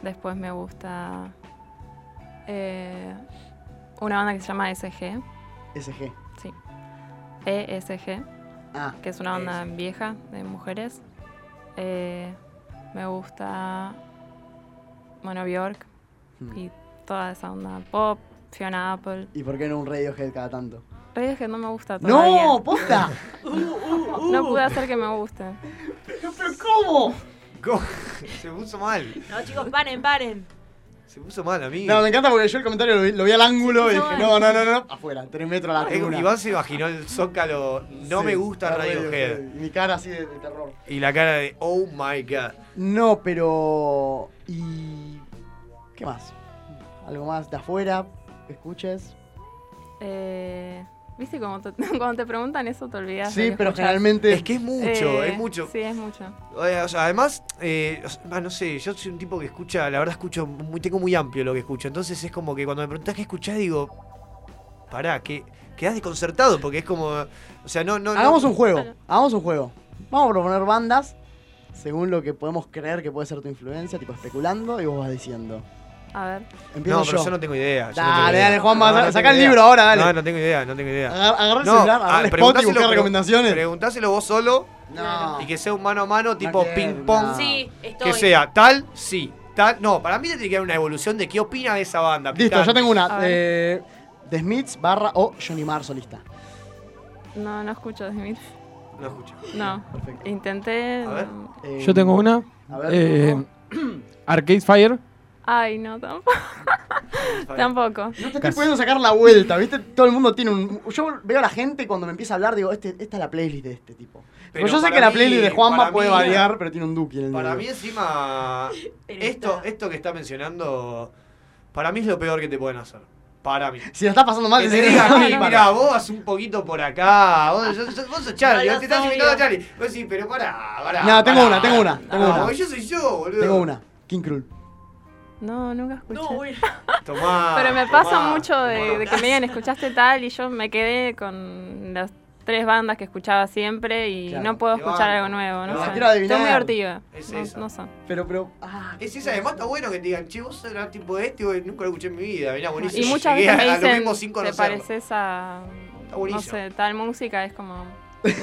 Speaker 21: después me gusta eh, una banda que se llama SG,
Speaker 3: SG.
Speaker 21: sí, ESG
Speaker 3: Ah,
Speaker 21: que es una banda vieja de mujeres. Eh, me gusta, bueno, Bjork
Speaker 3: Hmm.
Speaker 21: y toda esa onda pop, Fiona Apple.
Speaker 3: ¿y por qué no un Radiohead cada tanto?
Speaker 21: Radiohead no me gusta todavía.
Speaker 3: ¡No! ¡Posta!
Speaker 21: No pude hacer que me guste.
Speaker 3: ¿Pero cómo?
Speaker 1: Go- se puso mal.
Speaker 4: No, chicos, paren, paren.
Speaker 1: Se puso mal, amigo.
Speaker 3: No, me encanta porque yo el comentario lo vi, lo vi al ángulo y
Speaker 4: No,
Speaker 3: dije,
Speaker 4: eh.
Speaker 3: no, no, no, no. Afuera, tres metros a la
Speaker 1: Eh,
Speaker 3: tribuna.
Speaker 1: Iván se imaginó el zócalo. No
Speaker 3: Sí,
Speaker 1: me gusta
Speaker 3: la
Speaker 1: Radiohead.
Speaker 3: Y mi cara así de, de terror.
Speaker 1: Y la cara de oh my god.
Speaker 3: No, pero. ¿Y qué más? ¿Algo más de afuera que escuches?
Speaker 21: Eh, ¿Viste cómo te- cuando te preguntan eso te olvidas? de
Speaker 3: Sí,
Speaker 21: que
Speaker 3: pero
Speaker 21: escuchás?
Speaker 3: generalmente.
Speaker 1: Es que es mucho,
Speaker 21: Eh,
Speaker 1: es mucho.
Speaker 21: Sí, es mucho.
Speaker 1: Eh, o sea, además, eh, o sea, ah, no sé, yo soy un tipo que escucha, la verdad escucho, muy, tengo muy amplio lo que escucho. Entonces es como que cuando me preguntás qué escuchás, digo, pará, que quedás desconcertado porque es como, o sea, no, no. no-
Speaker 3: Hagamos un juego,
Speaker 21: Bueno.
Speaker 3: hagamos un juego. Vamos a proponer bandas según lo que podemos creer que puede ser tu influencia, tipo especulando, y vos vas diciendo.
Speaker 21: A ver,
Speaker 3: Empiezo
Speaker 1: No,
Speaker 3: yo.
Speaker 1: pero yo no tengo idea. yo no
Speaker 3: Dale,
Speaker 1: tengo idea.
Speaker 3: dale, Juanma,
Speaker 1: No, no
Speaker 3: saca
Speaker 1: tengo
Speaker 3: el
Speaker 1: idea.
Speaker 3: libro ahora, dale.
Speaker 1: No, no tengo idea, no tengo idea.
Speaker 3: Agar- agarrá el
Speaker 1: No,
Speaker 3: celular,
Speaker 1: ah,
Speaker 3: agarrá el spot y
Speaker 1: preguntáselo,
Speaker 3: buscar
Speaker 1: pero-
Speaker 3: recomendaciones.
Speaker 1: Preguntáselo vos solo
Speaker 3: no.
Speaker 1: y que sea un mano a mano, tipo
Speaker 3: quiero,
Speaker 1: ping pong.
Speaker 3: no.
Speaker 4: Sí, estoy.
Speaker 1: Que sea tal, sí. Tal, no, para mí tiene que haber una evolución de qué opina de esa banda.
Speaker 3: Listo,
Speaker 1: Pitán.
Speaker 3: yo tengo
Speaker 21: A
Speaker 3: una.
Speaker 21: ver.
Speaker 3: eh, The Smiths barra o Johnny Marr solista.
Speaker 21: no, no escucho de Smith.
Speaker 1: No escucho.
Speaker 21: No,
Speaker 3: Perfecto.
Speaker 21: intenté.
Speaker 1: A ver.
Speaker 21: no.
Speaker 3: Eh,
Speaker 6: Yo tengo una.
Speaker 3: A ver.
Speaker 6: eh,
Speaker 3: ¿no?
Speaker 6: Arcade Fire.
Speaker 21: Ay, no, tampoco. tampoco.
Speaker 3: No te estoy pudiendo sacar la vuelta, ¿viste? Todo el mundo tiene un. Yo veo a la gente cuando me empieza a hablar, digo, este, esta es la playlist de este tipo. Pero yo sé
Speaker 1: para
Speaker 3: que la
Speaker 1: mí-
Speaker 3: playlist de Juanma
Speaker 1: para
Speaker 3: puede
Speaker 1: mí-
Speaker 3: variar, pero tiene un Duki en el
Speaker 1: Para
Speaker 3: medio.
Speaker 1: mí encima, esto, esto que está mencionando, para mí es lo peor que te pueden hacer. Para mí.
Speaker 3: Si la estás pasando mal,
Speaker 1: que te
Speaker 3: te sirve.
Speaker 1: digan,
Speaker 3: No,
Speaker 1: "Ey,
Speaker 3: no,
Speaker 1: mirá,
Speaker 3: no".
Speaker 1: vos vas un poquito por acá, vos, yo- yo- vos sos Charlie,
Speaker 3: No
Speaker 1: vos
Speaker 3: lo
Speaker 1: te estás
Speaker 3: soy,
Speaker 1: invitando a
Speaker 3: yo.
Speaker 1: Charlie. Vos decís, pero pará, pará.
Speaker 3: No, tengo
Speaker 1: pará.
Speaker 3: una, tengo una, tengo
Speaker 1: No,
Speaker 3: una.
Speaker 1: porque Yo soy yo, boludo.
Speaker 3: Tengo una. King Krul.
Speaker 21: No, nunca escuché.
Speaker 1: Tomá,
Speaker 21: Pero me
Speaker 1: tomá,
Speaker 21: pasa mucho de,
Speaker 1: tomá.
Speaker 21: de que me digan, escuchaste tal, y yo me quedé con las tres bandas que escuchaba siempre y
Speaker 1: Claro,
Speaker 21: no puedo
Speaker 1: te
Speaker 21: escuchar
Speaker 1: banco,
Speaker 21: algo nuevo.
Speaker 1: te
Speaker 21: No
Speaker 1: banco.
Speaker 21: sé.
Speaker 1: Quiero adivinar.
Speaker 21: Estoy muy hortiva.
Speaker 1: Es
Speaker 21: no,
Speaker 1: esa.
Speaker 21: no sé.
Speaker 3: Pero, pero.
Speaker 21: Ah,
Speaker 1: es esa, además está bueno que te digan, che, vos eras tipo de este, güey, nunca lo escuché en mi vida, venía buenísimo.
Speaker 21: Y muchas
Speaker 1: Llegué a-
Speaker 21: veces
Speaker 1: a
Speaker 21: me
Speaker 1: lo
Speaker 21: dicen,
Speaker 1: mismo sin
Speaker 21: te
Speaker 1: conocerlo".
Speaker 21: pareces a, no
Speaker 1: buenísimo.
Speaker 21: sé, tal música, es como,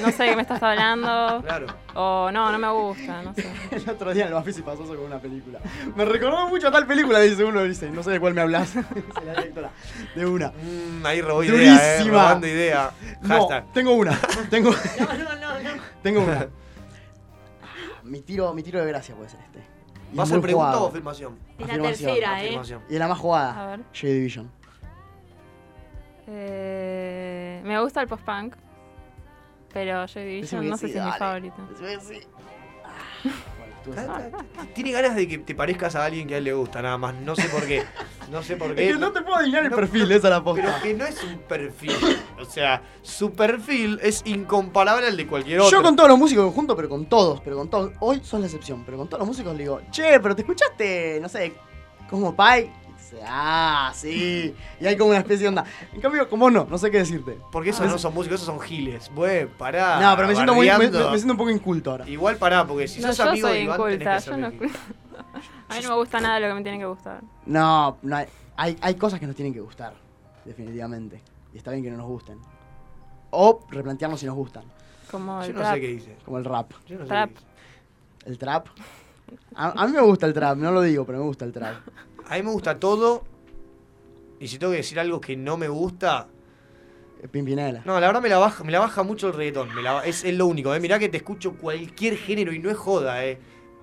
Speaker 21: no sé de qué me estás hablando,
Speaker 1: Claro.
Speaker 21: o no, no me gusta, no sé.
Speaker 3: El otro día en el Bafisi pasó eso con una película. Me recordó mucho a tal película, dice uno, dice, no sé de cuál me hablas. Dice la directora. De una.
Speaker 1: Mm, ahí robó idea, eh,
Speaker 3: Durísima.
Speaker 1: robando idea.
Speaker 3: No,
Speaker 1: Hashtag.
Speaker 3: tengo una. Tengo,
Speaker 4: No, no, no, no.
Speaker 3: tengo una. Ah, Mi tiro, mi tiro de gracia puede ser este. Y
Speaker 1: ¿Va a
Speaker 3: es
Speaker 1: ser
Speaker 3: muy
Speaker 1: pregunta
Speaker 3: jugado.
Speaker 1: o afirmación?
Speaker 4: Es la
Speaker 3: Afirmación.
Speaker 4: tercera, eh.
Speaker 1: Afirmación.
Speaker 3: Y es la más
Speaker 1: Ah.
Speaker 21: A
Speaker 3: jugada.
Speaker 21: ver.
Speaker 3: J Division.
Speaker 21: Eh, me gusta el post-punk, pero Joy Division
Speaker 1: Decime que
Speaker 21: no sé
Speaker 1: sí,
Speaker 21: si es mi
Speaker 1: dale.
Speaker 21: favorito.
Speaker 3: Ah.
Speaker 1: Tiene ganas de que te parezcas a alguien que a él le gusta, nada más. No sé por qué. No sé por qué.
Speaker 3: Es que no te puedo adivinar el
Speaker 1: No,
Speaker 3: perfil, esa es la posta.
Speaker 1: Pero que no es un perfil. O sea, su perfil es incomparable al de cualquier otro.
Speaker 3: Yo con todos los músicos junto, pero con todos, pero con todos. Hoy son la excepción, pero con todos los músicos le digo, che, pero te escuchaste, no sé, como Pie. Y dice, Ah, sí. Y hay como una especie de onda. En cambio, como no, no sé qué decirte. Ah.
Speaker 1: Porque esos no son músicos, esos son giles. Güey, pará.
Speaker 3: No, pero me siento, muy, me,
Speaker 1: bardeando.
Speaker 3: me- me siento un poco inculto ahora.
Speaker 1: Igual pará, porque si
Speaker 21: no,
Speaker 1: sos
Speaker 21: yo
Speaker 1: amigo
Speaker 21: soy
Speaker 1: de Iván,
Speaker 21: inculta,
Speaker 1: tenés que
Speaker 21: yo
Speaker 1: ser
Speaker 21: no
Speaker 1: mejor.
Speaker 21: A mí no me gusta nada lo que me tiene que gustar.
Speaker 3: No, no hay, hay, hay cosas que nos tienen que gustar, definitivamente. Y está bien que no nos gusten. O replantearnos si nos gustan.
Speaker 21: Como el
Speaker 1: Yo no
Speaker 21: trap.
Speaker 1: sé qué dice.
Speaker 3: Como el rap.
Speaker 1: Yo no sé
Speaker 21: Trap.
Speaker 1: qué dice.
Speaker 3: ¿El trap? A, a mí me gusta el trap, no lo digo, pero me gusta el trap.
Speaker 1: A mí me gusta todo. Y si tengo que decir algo que no me gusta,
Speaker 3: Pimpinela.
Speaker 1: No, la verdad me la baja, me la baja mucho el reggaetón. me la ba- es, es lo único, ¿eh? Mirá que te escucho cualquier género y no es joda, ¿eh?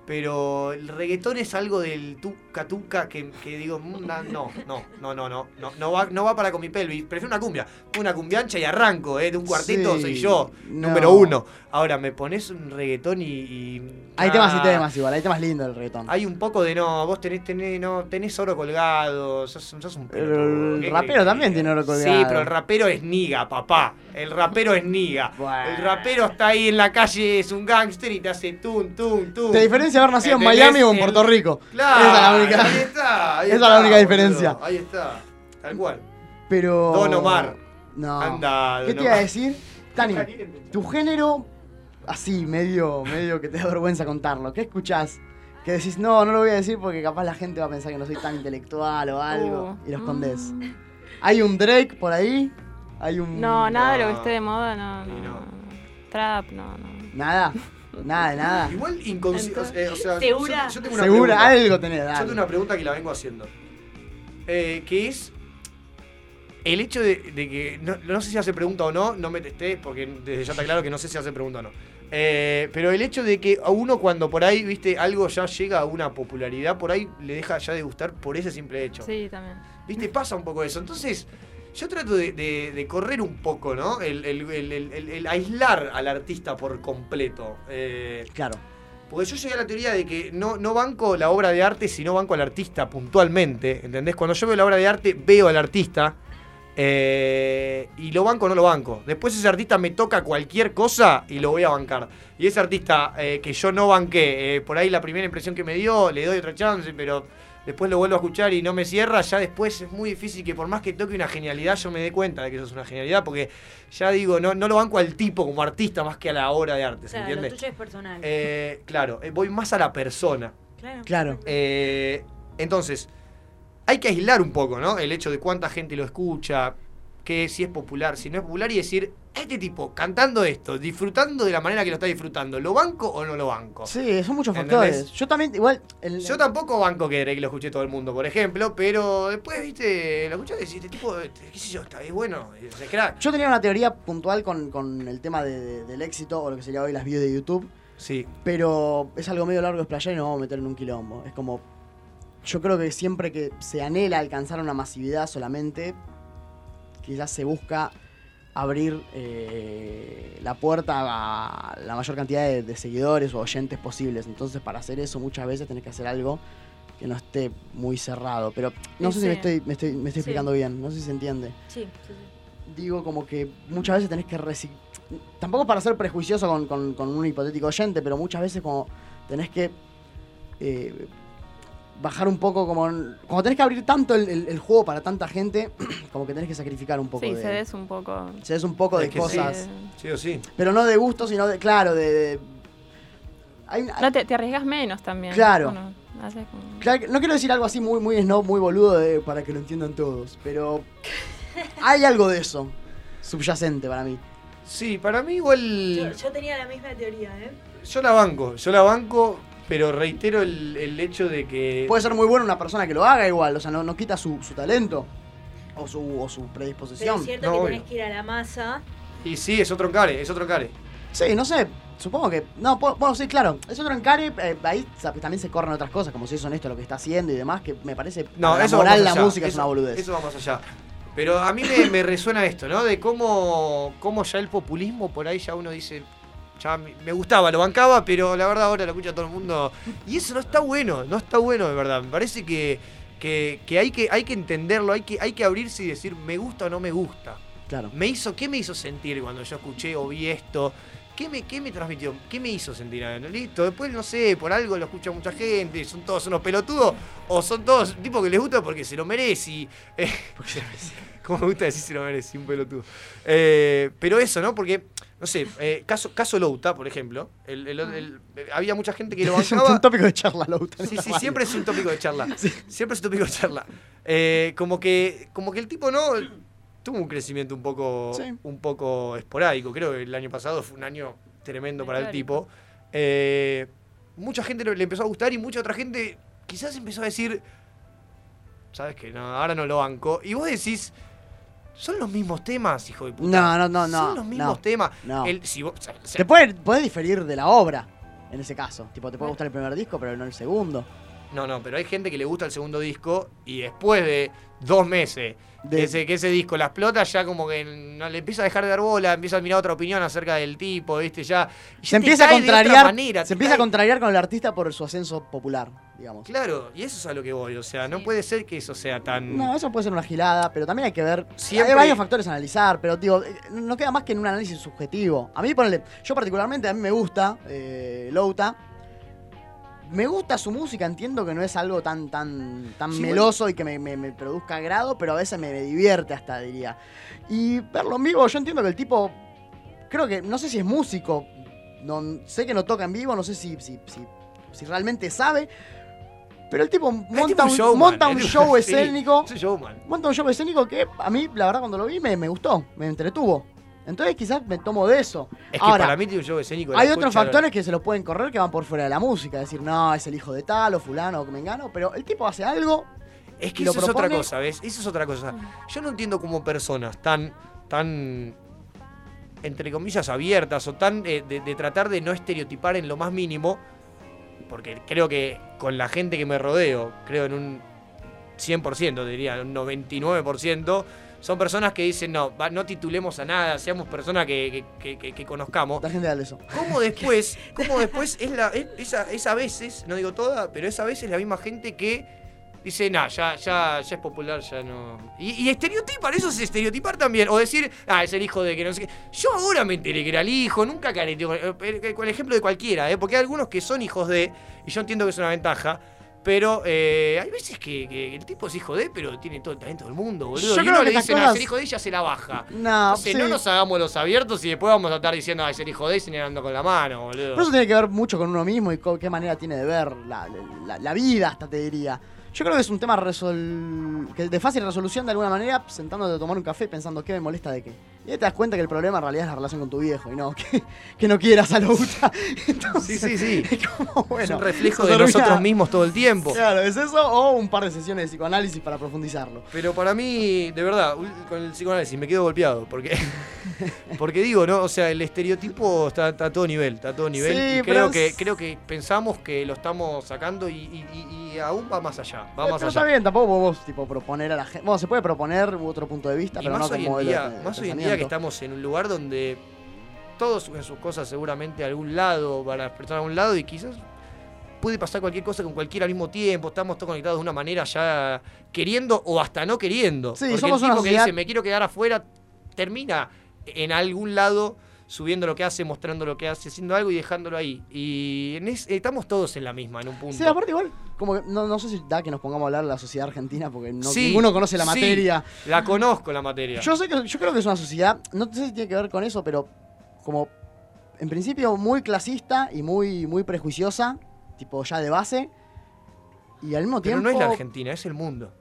Speaker 1: Pero el reggaetón es algo del tuca tuca que, que digo, mm, na- no, no, no, no, no, no, no va, no va para con mi pelvis. Prefiero una cumbia, una cumbiancha y arranco, ¿eh? De un cuarteto
Speaker 3: Sí,
Speaker 1: soy yo,
Speaker 3: no.
Speaker 1: número uno. Ahora, me pones un reggaetón y. y-
Speaker 3: Hay temas y
Speaker 1: Ah,
Speaker 3: temas igual, hay temas lindos del reggaetón.
Speaker 1: Hay un poco de no, vos tenés, tenés, no, tenés oro colgado, sos, sos un
Speaker 3: Pero
Speaker 1: pelotudo, ¿qué
Speaker 3: el
Speaker 1: querés
Speaker 3: rapero
Speaker 1: que
Speaker 3: también tiene oro colgado.
Speaker 1: Sí, pero el rapero es niga, papá. El rapero es niga. El rapero está ahí en la calle, es un gángster y te hace tum, tum, tum.
Speaker 3: Te diferencia haber nacido en
Speaker 1: ¿Entendés?
Speaker 3: Miami o en
Speaker 1: El-
Speaker 3: Puerto Rico.
Speaker 1: Claro,
Speaker 3: Esa es la única.
Speaker 1: Ahí está. ahí
Speaker 3: esa es
Speaker 1: está,
Speaker 3: la única
Speaker 1: boludo,
Speaker 3: diferencia.
Speaker 1: Ahí está. Tal cual.
Speaker 3: Pero.
Speaker 1: Don Omar.
Speaker 3: No.
Speaker 1: Anda, Don
Speaker 3: ¿Qué te
Speaker 1: Omar.
Speaker 3: iba a decir? Tani, tu género, así, medio, medio que te da vergüenza contarlo. ¿Qué escuchás? Que decís, no, no lo voy a decir porque capaz la gente va a pensar que no soy tan intelectual o algo.
Speaker 21: Uh,
Speaker 3: y lo escondés.
Speaker 1: Mm.
Speaker 3: Hay un Drake por ahí. Hay un.
Speaker 21: No, nada de lo que esté de moda, no. no, Trap, no, no.
Speaker 3: Nada. Nada, nada.
Speaker 1: Igual inconsciente. o sea,
Speaker 21: ¿Segura?
Speaker 1: Yo, yo tengo una
Speaker 3: Segura,
Speaker 1: pregunta.
Speaker 3: algo tenés, dale.
Speaker 1: Yo tengo una pregunta que la vengo haciendo. Eh, que es. El hecho de, de que. No, no sé si hace pregunta o no, no me testé, porque desde ya está claro que no sé si hace pregunta o no. Eh, pero el hecho de que a uno cuando por ahí, viste, algo ya llega a una popularidad, por ahí le deja ya de gustar por ese simple hecho.
Speaker 21: Sí, también.
Speaker 1: ¿Viste? Pasa un poco eso. Entonces, yo trato de, de- de correr un poco, ¿no? El, el- el- el- el- el aislar al artista por completo. Eh,
Speaker 3: Claro.
Speaker 1: porque yo llegué a la teoría de que no, no banco la obra de arte, sino banco al artista puntualmente. ¿Entendés? Cuando yo veo la obra de arte, veo al artista. eh, y lo banco o no lo banco. Después ese artista me toca cualquier cosa y lo voy a bancar. Y ese artista eh, que yo no banqué, eh, por ahí la primera impresión que me dio, le doy otra chance, pero después lo vuelvo a escuchar y no me cierra, ya después es muy difícil que por más que toque una genialidad yo me dé cuenta de que eso es una genialidad, porque ya digo, no, no lo banco al tipo como artista más que a la obra de arte, ¿se
Speaker 4: O sea, lo
Speaker 1: entiende?
Speaker 4: tuyo es personal.
Speaker 1: Eh, claro, eh, voy más a la persona.
Speaker 4: Claro.
Speaker 3: Claro.
Speaker 1: Eh, entonces, hay que aislar un poco, ¿no? El hecho de cuánta gente lo escucha, que si es popular, si no es popular, y decir, este tipo cantando esto, disfrutando de la manera que lo está disfrutando, ¿lo banco o no lo banco?
Speaker 3: Sí, son muchos
Speaker 1: ¿Entendés?
Speaker 3: factores. Yo también, igual. el-
Speaker 1: Yo tampoco banco que Drake lo escuche todo el mundo, por ejemplo, pero después, viste, lo escuchás y decís, este tipo, qué sé yo, está es bueno, es crack.
Speaker 3: Yo tenía una teoría puntual con, con el tema de- de- del éxito o lo que sería hoy las videos de YouTube.
Speaker 1: Sí.
Speaker 3: Pero es algo medio largo de explayar y no vamos a meter en un quilombo. Es como. Yo creo que siempre que se anhela alcanzar una masividad solamente, quizás se busca abrir eh, la puerta a la mayor cantidad de, de seguidores o oyentes posibles. Entonces, para hacer eso, muchas veces tenés que hacer algo que no esté muy cerrado. Pero no
Speaker 4: Sí,
Speaker 3: sé si me
Speaker 4: sí.
Speaker 3: estoy, me estoy, me estoy
Speaker 4: Sí.
Speaker 3: explicando bien, no sé si se entiende
Speaker 4: Sí, sí, sí.
Speaker 3: digo como que muchas veces tenés que resi- Tampoco para ser prejuicioso con, con- con un hipotético oyente, pero muchas veces como tenés que eh, bajar un poco como... en- Como tenés que abrir tanto el, el- el juego para tanta gente, como que tenés que sacrificar un poco
Speaker 21: Sí,
Speaker 3: de...
Speaker 21: cedes un poco.
Speaker 3: cedes un poco de
Speaker 21: Es que sí.
Speaker 3: cosas.
Speaker 1: Sí o sí.
Speaker 3: Pero no de gusto, sino de... Claro, de... de-
Speaker 21: No, te, te arriesgas menos también.
Speaker 3: Claro.
Speaker 21: Bueno, haces como-
Speaker 3: claro, no quiero decir algo así muy, muy snob, muy boludo de- para que lo entiendan todos, pero hay algo de eso subyacente para mí.
Speaker 1: Sí, para mí igual...
Speaker 4: Yo, yo tenía la misma teoría, ¿eh?
Speaker 1: Yo la banco, yo la banco, pero reitero el, el hecho de que.
Speaker 3: Puede ser muy buena una persona que lo haga igual, o sea, no, no quita su, su talento o su, o su
Speaker 4: Pero
Speaker 3: predisposición.
Speaker 4: es cierto
Speaker 1: No,
Speaker 4: que
Speaker 1: obvio.
Speaker 4: tenés que ir a la masa.
Speaker 1: Y sí, es otro encare, es otro encare.
Speaker 3: Sí, no sé, supongo que... No, po- bueno, sí, claro, es otro encare, eh, ahí sa- también se corren otras cosas, como si es honesto lo que está haciendo y demás, que me parece...
Speaker 1: No,
Speaker 3: la
Speaker 1: eso va
Speaker 3: moral,
Speaker 1: más
Speaker 3: la
Speaker 1: allá,
Speaker 3: música es
Speaker 1: eso-
Speaker 3: una boludez.
Speaker 1: Eso va más allá. Pero a mí me, me resuena esto, ¿no? De cómo, cómo ya el populismo por ahí ya uno dice. Ya me me gustaba, lo bancaba, pero la verdad ahora lo escucha todo el mundo. Y eso no está bueno, no está bueno de verdad. Me parece que, que, que hay, que hay que entenderlo, hay que, hay que abrirse y decir me gusta o no me gusta.
Speaker 3: Claro.
Speaker 1: Me hizo, ¿Qué me hizo sentir cuando yo escuché o vi esto? ¿Qué me, qué me transmitió? ¿Qué me hizo sentir? Ah, Listo, después no sé, por algo lo escucha mucha gente, son todos unos pelotudos, o son todos tipos que les gusta porque se lo merece. y, eh, ¿Cómo me gusta decir se lo merece? Un pelotudo. Eh, pero eso, ¿no? Porque, no sé, eh, caso, caso Louta, por ejemplo, el- el- el- eh, había mucha gente que lo
Speaker 3: Ah. es un,
Speaker 1: bancaba.
Speaker 3: un tópico de charla, lo
Speaker 1: Sí, sí, siempre es un tópico de charla. Siempre es un tópico de charla. Eh, como que como que el tipo no tuvo un crecimiento un poco
Speaker 3: Sí.
Speaker 1: un poco esporádico. Creo que el año pasado fue un año tremendo para el
Speaker 3: Meteórico.
Speaker 1: tipo. Eh, mucha gente le le empezó a gustar y mucha otra gente quizás empezó a decir, sabes que no, ahora no lo banco. Y vos decís, son los mismos temas, hijo de puta.
Speaker 3: No, no, no, no,
Speaker 1: Son los mismos
Speaker 3: no,
Speaker 1: temas.
Speaker 3: no.
Speaker 1: El- si vos- o sea, o sea,
Speaker 3: Te puede, puede diferir de la obra, en ese caso. Tipo, te puede gustar el primer disco, pero no el segundo.
Speaker 1: No, no, pero hay gente que le gusta el segundo disco y después de dos meses que, ese, que ese disco la explota, ya como que no, le empieza a dejar de dar bola, empieza a mirar otra opinión acerca del tipo, ¿viste? Ya. y ya
Speaker 3: Se
Speaker 1: te
Speaker 3: empieza, a
Speaker 1: cae de otra
Speaker 3: contrariar,
Speaker 1: manera,
Speaker 3: se
Speaker 1: te
Speaker 3: empieza a
Speaker 1: cae-
Speaker 3: contrariar con el artista por su ascenso popular, digamos.
Speaker 1: Claro, y eso es a lo que voy, o sea, no puede ser que eso sea tan.
Speaker 3: No, eso puede ser una gilada, pero también hay que ver.
Speaker 1: Siempre-
Speaker 3: Hay varios factores a analizar, pero digo, eh, no queda más que en un análisis subjetivo. A mí, ponele, yo particularmente, a mí me gusta eh, Louta. Me gusta su música, entiendo que no es algo tan, tan, tan
Speaker 1: Sí,
Speaker 3: meloso y que me, me- me produzca agrado, pero a veces me, me divierte hasta, diría. Y verlo en vivo, yo entiendo que el tipo, creo que, no sé si es músico, no, sé que no toca en vivo, no sé si, si, si, si realmente sabe, pero el tipo monta
Speaker 1: tipo un
Speaker 3: un,
Speaker 1: showman,
Speaker 3: monta un
Speaker 1: el tipo-
Speaker 3: show
Speaker 1: sí,
Speaker 3: escénico.
Speaker 1: es un showman.
Speaker 3: Monta un show escénico que a mí, la verdad, cuando lo vi me, me gustó, me entretuvo. Entonces quizás me tomo de eso.
Speaker 1: Es que
Speaker 3: Ahora,
Speaker 1: para mí tiene un show escénico. de la
Speaker 3: hay otros
Speaker 1: concha de la-
Speaker 3: factores que se los pueden correr que van por fuera de la música. Decir, no, es el hijo de tal o fulano o que me engano, pero el tipo hace algo.
Speaker 1: Es que
Speaker 3: y lo
Speaker 1: eso es otra
Speaker 3: propone.
Speaker 1: cosa, ¿ves? Eso es otra cosa. Yo no entiendo cómo personas tan, tan, entre comillas, abiertas o tan eh, de, de tratar de no estereotipar en lo más mínimo, porque creo que con la gente que me rodeo, creo en un 100%, diría, un 99%, son personas que dicen, no, va, no titulemos a nada, seamos personas que, que- que- que- que conozcamos.
Speaker 3: La gente da eso.
Speaker 1: ¿Cómo después, cómo después es, la, es, es a- es a veces, no digo toda, pero es a veces la misma gente que dice, nah, ya, ya, ya es popular, ya no. Y, y estereotipar, eso es estereotipar también. O decir, ah, es el hijo de que no sé qué. Yo ahora me enteré que era el hijo, nunca careteo. con- eh, eh, Con el ejemplo de cualquiera, ¿eh? porque hay algunos que son hijos de, y yo entiendo que es una ventaja. Pero eh, hay veces que, que el tipo es hijo de, pero tiene todo el talento del mundo, boludo.
Speaker 3: Yo
Speaker 1: y
Speaker 3: creo
Speaker 1: uno le
Speaker 3: que estas
Speaker 1: dice, ah, es
Speaker 3: cosas-
Speaker 1: el hijo de ella, se la baja.
Speaker 3: No,
Speaker 1: Entonces, no
Speaker 3: sí.
Speaker 1: nos hagamos los abiertos y después vamos a estar diciendo, ay, es el hijo de y señalando con la mano, boludo.
Speaker 3: Pero eso tiene que ver mucho con uno mismo y co- qué manera tiene de ver la, la- la vida, hasta te diría. Yo creo que es un tema resol- que de fácil resolución de alguna manera, sentándote a tomar un café y pensando qué me molesta de qué. Y Y ahí te das cuenta que el problema en realidad es la relación con tu viejo y no que, que no quieras a Louta. Entonces,
Speaker 1: sí, sí.
Speaker 3: Es como, bueno,
Speaker 1: es un reflejo
Speaker 3: eso
Speaker 1: de
Speaker 3: termina-
Speaker 1: nosotros mismos todo el tiempo.
Speaker 3: Claro, es eso o un par de sesiones de psicoanálisis para profundizarlo.
Speaker 1: Pero para mí, de verdad, ul- con el psicoanálisis me quedo golpeado. Porque, porque digo, ¿no? O sea, el estereotipo está, está a todo nivel, está a todo nivel.
Speaker 3: Sí,
Speaker 1: y creo
Speaker 3: pero
Speaker 1: que,
Speaker 3: es-
Speaker 1: creo que pensamos que lo estamos sacando y, y- y- y aún va más allá. Va más
Speaker 3: Eh, pero
Speaker 1: allá.
Speaker 3: está bien, tampoco podemos tipo, proponer a la gente. Bueno, se puede proponer otro punto de vista,
Speaker 1: Y
Speaker 3: pero
Speaker 1: más,
Speaker 3: no
Speaker 1: hoy
Speaker 3: como
Speaker 1: en,
Speaker 3: el
Speaker 1: día,
Speaker 3: de- de
Speaker 1: más hoy en día que
Speaker 3: pensamiento.
Speaker 1: estamos en un lugar donde todos suben sus cosas seguramente a algún lado, van a despertar a un lado y quizás puede pasar cualquier cosa con cualquiera al mismo tiempo, estamos todos conectados de una manera ya queriendo o hasta no queriendo.
Speaker 3: Sí,
Speaker 1: Porque
Speaker 3: somos
Speaker 1: el
Speaker 3: una
Speaker 1: tipo que
Speaker 3: sociedad-
Speaker 1: dice me quiero quedar afuera termina en algún lado subiendo lo que hace, mostrando lo que hace, haciendo algo y dejándolo ahí. Y en es- estamos todos en la misma, en un punto.
Speaker 3: Sí, aparte igual, como que no, no sé si da que nos pongamos a hablar de la sociedad argentina porque no,
Speaker 1: Sí,
Speaker 3: ninguno conoce la
Speaker 1: sí,
Speaker 3: materia.
Speaker 1: La conozco la materia.
Speaker 3: Yo sé que yo creo que es una sociedad, no sé si tiene que ver con eso, pero como en principio muy clasista y muy muy prejuiciosa, tipo ya de base. Y al mismo
Speaker 1: Pero
Speaker 3: tiempo
Speaker 1: no es la Argentina, es el mundo.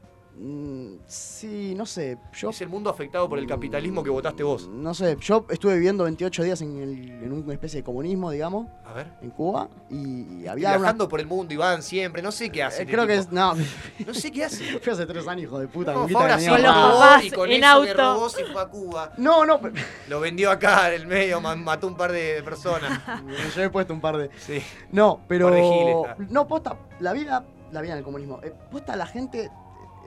Speaker 3: Mm, Sí, no sé. Yo
Speaker 1: Es el mundo afectado por el capitalismo que votaste vos.
Speaker 3: no sé, yo estuve viviendo 28 días en, el- en una especie de comunismo, digamos,
Speaker 1: A ver.
Speaker 3: en Cuba y, y había una
Speaker 1: Viajando por el mundo, Iván, siempre. No sé qué hace. este
Speaker 3: Eh, creo que es no,
Speaker 1: es. No sé qué hace.
Speaker 3: fui hace tres años, hijo de puta,
Speaker 1: No,
Speaker 3: con
Speaker 1: fue
Speaker 3: guita
Speaker 1: a
Speaker 3: de
Speaker 1: Brasil,
Speaker 3: mierda.
Speaker 1: lo robó y con
Speaker 3: en
Speaker 1: eso
Speaker 3: auto.
Speaker 1: que robó se fue a Cuba.
Speaker 3: No, no, pero-
Speaker 1: Lo vendió acá en el medio, ma- mató un par de personas.
Speaker 3: yo he puesto un par de.
Speaker 1: Sí.
Speaker 3: No,
Speaker 1: Un par de giles,
Speaker 3: pero.
Speaker 1: está.
Speaker 3: No, posta, la vida, la vida en el comunismo. eh, posta, la gente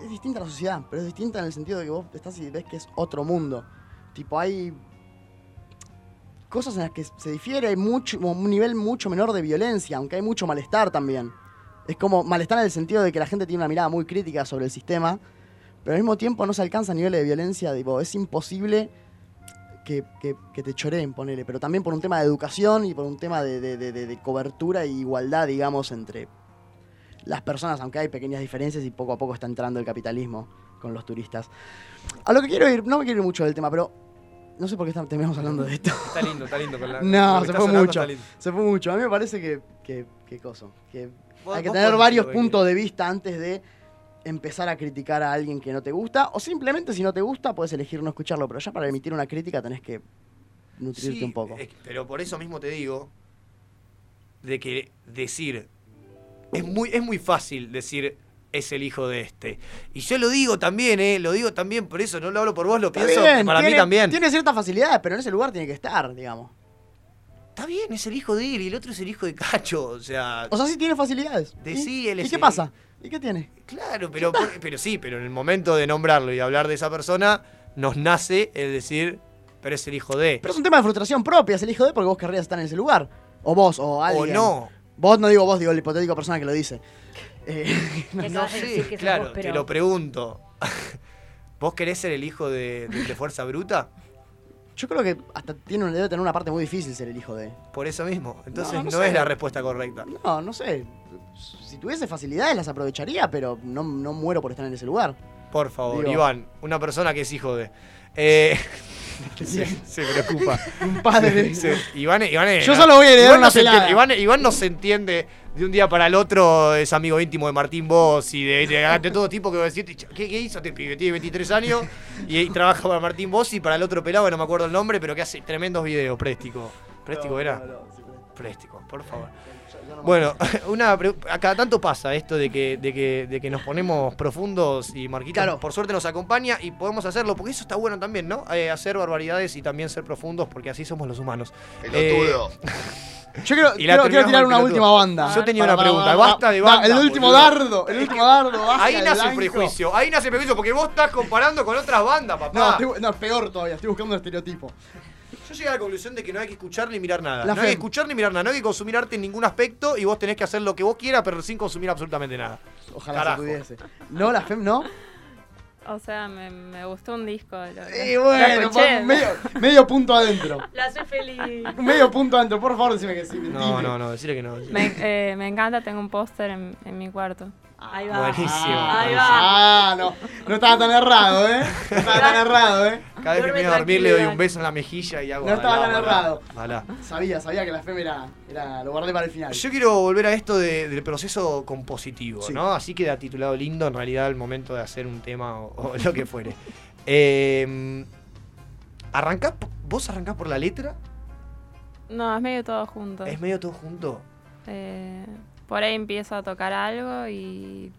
Speaker 3: es distinta a la sociedad, pero es distinta en el sentido de que vos estás y ves que es otro mundo. Tipo, hay cosas en las que se difiere, hay mucho, un nivel mucho menor de violencia, aunque hay mucho malestar también. Es como malestar en el sentido de que la gente tiene una mirada muy crítica sobre el sistema, pero al mismo tiempo no se alcanza niveles de violencia, tipo, es imposible que, que- que te choreen, ponele, pero también por un tema de educación y por un tema de, de- de- de- de cobertura e igualdad, digamos, entre las personas, aunque hay pequeñas diferencias y poco a poco está entrando el capitalismo con los turistas. A lo que quiero ir, no me quiero ir mucho del tema, pero no sé por qué estamos- terminamos hablando de esto.
Speaker 1: Está lindo, está lindo. Con la, lo
Speaker 3: No,
Speaker 1: que
Speaker 3: se
Speaker 1: está
Speaker 3: fue
Speaker 1: sonando
Speaker 3: mucho.
Speaker 1: está lindo.
Speaker 3: Se fue mucho. A mí me parece que. que, que coso. Que
Speaker 1: Vos-
Speaker 3: hay que
Speaker 1: vos
Speaker 3: tener
Speaker 1: podés decir
Speaker 3: varios
Speaker 1: lo que
Speaker 3: puntos de vista antes de empezar a criticar a alguien que no te gusta. O simplemente si no te gusta, puedes elegir no escucharlo. Pero ya para emitir una crítica tenés que nutrirte
Speaker 1: Sí,
Speaker 3: un poco.
Speaker 1: es que- pero por eso mismo te digo de que decir es muy es muy fácil decir es el hijo de este. Y yo lo digo también, eh, lo digo también, por eso no lo hablo por vos, lo
Speaker 3: Está
Speaker 1: pienso
Speaker 3: bien,
Speaker 1: para mí
Speaker 3: tiene-
Speaker 1: también.
Speaker 3: Tiene ciertas facilidades, pero en ese lugar tiene que estar, digamos.
Speaker 1: Está bien, es el hijo de él y el otro es el hijo de Cacho, o sea,
Speaker 3: O sea, sí tiene facilidades. ¿Y-
Speaker 1: Decí, él
Speaker 3: ¿Y
Speaker 1: es
Speaker 3: qué
Speaker 1: el-
Speaker 3: pasa? ¿Y qué tiene?
Speaker 1: Claro, pero, por- pero sí, pero en el momento de nombrarlo y hablar de esa persona, nos nace el decir, pero es el hijo de.
Speaker 3: Pero es un tema de frustración propia, es el hijo de porque vos querrías estar en ese lugar. O vos, o
Speaker 1: o
Speaker 3: alguien.
Speaker 1: no.
Speaker 3: Vos no digo vos, digo la hipotética persona que lo dice. Eh,
Speaker 1: No,
Speaker 4: acabas de decir que
Speaker 1: sé,
Speaker 4: sos
Speaker 1: claro,
Speaker 4: vos,
Speaker 1: te
Speaker 4: pero-
Speaker 1: lo pregunto. ¿Vos querés ser el hijo de, de- de Fuerza Bruta?
Speaker 3: Yo creo que hasta tiene, un- debe tener una parte muy difícil ser el hijo de.
Speaker 1: Por eso mismo. Entonces
Speaker 3: No,
Speaker 1: no,
Speaker 3: no
Speaker 1: es
Speaker 3: sé.
Speaker 1: la respuesta correcta.
Speaker 3: No, no sé. Si tuviese facilidades las aprovecharía, pero no, no muero por estar en ese lugar.
Speaker 1: Por favor,
Speaker 3: Digo-
Speaker 1: Iván, una persona que es hijo de. Eh, se, se preocupa.
Speaker 3: Un padre.
Speaker 1: Se- se- Iván, Iván es-
Speaker 3: Yo solo voy a heredar
Speaker 1: Iván
Speaker 3: una
Speaker 1: no se
Speaker 3: pelada.
Speaker 1: entiende- Iván, Iván no se entiende de un día para el otro, es amigo íntimo de Martín Boss y de, de- de todo tipo que va a decir, ¿qué, qué hizo este pibe? Tiene 23 años y, y trabaja para Martín Boss y para el otro pelado, que no me acuerdo el nombre, pero que hace tremendos videos, Préstico. Préstico era. Préstico, por favor. Bueno, una pre- a cada tanto pasa esto de que, de que, de que nos ponemos profundos y Marquita
Speaker 3: Claro.
Speaker 1: por suerte nos acompaña y podemos hacerlo, porque eso está bueno también, ¿no? Eh, hacer barbaridades y también ser profundos, porque así somos los humanos.
Speaker 3: Pelotudo.
Speaker 1: Eh,
Speaker 3: Yo quiero,
Speaker 1: Y la
Speaker 3: quiero- quiero
Speaker 1: terminamos
Speaker 3: tirar
Speaker 1: con
Speaker 3: una
Speaker 1: pelotudo.
Speaker 3: última banda. eh,
Speaker 1: Yo tenía
Speaker 3: Para,
Speaker 1: una
Speaker 3: para,
Speaker 1: pregunta,
Speaker 3: para,
Speaker 1: basta de
Speaker 3: para. No,
Speaker 1: banda,
Speaker 3: el último
Speaker 1: boludo.
Speaker 3: dardo, el último dardo. basta
Speaker 1: Ahí
Speaker 3: de
Speaker 1: nace el
Speaker 3: blanco.
Speaker 1: prejuicio, ahí nace el prejuicio, porque vos estás comparando con otras bandas, papá.
Speaker 3: No, estoy bu- no, peor todavía, estoy buscando un estereotipo.
Speaker 1: Yo llegué a la conclusión de que no hay que escuchar ni mirar nada.
Speaker 3: La
Speaker 1: no hay que
Speaker 3: FEM.
Speaker 1: escuchar ni mirar nada, no hay que consumir arte en ningún aspecto y vos tenés que hacer lo que vos quieras, pero sin consumir absolutamente nada.
Speaker 3: Ojalá
Speaker 1: Carajo.
Speaker 3: se pudiese. No, la FEM no.
Speaker 21: O sea, me, me gustó un disco. lo-
Speaker 3: Y
Speaker 21: lo
Speaker 3: bueno,
Speaker 21: escuché.
Speaker 3: pon medio, medio punto adentro.
Speaker 4: La hace feliz.
Speaker 3: Medio punto adentro, por favor, decime que sí.
Speaker 1: No, no, no, decirle que no.
Speaker 21: Me, eh, me encanta, tengo un póster en, en mi cuarto.
Speaker 4: Ahí
Speaker 1: va. Buenísimo.
Speaker 4: Ahí
Speaker 3: va. Ah, no. No estaba tan errado, ¿eh? No estaba tan errado, ¿eh?
Speaker 1: Cada vez que me voy a dormir le doy un beso en la mejilla y hago.
Speaker 3: No estaba
Speaker 1: "Alá,
Speaker 3: tan
Speaker 1: alá,
Speaker 3: errado".
Speaker 1: alá".
Speaker 3: Sabía, sabía que la FEM era, era- Lo guardé para el final.
Speaker 1: Yo quiero volver a esto de- del proceso compositivo,
Speaker 3: Sí.
Speaker 1: ¿no? Así queda titulado lindo en realidad el momento de hacer un tema o, o lo que fuere. Eh, ¿Arrancás, p- Em, ¿Vos arrancás por la letra?
Speaker 21: No, es medio todo junto.
Speaker 1: ¿Es medio todo junto?
Speaker 21: Eh, por ahí empiezo a tocar algo y,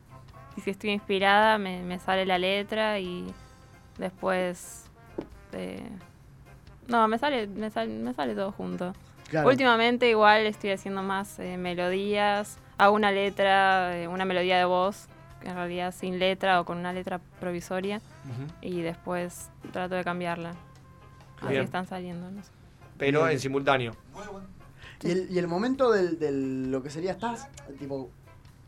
Speaker 21: y si estoy inspirada me, me sale la letra y después... eh, no, me sale, me, sale, me sale todo junto.
Speaker 22: Claro.
Speaker 21: Últimamente igual estoy haciendo más eh, melodías, hago una letra, eh, una melodía de voz, que en realidad sin letra o con una letra provisoria
Speaker 1: Ujú.
Speaker 21: y después trato de cambiarla. Así
Speaker 1: Bien.
Speaker 21: están saliendo. no sé.
Speaker 1: Pero
Speaker 3: Bien.
Speaker 1: en simultáneo.
Speaker 3: Y el, y el momento del, del- lo que sería estás tipo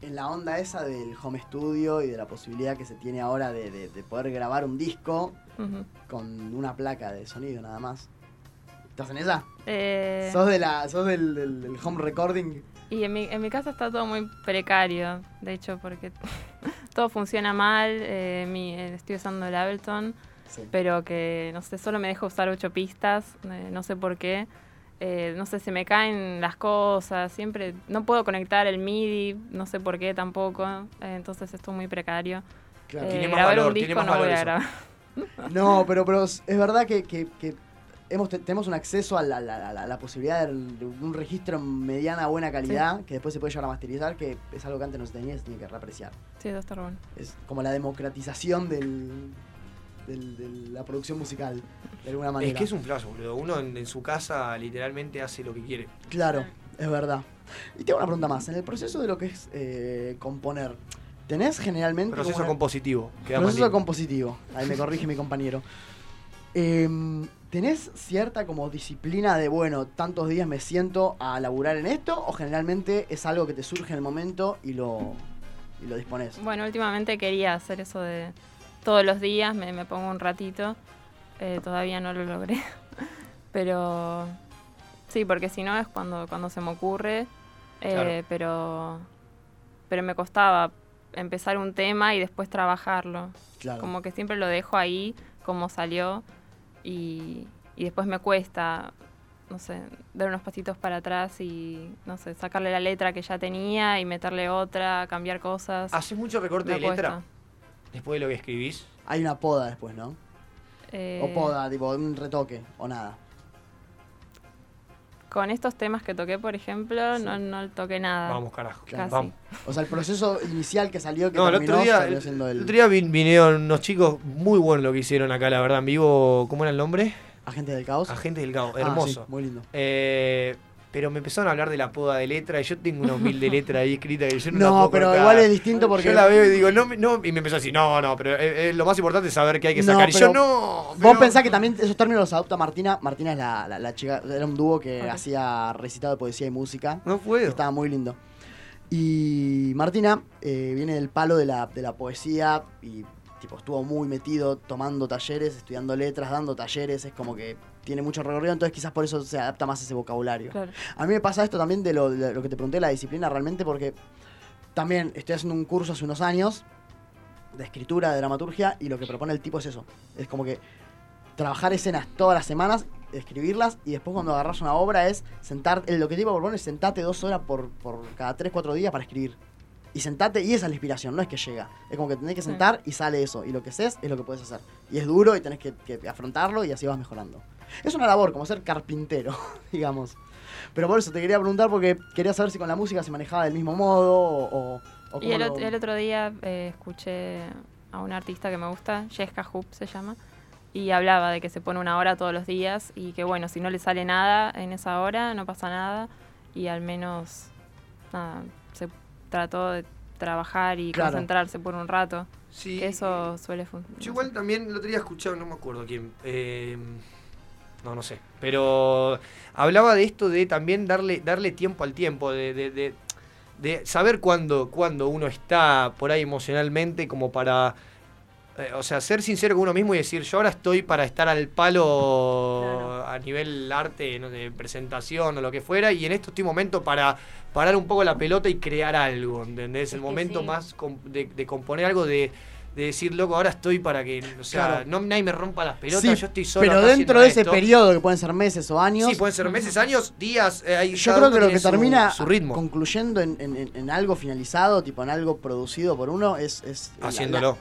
Speaker 3: en la onda esa del home studio y de la posibilidad que se tiene ahora de, de- de poder grabar un disco
Speaker 21: Ujú.
Speaker 3: con una placa de sonido nada más. ¿Estás en esa?
Speaker 21: Eh,
Speaker 3: ¿Sos, de la, sos del, del- del home recording?
Speaker 21: Y en mi, en mi casa está todo muy precario, de hecho, porque todo funciona mal. eh, mi- eh, estoy usando el Ableton, pero que no sé, solo me deja usar ocho pistas, eh, no sé por qué. Eh, no sé, se me caen las cosas, siempre no puedo conectar el MIDI, no sé por qué tampoco. eh, entonces esto es muy precario.
Speaker 3: Claro.
Speaker 21: Eh,
Speaker 3: Tiene más
Speaker 21: grabar
Speaker 3: valor,
Speaker 21: un disco
Speaker 3: tiene más
Speaker 21: no
Speaker 3: valor
Speaker 21: voy a
Speaker 3: eso.
Speaker 21: grabar.
Speaker 3: No, pero, pero es es verdad que, que- que hemos, te- tenemos un acceso a la, la- la- la- la posibilidad del- de un registro en mediana buena calidad que después se puede llegar a masterizar, que es algo que antes no se tenía y se tiene que reapreciar.
Speaker 21: Sí, eso está re bueno.
Speaker 3: Es como la democratización del- del- de la producción musical, de alguna manera.
Speaker 1: Es que es un flash, boludo. Uno en, en su casa literalmente hace lo que quiere.
Speaker 3: Claro, es verdad. Y tengo una pregunta más. En el proceso de lo que es eh, componer, ¿tenés generalmente... como
Speaker 1: Proceso
Speaker 3: una-
Speaker 1: compositivo. queda más
Speaker 3: Proceso
Speaker 1: lindo.
Speaker 3: compositivo. Ahí me corrige mi compañero. Em, ¿Tenés cierta como disciplina de, bueno, tantos días me siento a laburar en esto? ¿O generalmente es algo que te surge en el momento y lo, y lo dispones?
Speaker 21: Bueno, últimamente quería hacer eso de todos los días, me, me pongo un ratito. Eh, todavía no lo logré. Pero sí, porque si no es cuando, cuando se me ocurre. Eh, pero, pero me costaba empezar un tema y después trabajarlo.
Speaker 23: Claro.
Speaker 21: Como que siempre lo dejo ahí, como salió. Y, y después me cuesta, no sé, dar unos pasitos para atrás y, no sé, sacarle la letra que ya tenía y meterle otra, cambiar cosas.
Speaker 1: ¿Haces mucho recorte
Speaker 21: Me
Speaker 1: de letra?
Speaker 21: cuesta.
Speaker 1: Después de lo que escribís.
Speaker 3: Hay una poda después, ¿no?
Speaker 21: Eh,
Speaker 3: O poda, tipo un retoque, o nada.
Speaker 21: Con estos temas que toqué, por ejemplo, no, no toqué nada.
Speaker 1: Vamos, carajo.
Speaker 21: ah, Casi.
Speaker 1: Vamos.
Speaker 3: O sea, el proceso inicial que salió, que
Speaker 1: No, el
Speaker 3: terminó,
Speaker 1: otro día,
Speaker 3: salió
Speaker 1: el,
Speaker 3: siendo
Speaker 1: el
Speaker 3: el...
Speaker 1: otro día vin- vinieron unos chicos muy buenos lo que hicieron acá, la verdad, en vivo. ¿Cómo era el nombre?
Speaker 3: Agente del Caos.
Speaker 1: Agente del Caos,
Speaker 3: Ah,
Speaker 1: hermoso.
Speaker 3: sí, muy lindo.
Speaker 1: Eh, pero me empezaron a hablar de la poda de letra y yo tengo unos mil de letra ahí escrita que yo no,
Speaker 3: No,
Speaker 1: la puedo
Speaker 3: pero
Speaker 1: cortar.
Speaker 3: igual es distinto porque-
Speaker 1: Yo la veo y digo, no, me- no, y me empezó así, no, no, pero eh, eh, lo más importante es saber qué hay que sacar. Y yo,
Speaker 3: pero
Speaker 1: no,
Speaker 3: Vos pensás que también esos términos los adopta Martina. Martina es la, la- la chica, era un dúo que hacía recitado de poesía y música.
Speaker 1: No puedo.
Speaker 3: Estaba muy lindo. Y Martina eh, viene del palo de la, de la poesía y tipo estuvo muy metido tomando talleres, estudiando letras, dando talleres. Es como que tiene mucho recorrido, entonces quizás por eso se adapta más a ese vocabulario.
Speaker 21: Claro.
Speaker 3: A mí me pasa esto también de lo, de lo que te pregunté, la disciplina realmente, porque también estoy haciendo un curso hace unos años de escritura, de dramaturgia, y lo que propone el tipo es eso. Es como que trabajar escenas todas las semanas, escribirlas, y después cuando agarras una obra es sentar, el- lo que el tipo propone es sentarte dos horas por, por cada tres, cuatro días para escribir. Y sentate, y esa es la inspiración, no es que llega. Es como que tenés que sentar y sale eso. Y lo que haces es lo que puedes hacer. Y es duro y tenés que, que afrontarlo y así vas mejorando. Es una labor, como ser carpintero, digamos. Pero por eso te quería preguntar porque quería saber si con la música se manejaba del mismo modo o, o- o
Speaker 21: Y
Speaker 3: cómo
Speaker 21: el,
Speaker 3: lo-
Speaker 21: ot- el otro día eh, escuché a un artista que me gusta, Jessica Hoop se llama, y hablaba de que se pone una hora todos los días y que bueno, si no le sale nada en esa hora, no pasa nada, y al menos nada, se trató de trabajar y
Speaker 1: Claro.
Speaker 21: concentrarse por un rato.
Speaker 1: Sí, eh,
Speaker 21: que eso suele funcionar.
Speaker 1: Yo igual también el otro día escuchaba, no me acuerdo quién. eh, no, no sé. Pero hablaba de esto de también darle, darle tiempo al tiempo, de, de- de- de saber cuándo, cuándo uno está por ahí emocionalmente como para... eh, o sea, ser sincero con uno mismo y decir, yo ahora estoy para estar al palo a nivel arte, no sé, presentación o lo que fuera, y en esto estoy momento para parar un poco la pelota y crear algo, ¿entendés? El momento
Speaker 17: sí.
Speaker 1: más com- de, de componer algo de, de decir, loco, ahora estoy para que, o sea,
Speaker 3: Claro.
Speaker 1: no nadie me rompa las pelotas,
Speaker 3: Sí,
Speaker 1: yo estoy solo.
Speaker 3: Pero
Speaker 1: acá
Speaker 3: dentro
Speaker 1: haciendo
Speaker 3: de ese
Speaker 1: esto.
Speaker 3: periodo, que pueden ser meses o años.
Speaker 1: Sí, pueden ser meses, años, días. eh, ahí
Speaker 3: Yo
Speaker 1: cada
Speaker 3: creo
Speaker 1: uno
Speaker 3: que lo
Speaker 1: tiene
Speaker 3: que
Speaker 1: su-
Speaker 3: termina
Speaker 1: Su, ritmo.
Speaker 3: concluyendo en, en- en- en algo finalizado, tipo en algo producido por uno, es. es la-
Speaker 1: Haciéndolo.
Speaker 3: la-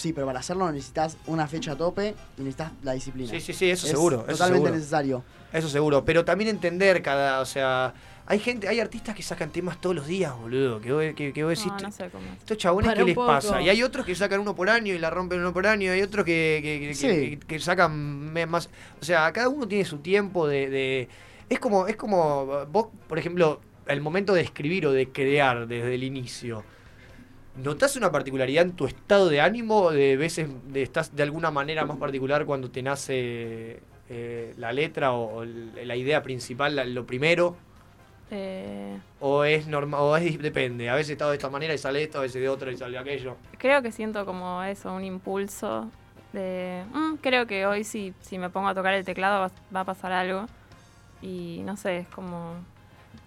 Speaker 3: sí, pero para hacerlo necesitas una fecha a tope y necesitas la disciplina.
Speaker 1: Sí, sí, sí, eso
Speaker 3: Es
Speaker 1: seguro. eso
Speaker 3: Totalmente
Speaker 1: seguro.
Speaker 3: necesario.
Speaker 1: Eso seguro. Pero también entender cada. O sea. Hay gente, hay artistas que sacan temas todos los días, boludo. Que vos, que, que vos decís.
Speaker 21: No, no sé cómo.
Speaker 1: Estos chabones,
Speaker 21: Para
Speaker 1: ¿qué
Speaker 21: un
Speaker 1: les
Speaker 21: poco.
Speaker 1: pasa? Y hay otros que sacan uno por año y la rompen uno por año. Hay otros que, que, que- que-
Speaker 3: Sí.
Speaker 1: que- que sacan me- más. O sea, cada uno tiene su tiempo de. de- es como, es como eh, vos, por ejemplo, el momento de escribir o de crear desde el inicio. ¿Notás una particularidad en tu estado de ánimo? ¿De veces de- estás de alguna manera más particular cuando te nace eh, la letra o, o la idea principal, la- lo primero?
Speaker 21: Eh,
Speaker 1: ¿O es normal? ¿O es, depende? A veces estás de esta manera y sale esto, a veces de otra y sale aquello.
Speaker 21: creo que siento como eso, un impulso de... "Mm, creo que hoy si, si me pongo a tocar el teclado va, va a pasar algo. Y no sé, es como...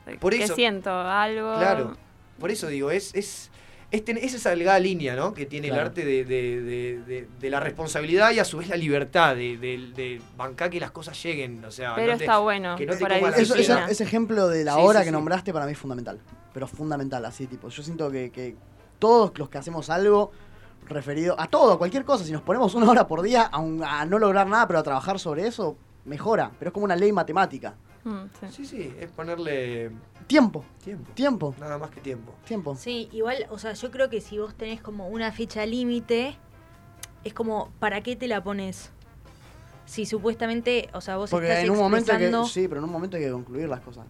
Speaker 21: eh,
Speaker 1: Por
Speaker 21: que
Speaker 1: eso-
Speaker 21: siento algo...
Speaker 1: Claro. Por eso digo, es, es, es ten- es esa delgada línea ¿no? que tiene el
Speaker 21: Claro.
Speaker 1: arte de, de- de- de- de la responsabilidad y a su vez la libertad de, de- de bancar que las cosas lleguen. O sea,
Speaker 21: Pero
Speaker 1: no te-
Speaker 21: está bueno,
Speaker 1: Que no te
Speaker 21: por ahí
Speaker 1: coma la
Speaker 3: Eso- esa-
Speaker 1: ansiedad.
Speaker 3: ese ejemplo de la
Speaker 1: Sí,
Speaker 3: hora
Speaker 1: sí,
Speaker 3: que
Speaker 1: sí.
Speaker 3: nombraste para mí es fundamental. Pero fundamental, así, tipo. Yo siento que, que todos los que hacemos algo referido a todo, a cualquier cosa, si nos ponemos una hora por día a, un- a no lograr nada, pero a trabajar sobre eso, mejora. Pero es como una ley matemática.
Speaker 1: Sí, sí, es ponerle
Speaker 3: Tiempo.
Speaker 1: Tiempo.
Speaker 3: Tiempo.
Speaker 1: nada más que tiempo.
Speaker 3: Tiempo.
Speaker 4: Sí, igual, o sea, yo creo que si vos tenés como una fecha límite, es como, ¿para qué te la pones? Si supuestamente, o sea, vos
Speaker 3: Porque
Speaker 4: estás
Speaker 3: en un momento hay que,
Speaker 4: expresando-
Speaker 3: sí, pero en un momento hay que concluir las cosas.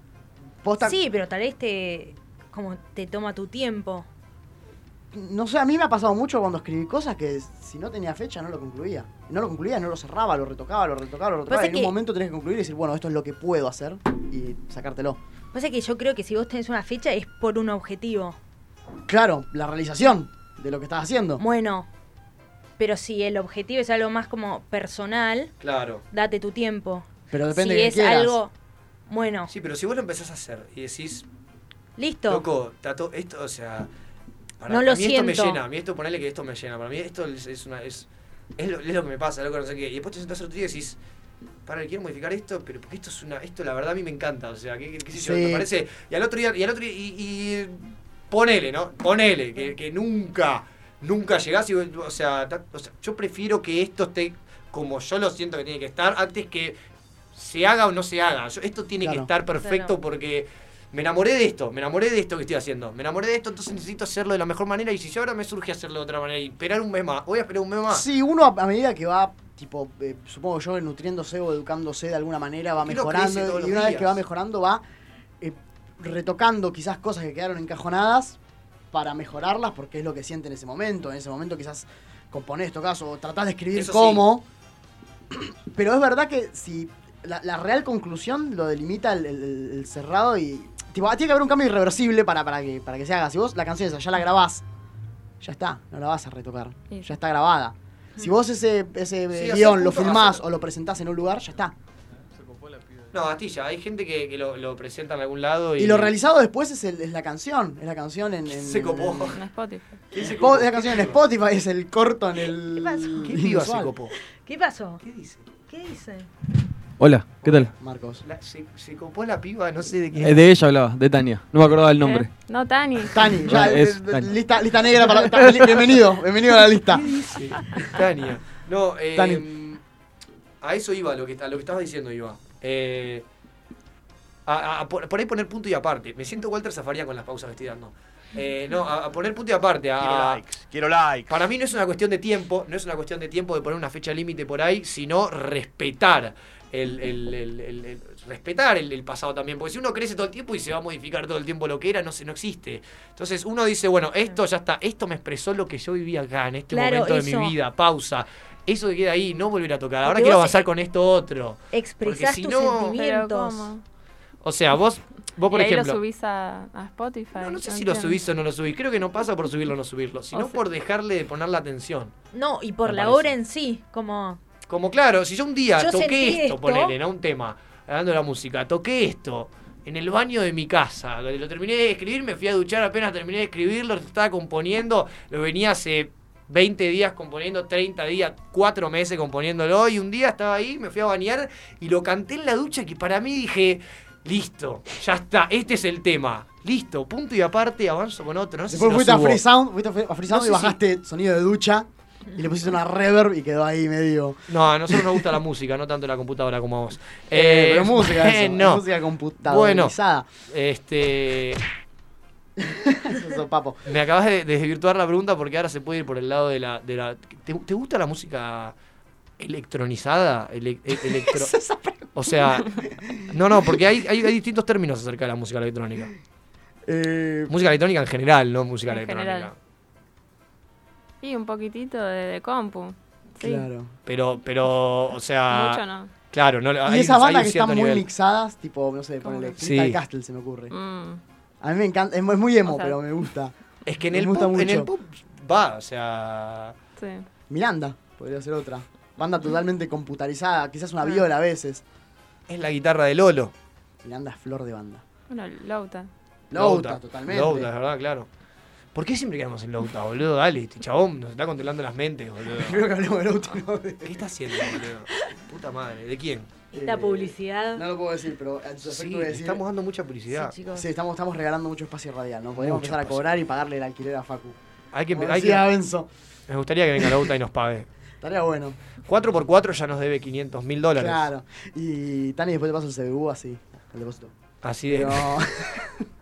Speaker 4: Sí, pero tal vez te, como te toma tu tiempo.
Speaker 3: No sé, a mí me ha pasado mucho cuando escribí cosas que si no tenía fecha no lo concluía. No lo concluía, no lo cerraba, lo retocaba, lo retocaba, lo retocaba.
Speaker 4: Pasa
Speaker 3: Y en un
Speaker 4: que-
Speaker 3: momento tenés que concluir y decir, bueno, esto es lo que puedo hacer y sacártelo.
Speaker 4: Pasa que yo creo que si vos tenés una fecha es por un objetivo.
Speaker 3: Claro, la realización de lo que estás haciendo.
Speaker 4: Bueno, pero si el objetivo es algo más como personal,
Speaker 1: Claro.
Speaker 4: date tu tiempo.
Speaker 3: Pero depende
Speaker 4: si
Speaker 3: de qué
Speaker 4: es
Speaker 3: quieras.
Speaker 4: algo, bueno,
Speaker 1: Sí, pero si vos lo empezás a hacer y decís,
Speaker 4: listo.
Speaker 1: Loco, tato, esto, o sea. para-
Speaker 4: No lo
Speaker 1: a mí esto me
Speaker 4: siento.
Speaker 1: llena, a mí esto, ponele que esto me llena. Para mí esto es, es una. Es, es lo, es lo que me pasa, loco, no sé qué. Y después te sentás otro día y decís. Para, quiero modificar esto, pero porque esto es una. Esto la verdad a mí me encanta. O sea, qué, qué- qué sé yo,
Speaker 3: Sí.
Speaker 1: me parece. Y al otro día, y al otro día, y, y- ponele, ¿no? Ponele, que, que nunca, nunca llegás y vos- o sea, ta- o sea, yo prefiero que esto esté como yo lo siento que tiene que estar, antes que se haga o no se haga. Yo- esto tiene que
Speaker 17: Claro.
Speaker 1: estar perfecto
Speaker 17: Claro.
Speaker 1: porque me enamoré de esto, me enamoré de esto que estoy haciendo, me enamoré de esto, entonces necesito hacerlo de la mejor manera y si yo ahora me surge hacerlo de otra manera y esperar un mes más, voy a esperar un mes más.
Speaker 3: Sí, uno a, a medida que va, tipo, eh, supongo yo, nutriéndose o educándose de alguna manera, va
Speaker 1: Que uno crece
Speaker 3: mejorando.
Speaker 1: todos
Speaker 3: Y
Speaker 1: los
Speaker 3: una vez
Speaker 1: días.
Speaker 3: que va mejorando, va eh, retocando quizás cosas que quedaron encajonadas para mejorarlas, porque es lo que siente en ese momento. En ese momento quizás componés, tocas o tratás de escribir
Speaker 1: Eso sí.
Speaker 3: cómo. Pero es verdad que si la, la real conclusión lo delimita el, el- el- el cerrado y... Tipo, tiene que haber un cambio irreversible para, para, que, para que se haga. Si vos la canción esa ya la grabás, ya está, no la vas a retocar.
Speaker 21: Sí.
Speaker 3: Ya está grabada. Si vos ese, ese
Speaker 1: Sí,
Speaker 3: eh,
Speaker 1: hacer
Speaker 3: guión lo
Speaker 1: punto,
Speaker 3: filmás
Speaker 1: hacer-
Speaker 3: o lo presentás en un lugar, ya está.
Speaker 1: No, Astilla, hay gente que, que lo, lo presenta en algún lado y,
Speaker 3: Y lo realizado después es, el- es la canción. Es la canción en. en-
Speaker 1: Se copó.
Speaker 3: en-
Speaker 21: En Spotify.
Speaker 1: ¿Quién se
Speaker 3: en-
Speaker 1: copó?
Speaker 3: es la canción en Spotify, es el corto en el.
Speaker 4: ¿Qué pasó?
Speaker 1: ¿Qué piba se
Speaker 3: inusual.
Speaker 1: copó?
Speaker 4: ¿Qué pasó?
Speaker 1: ¿Qué dice?
Speaker 4: ¿Qué dice?
Speaker 6: Hola, ¿qué tal?
Speaker 3: Marcos.
Speaker 1: se, se copó la piba, no sé de qué.
Speaker 6: Eh, de ella hablaba, de Tania. No me acordaba el nombre.
Speaker 21: Eh, No, Tani.
Speaker 3: Tani, ya,
Speaker 6: Ah, es
Speaker 3: eh,
Speaker 6: Tani.
Speaker 3: lista, lista negra para. ta- li- bienvenido, bienvenido a la lista.
Speaker 1: Sí, Tania. No, eh,
Speaker 3: Tani.
Speaker 1: a eso iba, lo que, a lo que estabas diciendo iba. Eh, a- a- por, por ahí poner punto y aparte. Me siento Walter Zafaria con las pausas que estoy dando. Eh, no, a, a poner punto y aparte. A,
Speaker 22: Quiero likes, quiero likes.
Speaker 1: Para mí no es una cuestión de tiempo, no es una cuestión de tiempo de poner una fecha límite por ahí, sino respetar. El, el- el- el- el- respetar el, el pasado también, porque si uno crece todo el tiempo y se va a modificar todo el tiempo lo que era, no, se, no existe. Entonces uno dice, bueno, esto ya está, esto me expresó lo que yo vivía acá, en este
Speaker 4: Claro,
Speaker 1: momento de
Speaker 4: eso.
Speaker 1: mi vida, pausa. Eso que queda ahí, no volver a tocar. Ahora
Speaker 4: Porque
Speaker 1: quiero
Speaker 4: vos-
Speaker 1: avanzar con esto otro.
Speaker 4: Expresás
Speaker 1: si
Speaker 4: tus
Speaker 1: no-
Speaker 4: sentimientos.
Speaker 1: O sea, vos, vos por
Speaker 21: y ahí
Speaker 1: ejemplo...
Speaker 21: lo subís a, a Spotify.
Speaker 1: No sé si lo
Speaker 21: entiendo.
Speaker 1: subís o no lo subís. Creo que no pasa por subirlo o no subirlo, sino por dejarle de ponerle atención.
Speaker 4: No, y por
Speaker 1: Me
Speaker 4: la
Speaker 1: parece.
Speaker 4: hora en sí, como...
Speaker 1: Como claro, si yo un día
Speaker 4: Yo
Speaker 1: toqué
Speaker 4: sentí
Speaker 1: esto,
Speaker 4: esto.
Speaker 1: ponele, ¿no? Un tema, hablando de la música, toqué esto en el baño de mi casa. Lo terminé de escribir, me fui a duchar apenas terminé de escribirlo, lo estaba componiendo, lo venía hace 20 días componiendo, 30 días, 4 meses componiéndolo, y un día estaba ahí, me fui a bañar y lo canté en la ducha que para mí dije, listo, ya está, este es el tema. Listo, punto y aparte, avanzo con otro. No sé
Speaker 3: Después
Speaker 1: si lo
Speaker 3: fuiste a
Speaker 1: subo.
Speaker 3: Free Sound, fuiste a Free- a Free
Speaker 1: No
Speaker 3: Sound
Speaker 1: sé
Speaker 3: y bajaste sonido de ducha. y le pusiste una reverb y quedó ahí medio.
Speaker 1: No, a nosotros nos gusta la música, no tanto la computadora como a vos.
Speaker 3: Eh, pero música eso,
Speaker 1: bueno.
Speaker 3: música computadorizada.
Speaker 1: Bueno, este.
Speaker 3: Eso, papo.
Speaker 1: Me acabas de de desvirtuar la pregunta porque ahora se puede ir por el lado de la. De la ¿te, te gusta la música electronizada? Ele- e- electro- o sea. No, no, porque hay, hay, hay distintos términos acerca de la música electrónica.
Speaker 3: Eh,
Speaker 1: música electrónica en general, no música
Speaker 21: En
Speaker 1: electrónica.
Speaker 21: general. Y un poquitito de, de compu. Sí.
Speaker 1: Pero, pero, o sea.
Speaker 21: Mucho no.
Speaker 1: Claro, no,
Speaker 3: y
Speaker 1: hay
Speaker 3: esas
Speaker 1: un- hay
Speaker 3: bandas
Speaker 1: un
Speaker 3: que
Speaker 1: cierto
Speaker 3: están muy
Speaker 1: nivel.
Speaker 3: mixadas, tipo, no sé, ponele
Speaker 1: Sí.
Speaker 3: Crystal Castle se me ocurre.
Speaker 21: Mm.
Speaker 3: A mí me encanta, es muy- es muy emo,
Speaker 21: O sea-
Speaker 3: pero me gusta.
Speaker 1: Es que en
Speaker 3: Me
Speaker 1: el,
Speaker 3: gusta
Speaker 1: pop, en el
Speaker 3: mucho.
Speaker 1: pop va, o sea.
Speaker 21: Sí.
Speaker 3: Miranda, podría ser otra.
Speaker 4: Mm.
Speaker 3: Banda totalmente computarizada, quizás una viola a veces.
Speaker 1: Es la guitarra de Lolo.
Speaker 3: Miranda es flor de banda.
Speaker 21: Bueno, Lauta.
Speaker 3: Louta, totalmente.
Speaker 1: Louta, es verdad, claro. ¿Por qué siempre quedamos en Louta, boludo? Dale, este chabón nos está controlando las mentes, boludo.
Speaker 3: Creo que hablamos de Louta,
Speaker 1: ¿Qué está haciendo, boludo? Puta madre, ¿de quién?
Speaker 4: Esta publicidad.
Speaker 3: Eh, No lo puedo decir, pero a
Speaker 1: Sí,
Speaker 3: su efecto voy a
Speaker 1: le
Speaker 3: decir-
Speaker 1: estamos dando mucha publicidad.
Speaker 3: Sí, estamos, estamos regalando mucho espacio radial, ¿no? Podemos
Speaker 1: Mucho
Speaker 3: empezar a
Speaker 1: espacio.
Speaker 3: cobrar y pagarle el alquiler a Facu.
Speaker 1: Hay que,
Speaker 3: Como
Speaker 1: hay
Speaker 3: decía
Speaker 1: que-
Speaker 3: Benzo.
Speaker 1: Me gustaría que venga Louta y nos pague.
Speaker 3: Estaría bueno.
Speaker 1: 4x4 ya nos debe 500 mil dólares.
Speaker 3: Claro. Y Tani, después te paso el CBU así, el depósito.
Speaker 1: Así de.
Speaker 3: No.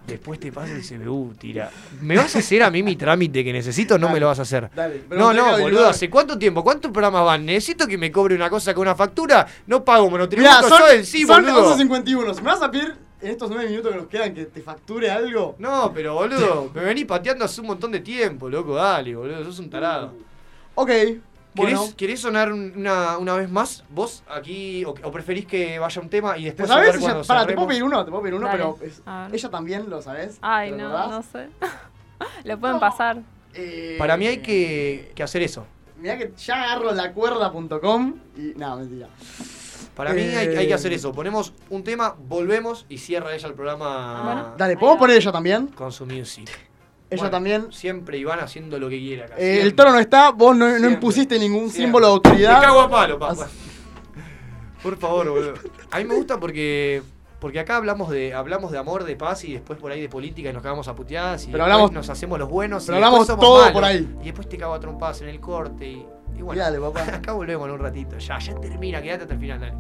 Speaker 1: Después te pasa el CBU, tira. ¿Me vas a hacer a mí mi trámite que necesito o no me lo vas a hacer?
Speaker 3: Dale, pero
Speaker 1: no,
Speaker 3: me tengo
Speaker 1: no,
Speaker 3: que
Speaker 1: boludo,
Speaker 3: ayudar.
Speaker 1: ¿hace cuánto tiempo? ¿Cuántos programas van? Necesito que me cobre una cosa con una factura. No pago monotributo
Speaker 3: Mirá, son,
Speaker 1: yo en sí,
Speaker 3: son
Speaker 1: boludo.
Speaker 3: 11.51. Si me vas a pedir en estos 9 minutos que nos quedan que te facture algo.
Speaker 1: No, pero boludo, me venís pateando hace un montón de tiempo, loco. Dale, boludo, sos un tarado.
Speaker 3: Ok.
Speaker 1: ¿Querés,
Speaker 3: Bueno.
Speaker 1: querés sonar un- una, una vez más vos aquí o, o preferís que vaya un tema y
Speaker 3: ¿Te
Speaker 1: después
Speaker 3: sabes?
Speaker 1: hablar
Speaker 3: Ella-
Speaker 1: cuando
Speaker 3: Pará, te
Speaker 1: cerremos?
Speaker 3: puedo pedir uno, te puedo pedir uno,
Speaker 21: Dale,
Speaker 3: pero es-
Speaker 21: a ver.
Speaker 3: ella también lo sabes.
Speaker 21: Ay, no, no sé. Lo pueden pasar.
Speaker 3: Eh,
Speaker 1: Para mí hay que, que hacer eso.
Speaker 3: Mirá que ya agarro la cuerda.com y. No, mentira.
Speaker 1: Para mí hay,
Speaker 3: Eh,
Speaker 1: hay que hacer eso. Ponemos un tema, volvemos y cierra ella el programa
Speaker 3: Dale, ¿podemos poner ella también?
Speaker 1: con su music.
Speaker 3: Ella
Speaker 1: Bueno,
Speaker 3: también.
Speaker 1: Siempre Iván haciendo lo que quiera. acá,
Speaker 3: Eh, el
Speaker 1: siempre.
Speaker 3: tono no está, vos no, no impusiste ningún símbolo de autoridad.
Speaker 1: Me cago a palo, papá. Por favor, boludo. A mí me gusta porque. Porque acá hablamos de, hablamos de amor, de paz y después por ahí de política y nos cagamos a puteadas y
Speaker 3: Pero
Speaker 1: después
Speaker 3: hablamos-
Speaker 1: nos hacemos los buenos
Speaker 3: pero
Speaker 1: y después
Speaker 3: hablamos
Speaker 1: somos
Speaker 3: todo
Speaker 1: malos.
Speaker 3: por ahí.
Speaker 1: Y después te cago a trompadas en el corte y, y bueno.
Speaker 3: Y dale, papá.
Speaker 1: Acá volvemos en un ratito. Ya, ya termina, quédate hasta el final, dale.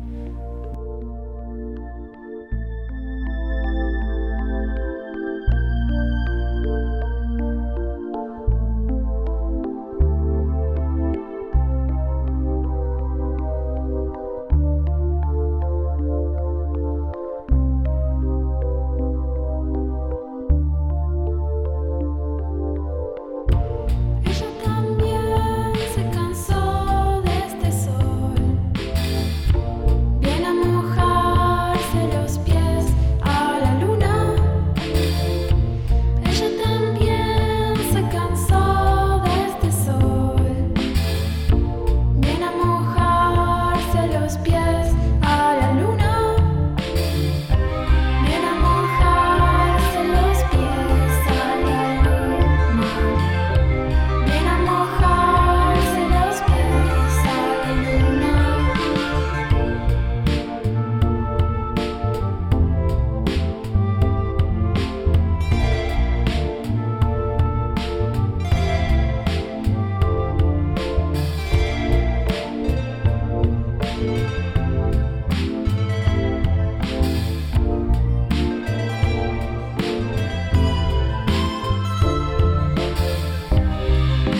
Speaker 12: Ella también se cansó de este sol. Viene a mojarse los pies a la luna. Ella también se cansó de este sol. Viene a mojarse los pies a la luna. Viene a mojarse los pies a la luna. Ven a mojarse los pies a la luna.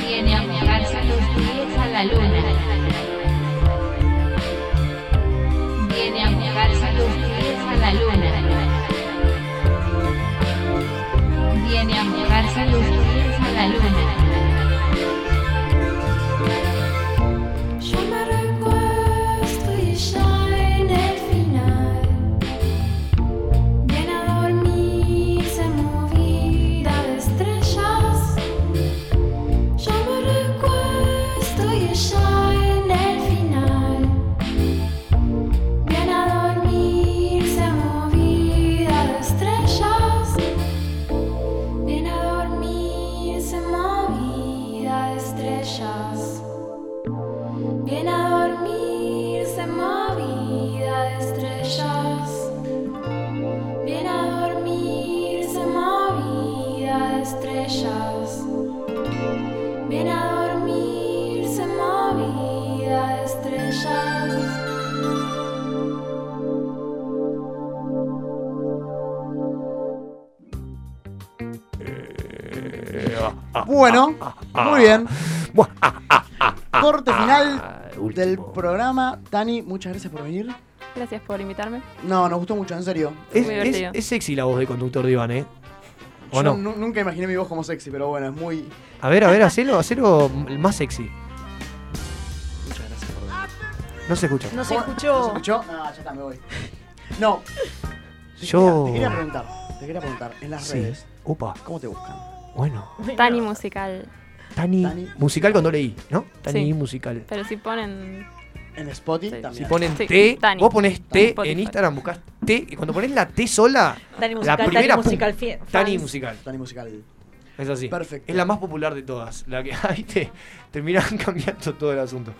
Speaker 16: Viene a mojarse los pies a la luna. Viene a mojarse los pies a la luna. Viene a mojarse los pies a la luna.
Speaker 12: Yo me recuesto y ya en el final. Ven a dormirse movida de estrellas. Yo me recuesto y ya en el final. Ven a dormirse movida de estrellas. Ven a dormirse movida de estrellas. Viene a dormirse movida de estrellas. Viene a dormirse movida de estrellas. Viene a dormirse
Speaker 21: Eh, ah,
Speaker 3: Bueno, muy bien. Corte
Speaker 21: ah,
Speaker 3: final del programa. Tani, muchas gracias por venir.
Speaker 21: Gracias por invitarme.
Speaker 3: No, nos gustó mucho, en serio.
Speaker 21: Es- Muy divertido. es-
Speaker 1: Es sexy la voz de conductor de Iván, ¿eh? ¿O
Speaker 3: Yo
Speaker 1: no?
Speaker 3: nu- nunca imaginé mi voz como sexy, pero bueno, es muy.
Speaker 1: A ver, a ver, hacelo, hacelo más sexy. No se escucha.
Speaker 3: se escuchó. ¿No se escuchó? No, ya está, me voy. No.
Speaker 1: Yo-
Speaker 3: Te quería preguntar, te quería preguntar, en las
Speaker 1: Sí.
Speaker 3: redes,
Speaker 1: Upa.
Speaker 3: ¿cómo te buscan?
Speaker 1: Bueno.
Speaker 21: Tani musical.
Speaker 1: Tani, musical cuando leí, ¿no? Tani
Speaker 21: Sí.
Speaker 1: musical.
Speaker 21: Pero si ponen.
Speaker 3: En Spotify
Speaker 1: Si ponen
Speaker 21: Sí,
Speaker 1: T,
Speaker 21: Tani.
Speaker 1: vos pones T
Speaker 21: Spotify.
Speaker 1: en Instagram, buscas T y cuando pones la T sola,
Speaker 4: Tani
Speaker 1: la
Speaker 4: musical,
Speaker 1: primera
Speaker 4: Tani
Speaker 1: pum,
Speaker 4: musical. fie-
Speaker 1: Tani
Speaker 4: fans.
Speaker 1: musical.
Speaker 3: Tani musical.
Speaker 1: Es así.
Speaker 3: Perfecto.
Speaker 1: Es la más popular de todas. La que ahí te terminan cambiando todo el asunto.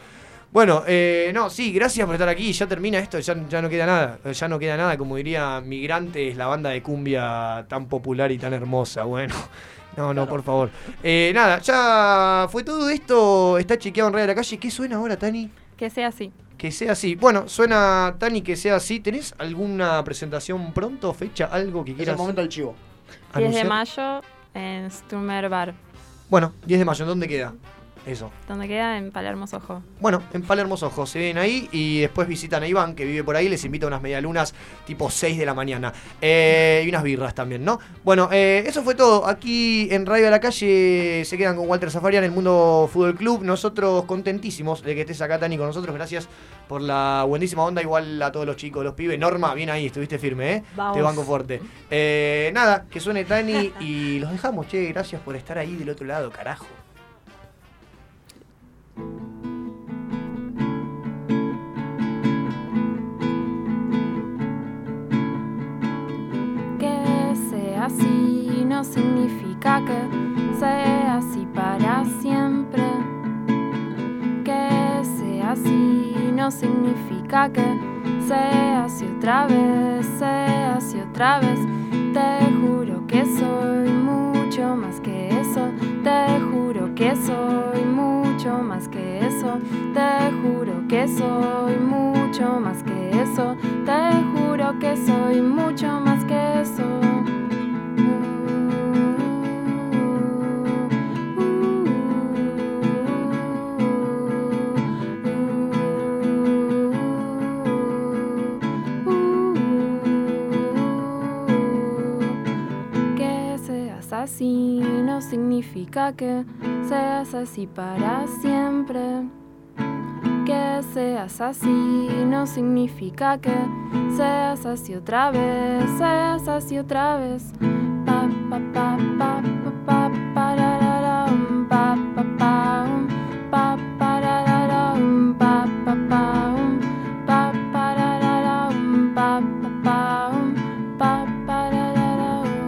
Speaker 1: Bueno, eh, no, sí, gracias por estar aquí. Ya termina esto, ya, ya no queda nada. Eh, Ya no queda nada, como diría Migrantes, la banda de cumbia tan popular y tan hermosa. Bueno, no, no, por favor. Eh, nada, ya fue todo esto. Está chequeado en Radio de la Calle. ¿Qué suena ahora, Tani?
Speaker 21: Que sea así.
Speaker 1: Que sea así. Bueno, suena Tani que sea así. ¿Tenés alguna presentación pronto, fecha, algo que
Speaker 3: Es
Speaker 1: quieras?
Speaker 3: el momento del chivo.
Speaker 21: 10 de
Speaker 1: anunciar?
Speaker 21: mayo en Stummer Bar.
Speaker 1: Bueno, 10 de mayo, ¿en dónde queda? Eso.
Speaker 21: Donde queda en Palermo Sojo.
Speaker 1: Bueno, en Palermo Ojos se ven ahí y después visitan a Iván, que vive por ahí, les invita a unas medialunas tipo 6 de la mañana. Eh, y unas birras también, ¿no? Bueno, eh, eso fue todo. Aquí en Radio de la Calle se quedan con Walter Zafarian, el Mundo Fútbol Club. Nosotros contentísimos de que estés acá, Tani, con nosotros. Gracias por la buenísima onda, igual a todos los chicos, los pibes. Norma, bien ahí, estuviste firme, ¿eh?
Speaker 2: Vamos.
Speaker 1: Te banco fuerte. Eh, nada, que suene Tani y los dejamos, che. Gracias por estar ahí del otro lado, carajo.
Speaker 16: Que sea así no significa que sea así para siempre. Que sea así no significa que sea así otra vez, sea así otra vez. Te juro que soy mucho más que eso. Te juro que soy mucho más que eso. Te juro que soy mucho más que eso. Te juro que soy mucho más que eso. Que seas así no significa que seas así para siempre. Que seas así no significa que seas así otra vez, seas así otra vez. Pa, pa, pa, pa, pa, pa, parararán, um, pa, pa, pa, um, pa, parararán, um, pa, pa, pa, um, pa, parararán, pa, pa, pa, um, pa, parararán.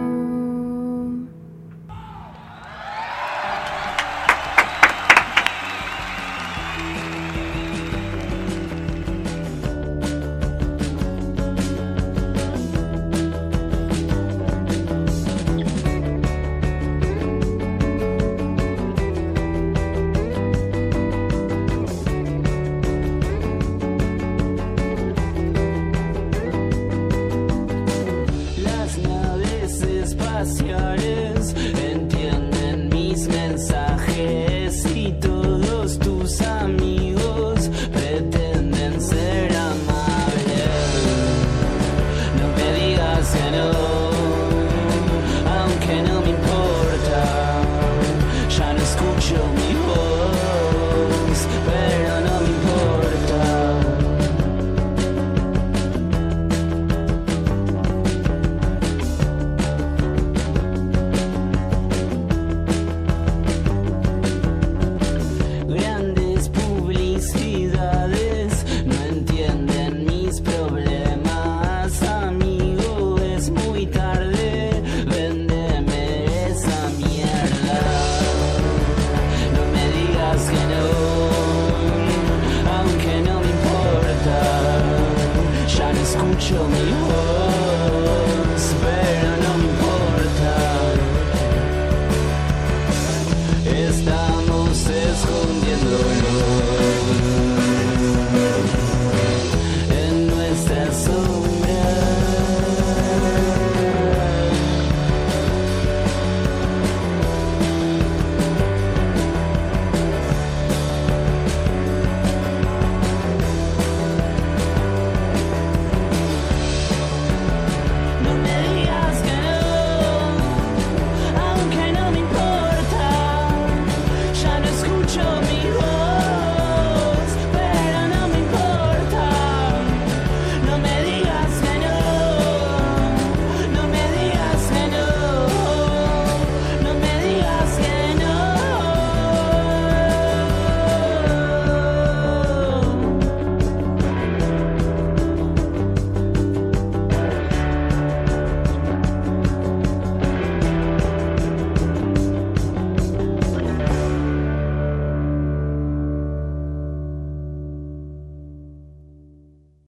Speaker 22: Las naves espaciales entienden mis mensajes y todos tus amigos pretenden ser amables. No me digas que no, aunque no me importa. Ya no escucho mi voz, pero